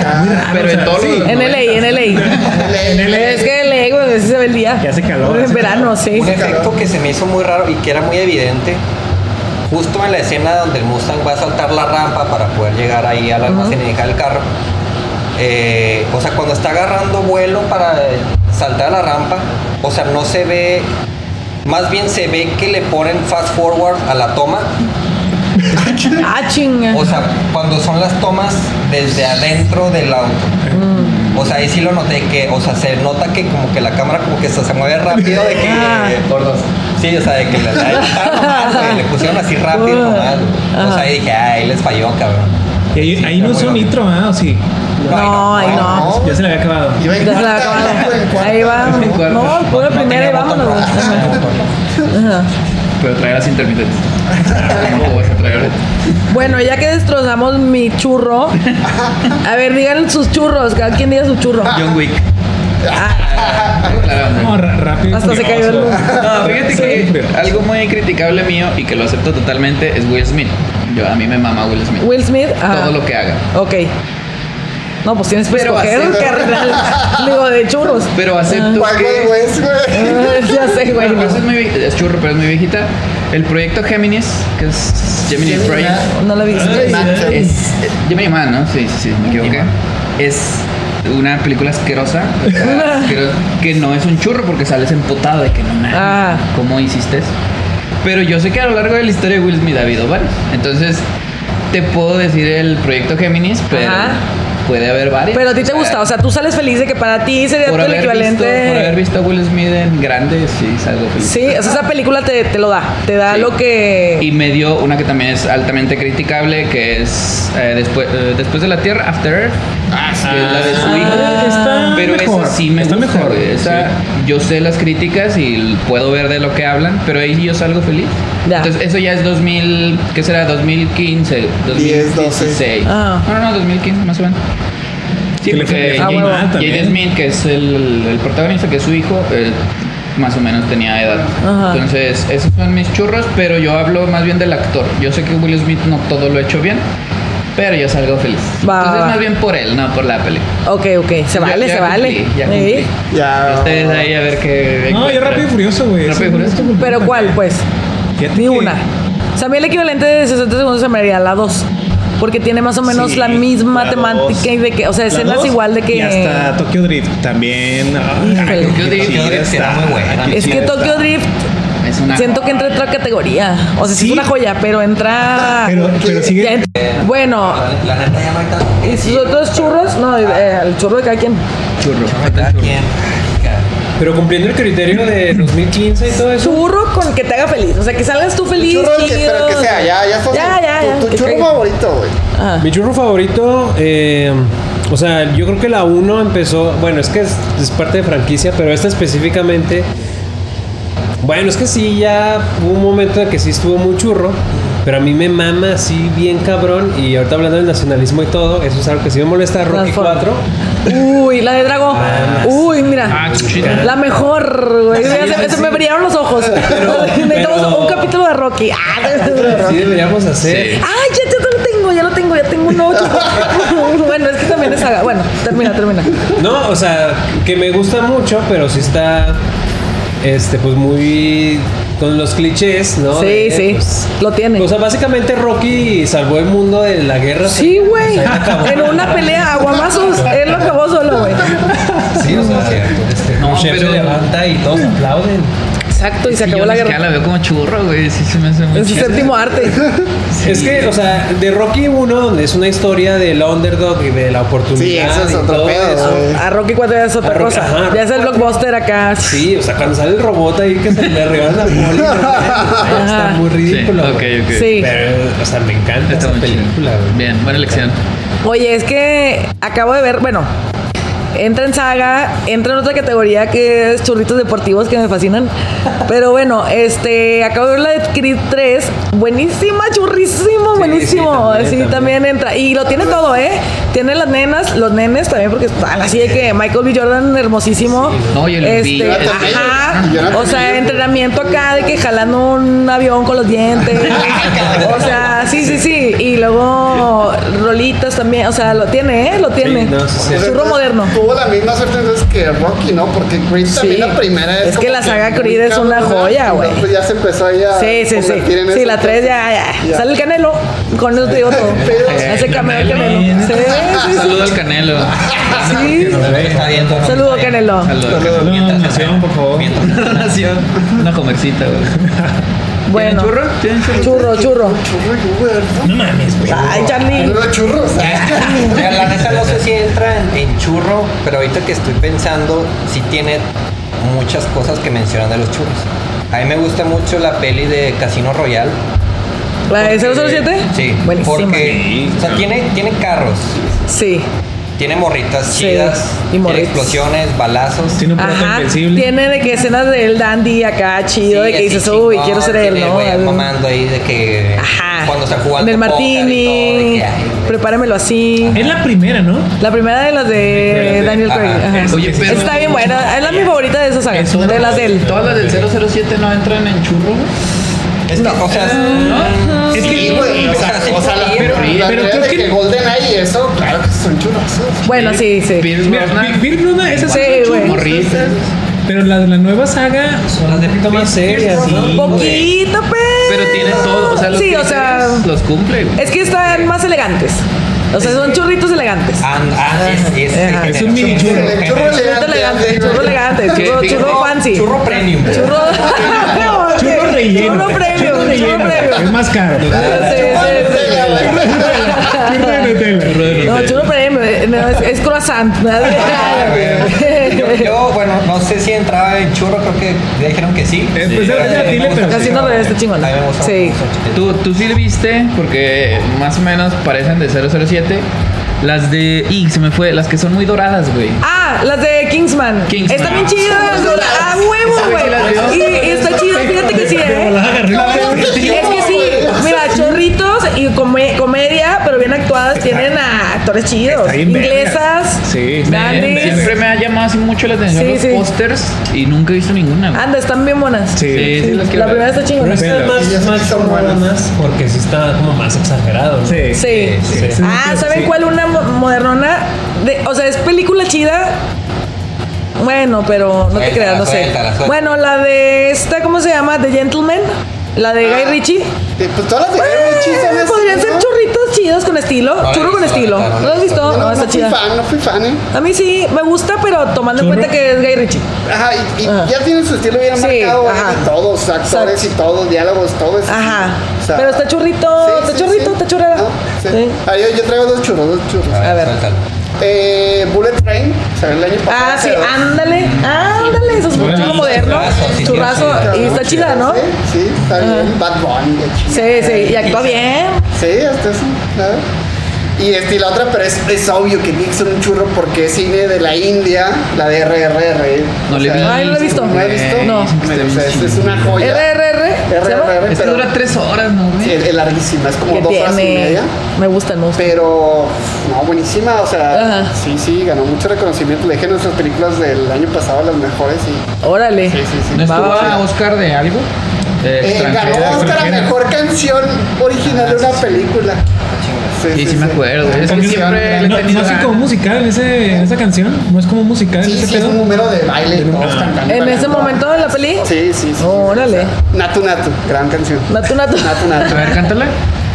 C: Pero en todos los
A: En LA, en LA.
B: Ah,
A: Es que LA, güey, sí se ve el día.
D: Ya hace calor,
A: En
D: hace
A: verano,
D: calor.
A: sí.
E: Un efecto que se me hizo muy raro y que era muy evidente, justo en la escena donde el Mustang va a saltar la rampa para poder llegar ahí al almacén y dejar el carro. eh, o sea, cuando está agarrando vuelo para eh, saltar la rampa, o sea, no se ve, más bien se ve que le ponen fast forward a la toma.
A: Ah, chinga.
E: O sea, cuando son las tomas desde adentro del auto. O sea, ahí sí lo noté que, o sea, se nota que como que la cámara como que se, se mueve rápido de que
A: Ah.
E: por dos. Sí, o sea, de que le, la- ah, nomás, güey, le pusieron así rápido
A: Ah.
E: nomás. O
A: Ajá.
E: sea, ahí dije, ah, ahí les falló, cabrón.
D: Y ahí, ahí no usó nitro, ¿ah? O sí.
A: No,
E: ahí
B: Ah,
A: ay, no.
D: Ya se le había acabado.
B: Iba en
A: Ya se la
B: cuarta, iba en
A: acabaron.
B: cuarta.
A: Ahí va.
C: cuarta.
A: No, pura
E: No
A: primera y
E: tenía botón
A: vámonos.
E: rojo, no tenía botón rojo.
A: Ajá.
C: Pero traer las intermitentes. ¿Cómo lo vas a traer?
A: Bueno, ya que destrozamos mi churro, a ver, digan sus churros, cada quien diga su churro. Ah,
C: John Wick. Claro, hombre.
D: No, ra- rápido. y
A: Hasta se cayó el
D: furioso.
C: No, fíjate que
D: Sí.
C: algo muy criticable mío y que lo acepto totalmente es Will Smith. Yo a mí me mama Will Smith.
A: Will Smith, ajá.
C: Todo lo que haga.
A: Ok. No, pues tienes que
C: Pero
A: escoger,
C: acepto.
A: carnal. Digo, de churros.
C: Pero acepto
B: Cuál,
C: que
B: güey, es, güey.
A: Ah, ya sé, güey.
C: Bueno, pues es, muy vie- es churro, pero es muy viejita. El proyecto Géminis, que es Gemini Project,
A: No lo he visto.
B: Manchas.
C: es eh, Gemini Man, ¿no? Sí, sí, sí, me equivoqué. Es una película asquerosa, o sea, asquero- que no es un churro porque sales empotado de que no mames,
A: Ah.
C: ¿Cómo hiciste? eso? Pero yo sé que a lo largo de la historia de Will Smith ha habido varios. Entonces, te puedo decir el proyecto Géminis, pero
A: Ajá.
C: puede haber varias.
A: Pero a ti te gusta, o sea, tú sales feliz de que para ti sería
C: por
A: todo el
C: haber, visto,
A: equivalente.
C: por haber visto a Will Smith en grande, sí, salgo feliz.
A: Sí, o sea, esa película te, te lo da, te da
C: Sí.
A: lo que...
C: Y me dio una que también es altamente criticable, que es eh, después, eh, después de la Tierra, After Earth. que es la de
A: Ah,
C: su hijo.
D: Está
C: pero
D: mejor,
C: esa sí me
D: está
C: gusta,
D: mejor,
C: güey. Esa, Yo sé las críticas y l- puedo ver de lo que hablan, pero ahí yo salgo feliz.
A: Ya.
C: Entonces, eso ya es 2000, ¿qué será? 2015, 2016.
A: Ah.
C: No, no, no, 2015 más o menos. Sí,
D: Que le fue-
C: porque
D: le
A: fue muy
C: Jade-
D: mal también.
C: Jade Smith, que es el, el protagonista, que es su hijo, eh, más o menos tenía edad.
A: Ajá.
C: Entonces, esos son mis churros, pero yo hablo más bien del actor. Yo sé que Will Smith no todo lo ha hecho bien, pero yo salgo feliz.
A: Va,
C: Entonces,
A: va.
C: más bien por él, no por la película.
A: Ok, ok, se
C: Ya-
A: vale,
C: ya
A: se vale.
C: cumplí, ya
A: Sí.
C: cumplí.
B: Ya.
C: Ustedes ahí a ver qué.
D: No, yo rápido y furioso, güey.
C: Rápido y
D: Eso me
C: Furioso.
D: gusta
A: Pero
D: completamente.
A: ¿cuál, pues?
D: Fíjate
A: Ni
D: que-
A: una. O sea, a mí el equivalente de 60 segundos se me haría la 2. Porque tiene más o menos
D: Sí,
A: la misma
D: la dos.
A: temática y de que, o sea,
D: La
A: escenas
D: dos,
A: igual de que...
D: Y hasta Tokyo Drift también. Ay,
A: Híjole.
D: qué
C: Tokyo Drift,
D: chida
E: Tokyo Drift era
D: está,
E: muy buena.
D: qué
A: es que
D: chida
A: Tokyo
D: está.
A: Drift
C: Es una.
A: siento que entra en otra categoría. O sea, sí, es
D: Sí.
A: una joya, pero entra...
D: Pero, pero sigue.
A: Ya ent- bueno,
E: La neta ya no hay tanto que
A: ¿y
E: decir,
A: sus otros churros? No, eh, el churro de cada quien.
C: churro.
E: cada quien.
F: Pero cumpliendo el criterio de 2015 y todo eso.
A: Churro con que te haga feliz. O sea, que salgas tú feliz.
B: Churro, que,
A: chido.
B: pero que sea, ya, ya estás.
A: Ya, ya,
B: tu-
A: ya,
B: Tu,
A: que
B: churro
A: caiga.
B: favorito, güey.
A: Ajá.
F: Mi churro favorito, eh, o sea, yo creo que la 1 empezó, bueno, es que es, es parte de franquicia, pero esta específicamente, bueno, es que sí, ya hubo un momento en que sí estuvo muy churro, pero a mí me mama así bien cabrón, y ahorita hablando del nacionalismo y todo, eso es algo que sí me molesta, Rocky
A: Transform-
F: 4.
A: Uy, la de Drago. Uy,
C: Ah,
A: mira.
C: qué chida.
A: La mejor, güey. Ya
F: sí,
A: se, se
F: sí.
A: me brillaron los ojos. Necesitamos
F: pero-
A: un capítulo de Rocky. Ah,
F: Sí deberíamos hacer.
C: Sí.
A: Ay, ya, ya lo tengo, ya lo tengo, ya tengo un ocho. bueno, es que también es saga. Bueno, termina, termina.
F: No, o sea, que me gusta mucho, pero sí está, este, pues muy con los clichés, ¿no?
A: Sí,
F: De,
A: sí.
F: pues,
A: Lo tiene.
F: O sea, básicamente Rocky salvó el mundo de la guerra.
A: Sí, güey.
F: O sea, él pues, acabó.
A: En una pelea, aguamazos, él lo acabó solo, güey.
F: Sí, o sea, este,
C: No,
F: Khrushchev
C: pero-
F: se levanta y todos aplauden.
A: Exacto, y se
C: Yo
A: acabó la
C: ni siquiera
A: guerra.
C: la veo como churro, güey. Sí, se me hace muy
A: En su
C: chida.
A: séptimo arte.
C: Sí.
F: Es que, o sea, de Rocky 1, donde es una historia del underdog y de la oportunidad.
B: Sí, eso es
F: y
B: otro
F: todo
B: pedo,
F: eso.
B: güey.
A: A Rocky 4 ya es
F: A
A: otra
F: Rocky,
A: cosa.
F: ajá.
A: Ya es el blockbuster acá.
F: Sí, o sea, cuando sale el robot ahí que se le regala la bola, y no,
A: Ajá.
F: está muy
C: Sí,
F: ridículo.
C: ok,
F: güey.
C: ok.
A: Sí.
F: Pero, o sea, me encanta
C: Está
F: esa
C: muy
F: película,
C: chida.
F: güey.
C: Bien, buena elección.
A: Oye, es que acabo de ver, bueno, entra en saga, entra en otra categoría que es churritos deportivos que me fascinan. Pero bueno, este, acabo de ver la de Creed 3, buenísima, churrísimo,
F: Sí,
A: buenísimo. Sí,
F: sí, también,
A: también,
F: también.
A: entra. Y lo tiene todo, ¿eh? Tiene las nenas, los nenes también, porque están así de que Michael B. Jordan, hermosísimo.
C: No, y el
A: Este,
C: billete.
A: ajá.
B: Y Jonathan
A: O sea,
B: Miller.
A: entrenamiento acá de que jalando un avión con los dientes. o sea, sí, sí, sí. Y luego rolitas también. O sea, lo tiene, ¿eh? Lo tiene.
F: Sí, no, sí, sí.
B: O sea,
A: Churro
B: entonces,
A: moderno.
B: Tuvo la misma suerte entonces que Rocky, ¿no? Porque Creed también
A: Sí.
B: la primera es.
A: Es que
B: como
A: la saga
B: muy
A: Creed es una
B: cabrona,
A: joya, güey.
B: entonces ya se empezó ahí a.
A: Sí, sí, sí.
B: convertir en
A: Sí,
B: eso.
A: la 3 ya, ya. Sale el canelo. Con eso te digo todo.
B: Pero-
A: Hace cameo el
C: Canelo.
A: canelo. Sí,
C: Un
A: sí,
C: saludo al Canelo.
A: sí. Sí.
E: Está viendo, ¿no?
A: Saludo, Canelo.
C: Saludo al
D: No,
C: Canelo.
D: no, no, por favor.
E: Mientras-
C: Una donación. Una comercita, güey. ¿Tienen
A: Bueno.
C: churro? ¿Tienen churro?
A: Churro, churro.
B: Churro, yo, güey,
D: No mames, güey.
A: Ay, Charlie.
B: ¿no? Churro, churro. o sea,
E: Mira, la neta no sé si entra en, en churro, pero ahorita que estoy pensando, sí tiene muchas cosas que mencionan de los churros. A mí me gusta mucho la peli de Casino Royal.
A: ¿La de
E: porque-
A: 007?
E: Sí.
A: Buenísima.
E: Porque, o sea, tiene, tiene carros,
A: Sí.
E: tiene morritas
A: Sí,
E: chidas,
A: y
E: tiene
A: morritas.
E: explosiones, balazos.
D: Tiene un plato
A: Ajá,
D: invencible.
A: tiene de que escenas del dandy acá chido, de
E: Sí,
A: que
E: así
A: dices,
E: chingón,
A: uy, quiero ser él,
E: tiene
A: ¿no?
E: güey
A: Algo-
E: mamando ahí de que
A: Ajá.
E: cuando está jugando
A: Del
E: póker y todo, de
A: martini,
E: que, ay, güey.
A: prepáramelo así.
D: Es la primera, ¿no?
A: La primera de las de
D: de-
A: Daniel Craig.
E: ajá.
A: ajá.
C: Oye, pero-
A: Está bien buena, Ah, es la mi favorita de esas sagas, de las de él.
C: ¿Todas las del 007 no entran en churro?
E: Es que, o sea,
D: Es que-
B: Sí, güey. O sea, o sea, la,
E: Pero-
B: la
D: pero
B: realidad
D: creo
B: de
D: que-
B: que Golden Eye y eso, claro que son churrasos.
A: Bueno, sí, sí.
C: Pierce
D: Mira,
C: Brosnan.
D: Big- Big Brother, esa
A: Sí,
D: es
A: güey.
C: Morritas.
D: Pero la de la nueva saga.
F: Son las de poquito más serias, ¿no?
D: Sí.
A: Poquito, pero.
C: Pero tiene todo. O sea, los
A: Sí, o sea.
C: criterios los cumple. güey.
A: Es que están más elegantes. O sea, son churritos elegantes.
E: and- ah, es- es-
A: Ajá.
E: es
D: Es un mini churro.
B: El churro
A: Churrito
B: elegante.
A: elegante, churro elegante,
C: Que
A: churro,
C: digo,
A: churro fancy.
E: Churro premium.
A: Churro.
D: Churro relleno.
A: Churro
D: güey.
A: premium, churro
D: relleno, güey.
A: premium.
D: Es más caro.
A: Sí, sí, sí.
D: Ah,
A: No, chulo premio. eh, no, es, es croissant.
E: Ah, güey. yo,
A: ¿no?
E: yo, bueno, no sé si entraba en churro, creo que ya dijeron que sí.
D: Eh, pues, era
E: a mí me
D: dile,
E: gusta
D: pero- eh,
E: el
A: Así no,
E: churro,
A: pero está
E: güey.
A: chingón.
E: A mí me gusta
A: Sí.
E: mucho el chile.
C: Tú, tú sí le viste, porque más o menos parecen de 007. Las de. Y se me fue, las que son muy doradas, güey.
A: Ah, las de Kingsman.
C: Kingsman.
A: Están bien chidas. A huevo, güey. Y, y está chido. Fíjate que sí, ¿eh? Es que sí.
B: Este,
A: Mira, chorritos y come- comedia, pero bien actuadas. Tienen a actores chidos.
D: está bien vergas.
A: Inglesas.
C: Sí,
A: grandes.
C: siempre me ha llamado así mucho la atención
A: Sí,
C: los
A: sí.
C: pósters y nunca he visto ninguna. güey.
A: Anda, están bien buenas.
D: Sí.
C: sí, sí, las quiero
A: La
C: ver.
A: primera está
F: Pero
A: chingona.
F: esta es
B: Y ya
F: más,
B: son
F: más
B: tan
F: como
B: buenas.
F: más porque sí está como más exagerado. ¿no?
D: Sí.
A: Sí.
F: Sí.
D: Sí.
A: Ah, ¿saben
D: Sí.
A: cuál? Una mo- modernona. de- o sea, es película chida. Bueno, pero no te
E: Suéltala,
A: creas, no sé.
E: suéltala, suéltala.
A: Bueno, la de esta, ¿cómo se llama? The Gentleman. La de Guy Ritchie.
B: Eh, Pues todas las de Guy Ritchie son
A: Eh,
B: así,
A: Podrían ser
B: ¿no?
A: churritos chidos con estilo.
E: No la he
A: Churro con
E: visto, la
A: estilo.
E: neta, no la
A: ¿No lo has
E: he visto.
A: visto?
B: Yo
A: No,
B: No,
A: está
B: no fui
A: chida.
B: fan, no fui fan, ¿eh?
A: A mí sí, me gusta, pero tomando en
D: Churro.
A: cuenta que es Guy Ritchie.
B: Ajá, y, y
A: Ah.
B: ya tiene su estilo bien
A: Sí,
B: marcado,
A: ajá.
B: ¿eh? De todos, actores y todos, diálogos, todo eso.
A: Ajá.
B: O sea,
A: pero está churrito,
B: sí,
A: está
B: sí,
A: churrito,
B: sí.
A: está churrera.
B: No, sí.
A: Sí.
B: Ah, yo, yo traigo dos churros, dos churros.
E: A ver,
A: A ver.
E: suéltalo.
B: Eh, Bullet Train, o sea, el año pasado.
A: Ah, sí,
B: pero-
A: ándale, ándale, eso es un churro moderno.
E: churrazo, sí,
A: Churrazo,
E: sí,
A: y está chida, ¿no?
B: Sí, sí, está bien. Bad Bunny, de chida.
A: Sí, sí, y actúa bien.
B: Sí, hasta eso. ¿sabes? Y este, y la otra, pero es, es obvio que Nixon un churro porque es cine de la India, la de RRR.
C: No
B: O
C: le
B: sea,
C: vi.
A: Ay, no la he visto.
B: ¿No la he visto?
A: No.
B: Bueno, o sea, es, es una joya.
A: RRR, ¿se llama?
B: RRR,
C: Es que
B: pero
C: dura tres horas, ¿no, güey?
B: es, es larguísima, es como
A: Que
B: dos horas y
A: tiene.
B: media.
A: Me gustan, me gustan.
B: Pero, no, buenísima, o sea,
A: Ajá.
B: sí, sí, ganó mucho reconocimiento. Le dije nuestras películas del año pasado las mejores y
A: Órale.
B: sí, sí, sí.
C: ¿No estuvo
A: va,
C: a Oscar de algo? De
B: Eh,
C: extranjero.
B: ganó hasta la mejor canción original de una película.
C: Sí, sí, me acuerdo. güey. Es que
B: Canción,
C: siempre le he
D: No, no
C: tenido
D: es
C: ganas.
D: como musical en, ese, en esa canción. No es como musical en
B: Sí,
D: ese
B: sí, es
D: pedo.
B: un número de baile. todos cantando,
A: En ese
B: bailando.
A: momento de la peli.
B: Sí, sí, sí.
A: Órale.
B: Natu Natu, gran canción.
A: Natu Natu.
B: Natu
C: A
B: Natu.
C: ver, cántala.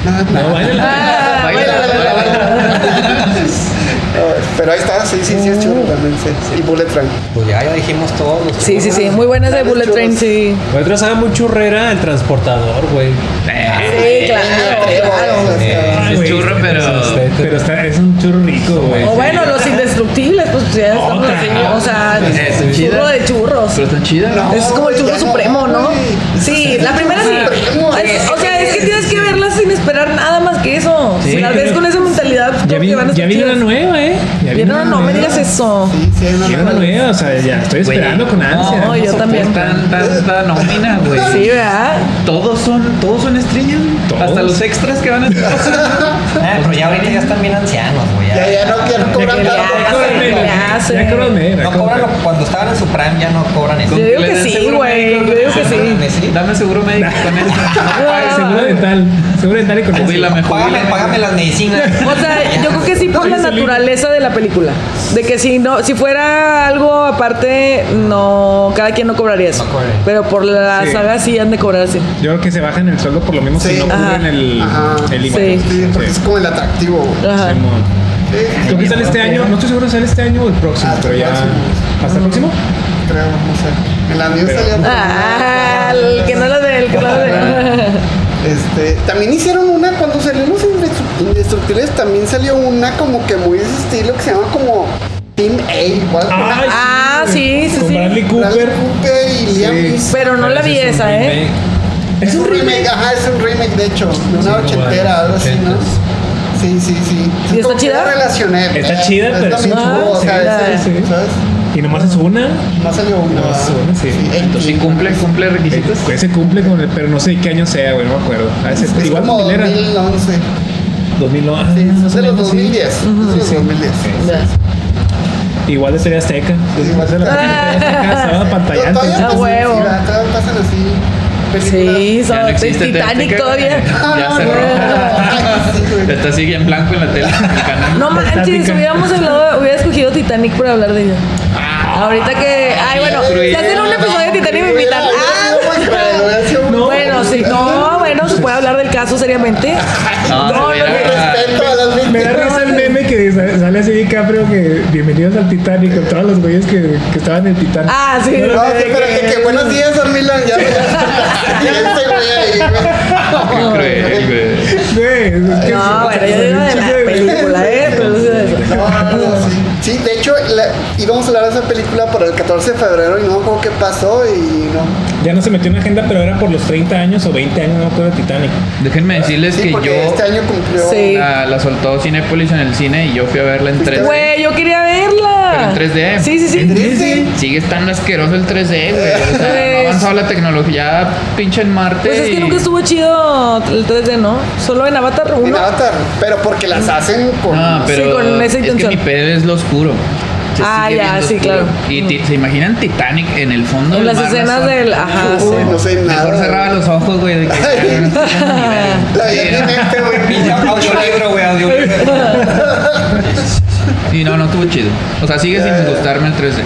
B: Natu, Natu.
A: Ah,
C: Baila,
A: bueno,
C: baila,
B: Eh, Pero ahí está, sí, sí, sí,
A: Mm.
B: es churro también. sí, sí. Y Bullet Train.
E: Pues ya, ya dijimos todos los
A: Sí, sí, sí. Muy buena esa de Bullet Train, sí.
F: Otra saga muy churrera, el transportador, güey.
A: Sí, claro, claro.
D: Ah,
C: Es
D: güey,
C: churro,
D: está-
C: pero-
D: está- está- Pero está, es un churro rico, güey.
A: O bueno, los indestructibles, pues ya estamos
D: Otra.
A: enseñando. O sea,
C: Está
A: churro
C: chida.
A: de churros.
C: Pero está chida.
B: No.
A: Es como el
B: güey,
A: churro
B: ya no,
A: supremo, ¿no?
B: güey.
A: Sí, la primera sí.
B: Supremo,
A: Es-
B: güey.
A: o sea, es que tienes que verlas sin esperar nada más que eso.
D: Sí.
A: Si las ves con esa mentalidad,
D: Ya
A: creo
D: vi,
A: que van a
D: ya
A: estar
D: vi una
A: chidas.
D: nueva, ¿eh? Ya vi
A: Vieron
D: una
A: una- no, me
D: nueva.
A: digas eso.
B: Sí, sí, eh. hay una
D: Quiero una
B: nueva.
D: nueva, o sea, ya estoy
C: Güey,
D: esperando con ansia.
A: no, yo también.
C: Tan, tan, tan nómina, güey.
A: Sí, ¿verdad?
C: Todos son, todos son estrellas. güey.
D: Todos.
C: Hasta los extras que van a estar.
E: Ah, pero ya ahorita ya están bien ancianos, güey.
B: Ya, ya no quiero
A: ¿Qué
B: cobrar
A: le
B: tanto.
A: hacen? ¿Qué le
D: Ya
A: hacen?
D: cóbrame, ya
E: No cobran, lo- cuando estaban en su prime ya no cobran eso.
A: Yo digo que sí, güey. Yo digo que sí.
E: Sí.
C: Dame seguro médico con esto.
D: cóbrame. Seguro dental. Seguro dental y con
C: Uy, la
D: eso.
C: me
E: Págame,
C: jubila.
E: págame las medicinas.
A: O sea, yo creo que sí por la naturaleza de la película. De que si no, si fuera algo aparte, no, cada quien no cobraría eso.
E: No cobraría.
A: Pero por la
D: Sí.
A: saga sí han de cobrar así.
D: Yo creo que se bajan el sueldo por lo mismo
B: Sí.
D: que no
A: Ajá.
D: cubren el,
B: Ajá.
D: el
A: Sí.
D: IVA.
B: Sí, porque es como el atractivo. güey.
A: Ajá.
D: Simón.
B: Sí,
D: Creo que sale este año, no estoy seguro si sale este año o el próximo,
B: Hasta
D: pero
B: el
D: ya.
B: próximo.
D: ¿Hasta el próximo?
B: creo, no sé. En la news
D: Pero-
B: salía.
A: Ah, el que no la ve, el que no la ve.
B: Este, también hicieron una cuando salieron los Indestruct- indestructibles, también salió una como que muy de ese estilo que se llama como Team A. o algo.
D: Ay,
A: Ah, sí, sí,
D: Con
A: sí.
B: Bradley
D: Bradley Cooper.
B: Cooper y Liam
D: Sí.
B: Neeson.
A: Pero no la vi esa, ¿eh?
B: Es un remake, ajá, es un remake de hecho, de una ochentera, algo así, ¿no? Sí, sí, sí.
A: ¿Y está
B: Como que
A: chida? Ah,
B: la relacioné.
D: Está chida, pero
B: es
D: es
B: lo
D: un
B: mismo, o
A: churro,
B: sea, es-
D: sí, sí.
B: ¿sabes?
D: Y nomás es una.
B: No salió una.
D: No, sí, bueno, sí.
C: Entonces, sí
B: X.
C: cumple, cumple
D: Eh,
C: requisitos.
D: pues se cumple con el, pero no sé qué año sea, güey, no me acuerdo. A veces,
B: Es
D: igual
B: como
D: 2000 era.
B: 2011.
D: 2009.
B: Sí,
D: ah,
B: es
D: más o
B: de los
D: menos, sí.
B: 2010. es de los
D: Sí, sí.
B: 2010.
D: Igual de Serie Azteca.
B: Sí,
D: Igual de la
A: Ah.
D: Azteca, Estaba
B: Todavía
D: pantallante.
B: pasan así,
A: huevo.
B: sí, va, todavía pasan así.
A: Sí,
C: Ya no
A: son
C: existe
A: Titanic
C: Teleteca.
A: todavía.
C: Ya
B: Ah,
C: cerró.
B: güey.
C: Está así en blanco en la tele. en el canal.
A: No manches,
D: Estática.
A: hubiéramos hablado, hubiera escogido Titanic por hablar de ella. Ahorita que. Ay, bueno, si hacen un episodio de Titanic me invitan.
C: pues,
A: Ah,
B: No,
A: bueno, sí. No, bueno, se puede hablar del caso seriamente.
C: No,
A: No,
C: mira.
A: no, no.
B: Respeto a las
D: Me da
B: víctimas.
D: risa el meme que sa- sale así DiCaprio que bienvenidos al Titanic con todos los güeyes que, que estaban en el Titanic.
A: Ah, sí.
B: No, sí, espérate, que buenos días, Don Milan. Ya, ya, ya, ya, este güey ahí, güey.
C: Qué cruel, güey.
D: Güey, es que
A: No, ¿eh?
B: la- íbamos a hablar de esa película para el 14 de febrero y no me acuerdo qué pasó y no.
D: Ya no se metió en la agenda, pero era por los 30 años o 20 años, no me acuerdo, de Titanic.
C: Déjenme decirles
B: Sí,
C: que
B: porque
C: yo
B: este año cumplió.
A: Sí.
C: la, la soltó Cinepolis en el cine y yo fui a verla en 3D.
A: Pues, Güey, yo quería verla.
C: Pero en 3D.
A: Sí, sí, sí.
B: Triste.
C: Sigue tan asqueroso el 3D, güey. O sea, no ha avanzado la tecnología pinche en Marte.
A: Pues es que
C: y-
A: nunca estuvo chido el 3D, ¿no? Solo en Avatar 1.
B: En Avatar, pero porque las hacen con.
C: No, pero
A: Sí, con esa
C: es que
A: intención.
C: mi pedo es lo oscuro. Se
A: Ah,
C: sigue
A: ya,
C: viendo
A: sí,
C: oscuro.
A: claro.
C: Y ti- se imaginan Titanic en el fondo
A: En
C: del
A: las
C: mar,
A: escenas
C: no sé.
A: del. Ajá.
B: Uy, no sé nada.
C: Mejor cerraba los ojos, güey. de que-
B: Ay. La vi en este, güey.
E: Pinche audiolibro, güey, audiolibro.
C: Y no, no estuvo chido. O sea, sigue sin gustarme el 3D.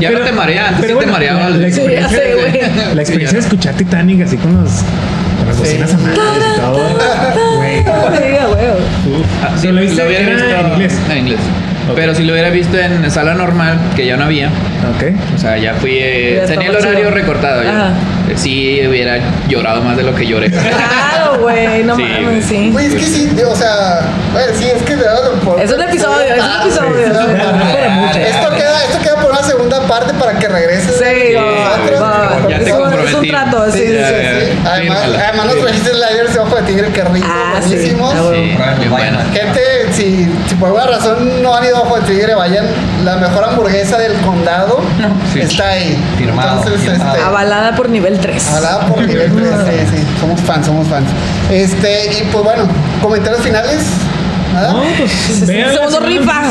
C: Ya
D: Pero-
C: no te mareaba, antes
D: pero
C: sí te
D: bueno,
C: mareaba.
D: la- la
C: el-
A: Sí, ya sé, güey.
D: La experiencia de escuchar Titanic así con los con las bocinas a madre y todo. Güey.
A: Sí, a huevo.
D: Uf.
C: Ah, sí,
D: Pero
C: lo
D: lo viste
C: hubiera
D: era
C: visto
D: en inglés.
C: En inglés.
D: Ok.
C: Pero si lo hubiera visto en sala normal, que ya no había,
D: Ok.
C: o sea, ya fui. eh,
A: Ya
C: tenía el
A: estaba chido.
C: horario recortado. ya.
A: Ajá.
C: Eh, Sí, hubiera llorado más de lo que lloré.
A: Claro, güey. No
C: Sí, güey.
A: mames, sí.
B: Güey, es que sí, o sea. Bueno, sí, es que de verdad. por-
A: Es un episodio, es
C: Ah,
A: un episodio.
D: Para mucho.
B: Esto queda, esto queda por una segunda parte para que regreses.
A: Sí,
B: Nosotros,
A: va,
B: porque
C: ya te
A: es un-
C: comprometí.
A: Es un trato, sí, sí,
B: Sí,
A: sí.
B: sí,
C: Ya,
B: sí.
C: ya,
B: Además,
C: fírmala.
B: además nos
C: Sí.
B: trajiste el labier de ojo de tigre, que rico,
A: Ah, sí.
B: buenísimos.
A: Ah, bueno.
C: Sí, bien bueno.
B: Gente, si, si por alguna razón no han ido a Ojo de Tigre, vayan. La mejor hamburguesa del condado
C: sí.
B: está ahí.
E: Firmado,
B: Entonces,
E: firmado.
A: Ah,
B: este.
A: Avalada por nivel 3.
B: Hablaba por nivel 3, sí, sí. Somos fans, somos fans. Este, y pues bueno, comentarios finales. Nada.
D: No, pues vean.
A: Segundo rifa.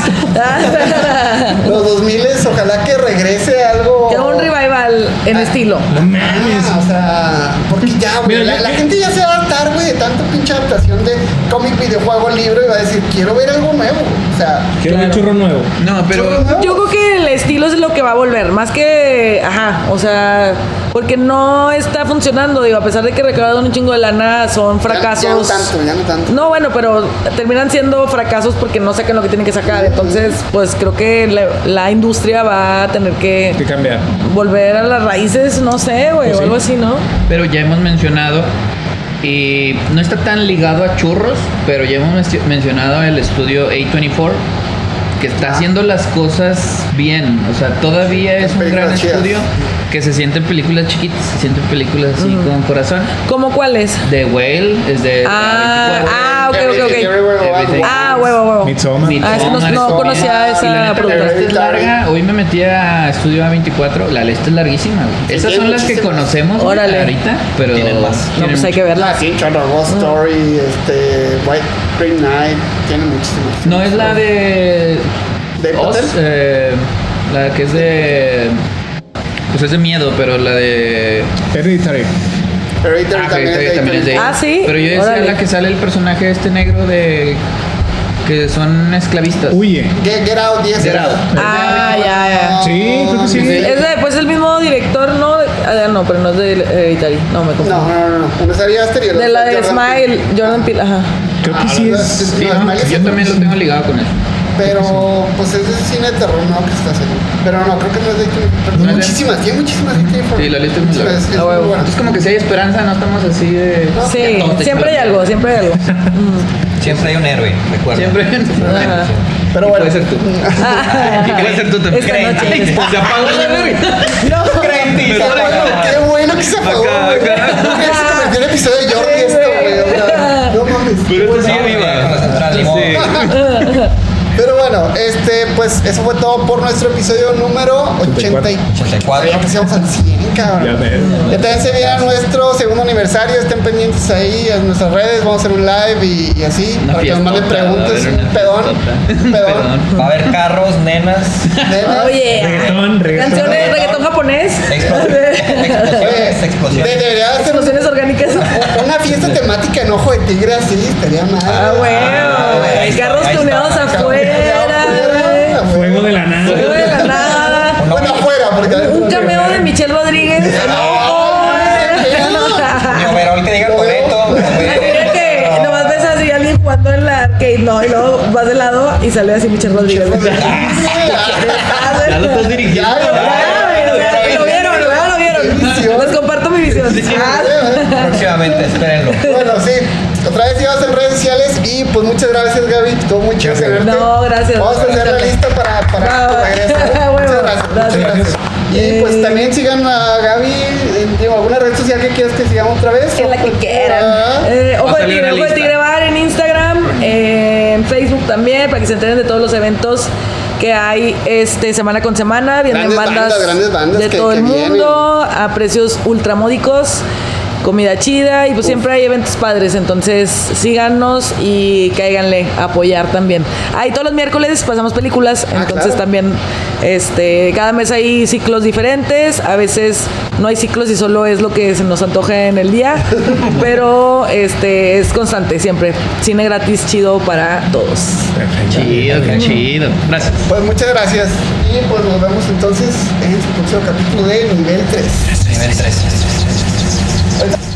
B: Los 2000 ojalá que regrese algo.
A: Que haga un revival en estilo.
D: No mames.
B: Ah, o sea, porque ya, güey,
D: Mira,
B: la,
D: yo-
B: la
D: yo-
B: gente ya se va a hartar, güey, de tanta pinche adaptación de cómic, videojuego, libro y va a decir, quiero ver algo nuevo. O sea,
D: Quiero un churro nuevo.
C: No, pero.
A: Yo creo que el estilo es lo que va a volver, más que, ajá, o sea, porque no está funcionando, digo, a pesar de que recaudaron un chingo de lana, son fracasos.
B: Ya, ya no tanto, ya no tanto.
A: No, bueno, pero terminan siendo fracasos porque no sacan lo que tienen que sacar, entonces, pues creo que la, la industria va a tener que
D: Hay que cambiar.
A: volver a las raíces, no sé, güey,
D: Pues
A: o
D: sí.
A: algo así, ¿no?
C: pero ya hemos mencionado y no está tan ligado a churros, pero ya hemos mencio- mencionado el estudio A24 que está
B: Ah.
C: haciendo las cosas bien, o sea, todavía es un gran
B: Películas chidas.
C: estudio que se sienten películas chiquitas, se sienten películas así con corazón.
A: ¿Cómo cuál es?
C: The Whale es de
A: Ah,
C: A24.
A: ah, ok, ok,
B: Everything,
A: ok.
B: everywhere, all at
C: Everything.
B: once.
A: Ah, huevo, huevo.
D: Midsommar.
C: Mi
A: Ah, es que no-
C: toma,
A: no
C: toma.
A: conocía
C: Y
A: esa
C: la neta,
A: productora.
C: La lista es larga. Hoy me metí a Estudio A24. La lista es larguísima. güey.
B: Sí,
C: Esas
B: hay
C: son las que
B: muchísimas.
C: conocemos güey,
A: Órale.
C: ahorita, pero
E: Tienen más.
A: No,
C: tienen
A: pues hay que verla.
B: Ah, sí, Chorro, Ghost Story, este, White Green Knight, tiene muchísimas.
C: No es la de.
B: ¿De
C: Oz,
B: Potter?
C: eh, la que es de. Pues es de miedo, pero la de.
D: Hereditary.
B: Pero ahorita
C: Ah,
B: también,
C: que también es de-
A: Ah, sí.
C: Pero yo decía
A: Órale.
C: la que sale el personaje este negro de. que son esclavistas.
D: Huye.
B: Get, Get Out, 10
C: Get Out.
A: Ah, ya, ya.
D: Sí, creo que sí.
A: Es de, pues el mismo director, ¿no? Ah, no, pero no es de Hereditary. No, me
B: No,
A: confundí.
B: no, no, no. Una serie Aster y el
A: de
B: otro
A: la de
B: Jordan
A: Smile,
B: Peele.
A: Jordan Peele, ajá.
D: Creo
B: Ah,
D: que sí
B: no,
D: es.
B: no,
C: Sí, ¿no?
B: Smile es
C: yo
B: otro.
C: también lo tengo ligado con eso.
B: Pero, pues es de cine de terror, no, que está haciendo. Pero no, creo que no es de pero
C: No es de-
B: Muchísimas, tiene muchísimas gente.
C: Sí, la lista es muy larga.
B: Es, es
A: Ah,
B: muy
A: huevo.
B: buena.
C: Es como que si hay esperanza, no estamos así de.
A: Sí,
C: todos te
A: siempre hay
C: chupan.
A: algo, siempre hay algo.
E: Siempre hay un héroe, recuerda.
C: Siempre.
A: Ajá.
B: Pero
C: Y
B: bueno.
C: Puede ser tú. Y puede ser tú también.
A: Esta noche,
C: Ay,
A: esta-
C: Se apagó la verga.
B: No,
E: Crente,
B: qué bueno, qué bueno que se apagó.
C: Acá,
B: güey.
C: acá.
B: No crees que se convirtió en episodio de Jordi esto, güey. o sea, No mames.
C: Pero esto sigue
E: No, güey, con
C: viva.
E: la central,
C: Dice-
B: Pero bueno, este, pues eso fue todo por nuestro episodio número 84.
E: 84.
B: Ya pasamos al 100, cabrón.
D: Ya ves.
B: Ya también se viene nuestro segundo aniversario. Estén pendientes ahí en nuestras redes. Vamos a hacer un live y, y así.
C: Una
B: para que nos manden
C: fiestota, va
B: preguntas.
C: a haber
B: Un
C: una
B: pedón.
C: fiestota.
B: Un pedón.
C: Pedón.
E: Va a haber carros, nenas,
B: Nenas.
A: Oye,
D: Reggaetón, reggaetón.
A: canciones, reggaetón japonés,
E: explosiones,
B: Oye, de-
E: explosiones.
B: debería hacer
A: explosiones orgánicas.
B: una fiesta temática en ojo de tigre así. Estaría mal.
A: Ah,
E: Ah, ahí
A: güey.
E: está,
A: Carros
E: ahí está.
A: tuneados
E: Carros
A: afuera, güey.
D: Fuego de la
A: Fuego de
D: nada.
A: la nada.
B: Bueno, afuera, porque
A: Un cameo de Michelle Rodríguez.
E: Mi overall que diga Toreto.
A: Mira que nomás ves así a alguien jugando en la arcade, no, y luego vas de lado y sale así Michelle Rodríguez.
C: Ya lo estás dirigiendo.
B: Ya,
A: Lo vieron, lo vieron, lo vieron. Les comparto mi noticias.
E: Próximamente, espérenlo.
B: Bueno, sí. Otra vez ibas en redes sociales y pues muchas gracias Gaby, estuvo muy chido tenerte.
A: No, gracias.
B: Vamos a hacer la
A: Gracias.
B: lista para, para tu
A: Va, va.
B: regreso.
A: Bueno,
B: muchas gracias, muchas
A: gracias. Eh.
B: gracias. Y pues también sigan a Gaby, eh, digo, alguna red social que quieras que sigamos otra vez.
A: En la que quieran.
B: Ah,
A: Eh,
C: Va
A: ojo
C: a
A: de
C: salir
A: Tigre,
C: una
A: Ojo de
C: lista.
A: Tigre Bar en Instagram, eh, en Facebook también, para que se enteren de todos los eventos que hay este semana con semana. Vienen
B: Grandes
A: bandas,
B: bandas, grandes bandas
A: de
B: que-
A: todo
B: que
A: el
B: vienen.
A: mundo a precios ultramódicos. Comida chida y pues siempre hay eventos padres, entonces síganos y cáiganle a apoyar también. Ahí todos los miércoles pasamos películas,
B: Ah,
A: entonces
B: claro.
A: también este cada mes hay ciclos diferentes, a veces no hay ciclos y solo es lo que se nos antoja en el día, pero este es constante siempre. Cine gratis chido para todos.
C: Chido, qué chido. Gracias.
B: Pues muchas gracias. Y pues nos vemos entonces en el próximo capítulo de Nivel 3.
E: Nivel tres.
B: Ahorita-